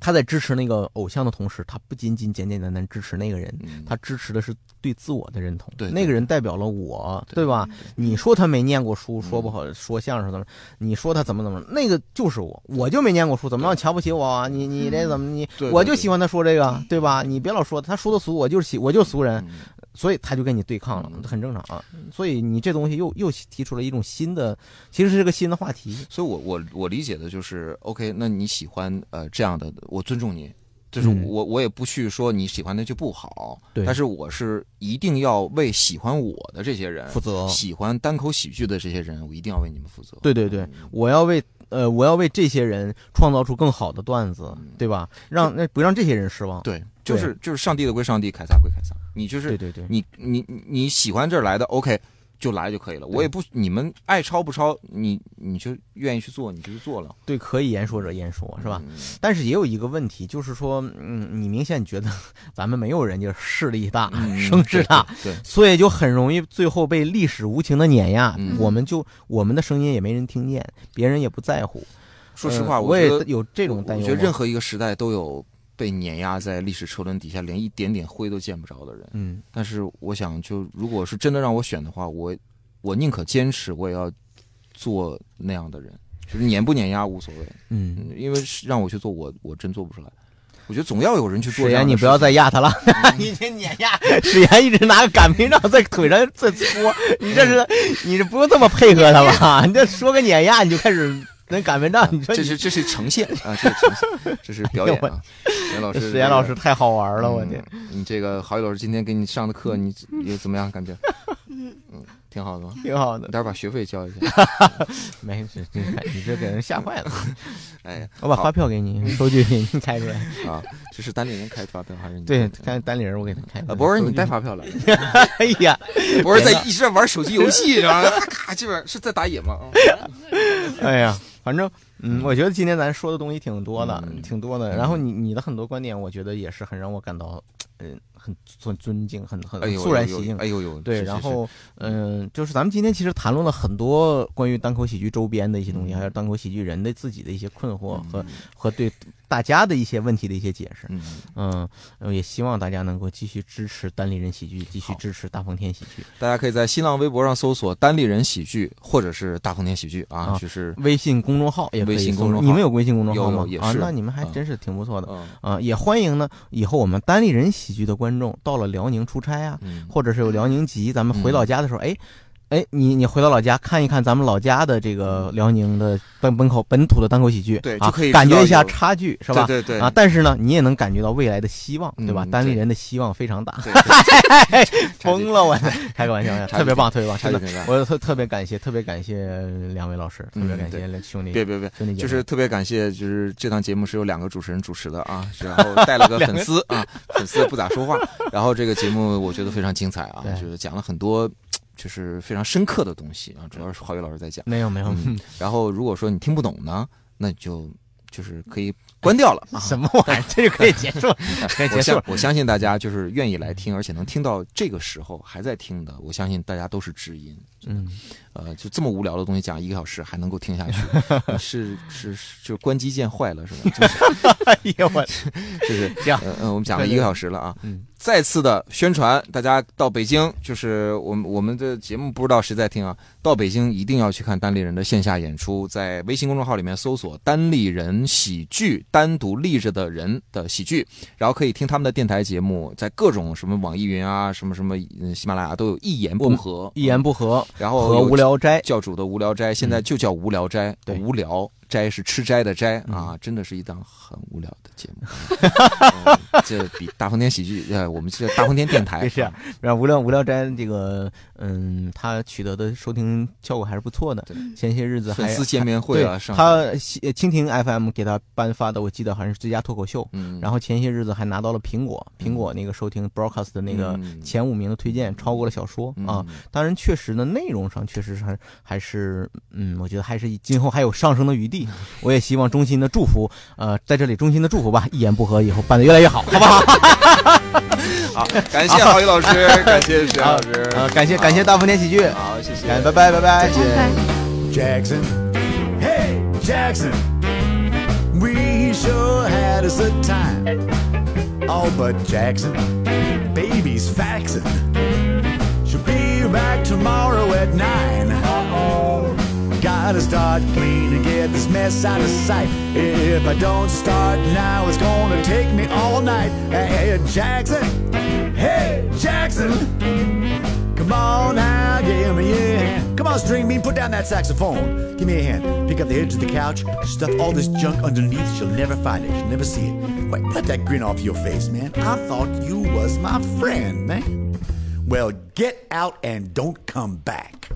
[SPEAKER 3] 他在支持那个偶像的同时，他不仅仅简简单单支持那个人，
[SPEAKER 2] 嗯
[SPEAKER 3] 他支持的是对自我的认同。
[SPEAKER 2] 对对
[SPEAKER 3] 那个人代表了我，
[SPEAKER 2] 对嗯
[SPEAKER 3] 对吧？你说他没念过书，说不好说相声怎么，你说他怎么怎么，那个就是我，我就没念过书，怎么让瞧不起我啊？你你这怎么你
[SPEAKER 2] 对？
[SPEAKER 3] 我
[SPEAKER 2] 对
[SPEAKER 3] 就
[SPEAKER 2] 对
[SPEAKER 3] 喜欢他说这个，对吧？你别老说他说的俗，我就是喜我就是俗人。
[SPEAKER 2] 嗯
[SPEAKER 3] 所以他就跟你对抗了，
[SPEAKER 2] 嗯
[SPEAKER 3] 很正常啊。所以你这东西又又提出了一种新的，其实是个新的话题。
[SPEAKER 2] 所以我，我我理解的就是，OK，那你喜欢呃这样的，我尊重你，就是
[SPEAKER 3] 嗯
[SPEAKER 2] 我、我也不去说你喜欢的就不好，
[SPEAKER 3] 对
[SPEAKER 2] 但是我是一定要为喜欢我的这些人
[SPEAKER 3] 负责
[SPEAKER 2] 喜欢单口喜剧的这些人，我一定要为你们负责。
[SPEAKER 3] 对对对，我要为呃，我要为这些人创造出更好的段子
[SPEAKER 2] 嗯，
[SPEAKER 3] 对吧？让那不让这些人失望。
[SPEAKER 2] 对，就是就是上帝的归上帝，凯撒归凯撒，你就是
[SPEAKER 3] 对对对，
[SPEAKER 2] 你你你你喜欢这儿来的，OK，就来就可以了。我也不，你们爱抄不抄，你你就愿意去做，你就去做了，
[SPEAKER 3] 对可以言说者言说，是吧？
[SPEAKER 2] 嗯？
[SPEAKER 3] 但是也有一个问题，就是说，嗯，你明显觉得 *laughs* 咱们没有人家势力大、
[SPEAKER 2] 嗯
[SPEAKER 3] *laughs* 声势大，，
[SPEAKER 2] 对对，对
[SPEAKER 3] 所以就很容易最后被历史无情的碾压。
[SPEAKER 2] 嗯
[SPEAKER 3] 我们就我们的声音也没人听见，别人也不在乎。
[SPEAKER 2] 说实
[SPEAKER 3] 呃
[SPEAKER 2] 话，
[SPEAKER 3] 我
[SPEAKER 2] 觉
[SPEAKER 3] 也
[SPEAKER 2] 得
[SPEAKER 3] 有这种担
[SPEAKER 2] 我
[SPEAKER 3] 忧。
[SPEAKER 2] 觉得任，何一个时代都有被碾压在历史车轮底下，连一点点灰都见不着的人。
[SPEAKER 3] 嗯，
[SPEAKER 2] 但是我想，就如果是真的让我选的话，我我宁可坚持，我也要做那样的人，就是碾不碾压无所谓，
[SPEAKER 3] 嗯，
[SPEAKER 2] 嗯，因为是让我去做，我我真做不出来。我觉得总要有人去做这
[SPEAKER 3] 史
[SPEAKER 2] 样的
[SPEAKER 3] 岩，
[SPEAKER 2] 事情。
[SPEAKER 3] 你不要再压他了，
[SPEAKER 2] 嗯
[SPEAKER 3] *laughs* 已经碾压。史岩一直拿个擀面杖在腿上在搓，你这
[SPEAKER 2] 嗯
[SPEAKER 3] 是你这不用这么配合他吧？ *laughs* 你这说个碾压你就开始跟擀面杖，你说
[SPEAKER 2] 这
[SPEAKER 3] 你
[SPEAKER 2] 是这是呈现啊，这是呈现，这是表演啊。石岩老师，
[SPEAKER 3] 史岩老师太好玩了，我
[SPEAKER 2] 这
[SPEAKER 3] 天
[SPEAKER 2] 个，嗯你这个郝宇老师今天给你上的课，你有怎么样感觉？
[SPEAKER 4] 嗯，
[SPEAKER 2] 挺好的吗？
[SPEAKER 3] 挺好的。
[SPEAKER 2] 待会儿把学费交一下。
[SPEAKER 3] 没事，你看你这给人吓坏了。
[SPEAKER 2] *laughs* 哎呀，
[SPEAKER 3] 我把
[SPEAKER 2] 好
[SPEAKER 3] 发票给你，收据给你开出来。
[SPEAKER 2] 啊，这是单立人开发票还是你？
[SPEAKER 3] 对，看单里人我给他开出来。
[SPEAKER 2] 啊，博士
[SPEAKER 3] 收
[SPEAKER 2] 你
[SPEAKER 3] 据
[SPEAKER 2] 带？发票来了。
[SPEAKER 3] 哎呀，
[SPEAKER 2] 博士在一直在玩手机游戏，然后咔咔，基本上是在打野嗯吗？
[SPEAKER 3] *laughs* 哎呀，反正嗯，我觉得今天咱说的东西挺多的，
[SPEAKER 2] 嗯
[SPEAKER 3] 挺多的。然后你你的很多观点，我觉得也是很让我感到，嗯、很尊尊敬，很很
[SPEAKER 2] 哎呦，
[SPEAKER 3] 肃然
[SPEAKER 2] 有
[SPEAKER 3] 起敬。
[SPEAKER 2] 哎呦呦，
[SPEAKER 3] 对，
[SPEAKER 2] 是
[SPEAKER 3] 然
[SPEAKER 2] 是是
[SPEAKER 3] 后嗯、就是咱们今天其实谈论了很多关于单口喜剧周边的一些东西，还有
[SPEAKER 2] 嗯
[SPEAKER 3] 单口喜剧人的自己的一些困惑和、和对大家的一些问题的一些解释。
[SPEAKER 2] 嗯，
[SPEAKER 3] 嗯，呃也希望大家能够继续支持单立人喜剧，继续
[SPEAKER 2] 好
[SPEAKER 3] 支持大风天喜剧。
[SPEAKER 2] 大家可以在新浪微博上搜索“单立人喜剧”或者是“大丰田喜剧”啊，
[SPEAKER 3] 啊
[SPEAKER 2] 就是
[SPEAKER 3] 微信公众号也可以
[SPEAKER 2] 微信公众号
[SPEAKER 3] 搜索你们有微信公众号吗
[SPEAKER 2] 有有？也
[SPEAKER 3] 啊，
[SPEAKER 2] 是
[SPEAKER 3] 那你们还
[SPEAKER 2] 嗯
[SPEAKER 3] 真是挺不错的
[SPEAKER 2] 嗯
[SPEAKER 3] 啊！也欢迎呢，以后我们单立人喜剧的观众到了辽宁出差啊，
[SPEAKER 2] 嗯，
[SPEAKER 3] 或者是有辽宁籍，咱们回老家的时候，哎。哎，你你回到老家看一看咱们老家的这个辽宁的本本口本土的单口喜剧，
[SPEAKER 2] 对
[SPEAKER 3] 啊
[SPEAKER 2] 就可以
[SPEAKER 3] 感
[SPEAKER 2] 知道
[SPEAKER 3] 觉一下
[SPEAKER 2] 有
[SPEAKER 3] 差距是吧？
[SPEAKER 2] 对对对
[SPEAKER 3] 啊，但是呢，你也能感觉到未来的希望，对吧？
[SPEAKER 2] 嗯
[SPEAKER 3] 单立
[SPEAKER 2] 对
[SPEAKER 3] 人的希望
[SPEAKER 2] *laughs*
[SPEAKER 3] 非常大， *laughs*
[SPEAKER 2] 对对 *laughs*
[SPEAKER 3] 哎疯了我，开个玩笑，
[SPEAKER 2] 差距
[SPEAKER 3] 特别棒，特别棒，
[SPEAKER 2] 差
[SPEAKER 3] 真
[SPEAKER 2] 距
[SPEAKER 3] 的
[SPEAKER 2] 挺大，
[SPEAKER 3] 我特特别感谢，特别感谢两位老师，特
[SPEAKER 2] 嗯
[SPEAKER 3] 别感谢兄弟
[SPEAKER 2] 别别别。
[SPEAKER 3] 兄弟姐妹，
[SPEAKER 2] 就是特别感谢，就是这档节目是由两个主持人主持的
[SPEAKER 3] *laughs*
[SPEAKER 2] 啊，然后带了个
[SPEAKER 3] 两
[SPEAKER 2] 粉
[SPEAKER 3] 个
[SPEAKER 2] 丝啊，粉丝不咋说
[SPEAKER 3] *laughs*
[SPEAKER 2] 话。然后这个节目我觉得非常精彩啊
[SPEAKER 3] 对，
[SPEAKER 2] 就是讲了很多就是非常深刻的东西啊，主要是郝宇老师在讲。
[SPEAKER 3] 没有没有， *laughs*
[SPEAKER 2] 嗯，然后如果说你听不懂呢，那你就就是可以关掉了啊。
[SPEAKER 3] 什么玩意儿，这就可以结束了， *laughs* 可以
[SPEAKER 2] 我
[SPEAKER 3] 结束
[SPEAKER 2] 相
[SPEAKER 3] 了。
[SPEAKER 2] 我相信大家就是愿意来听，而且能听到这个时候还在听的，我相信大家都是知音。
[SPEAKER 3] 嗯，
[SPEAKER 2] 呃，就这么无聊的东西讲一个小时还能够听
[SPEAKER 3] *laughs*
[SPEAKER 2] 下去，呃是是是，就关机键坏了是吧？就是
[SPEAKER 3] 哎呀我，
[SPEAKER 2] *laughs* 就是
[SPEAKER 3] 这样
[SPEAKER 2] 呃呃，我们讲了一个小时了啊，
[SPEAKER 3] 嗯，
[SPEAKER 2] 再次的宣传，大家到北京，就是我们我们的节目不知道谁在听啊，到北京一定要去看单立人的线下演出，在微信公众号里面搜索“单立人喜剧”，单独立着的人的喜剧，然后可以听他们的电台节目，在各种什么网易云啊，什么什么嗯喜马拉雅都有一言不合，
[SPEAKER 3] 嗯一言不合
[SPEAKER 2] 然后哦
[SPEAKER 3] 和
[SPEAKER 2] 有
[SPEAKER 3] 无聊斋，
[SPEAKER 2] 教主的无聊斋，现在就叫无聊斋，
[SPEAKER 3] 嗯对嗯
[SPEAKER 2] 无聊斋是吃斋的斋啊，真的是一档很无聊的节
[SPEAKER 3] *laughs*
[SPEAKER 2] 目，嗯这比大风天喜剧呃，我们这大风天电台
[SPEAKER 3] 这 *laughs* 是
[SPEAKER 2] 啊
[SPEAKER 3] 让无聊无聊斋这个，嗯，他取得的收听效果还是不错的
[SPEAKER 2] 对。
[SPEAKER 3] 前些日子还
[SPEAKER 2] 粉丝见面会
[SPEAKER 3] 对
[SPEAKER 2] 啊，上
[SPEAKER 3] 他呃蜻蜓 FM 给他颁发的，我记得好像是最佳脱口秀。
[SPEAKER 2] 嗯，
[SPEAKER 3] 然后前些日子还拿到了苹果苹果那个收听 broadcast 的那个
[SPEAKER 2] 嗯
[SPEAKER 3] 前五名的推荐，超过了小说
[SPEAKER 2] 嗯
[SPEAKER 3] 啊。当然，确实呢，内容上确实是还还是，嗯，我觉得还是今后还有上升的余 *laughs* 地。我也希望衷心的祝福，呃，在这里衷心的祝福吧，一言不合以后办的越来越好，好不好？
[SPEAKER 2] 好，感谢郝宇老师，感谢沈老师，
[SPEAKER 3] *laughs* 呃，感谢感谢大福田喜剧，
[SPEAKER 2] 好，谢谢，
[SPEAKER 3] 感拜拜拜拜。
[SPEAKER 4] 拜拜。
[SPEAKER 6] Jackson. Hey, Jackson. We sure had us a time. All but Jackson. Baby's faxing. She'll be back tomorrow at 9. Uh-oh. Gotta start clean to get this mess out of sight. If I don't start now, it's gonna take me all night. Hey, Jackson. Hey, Jackson. Come on now, give me a hand. Come on, string bean, put down that saxophone. Give me a hand. Pick up the edge of the couch. Stuff all this junk underneath. She'll never find it. She'll never see it. Wait, put that grin off your face, man. I thought you was my friend, man. Well, get out and don't come back.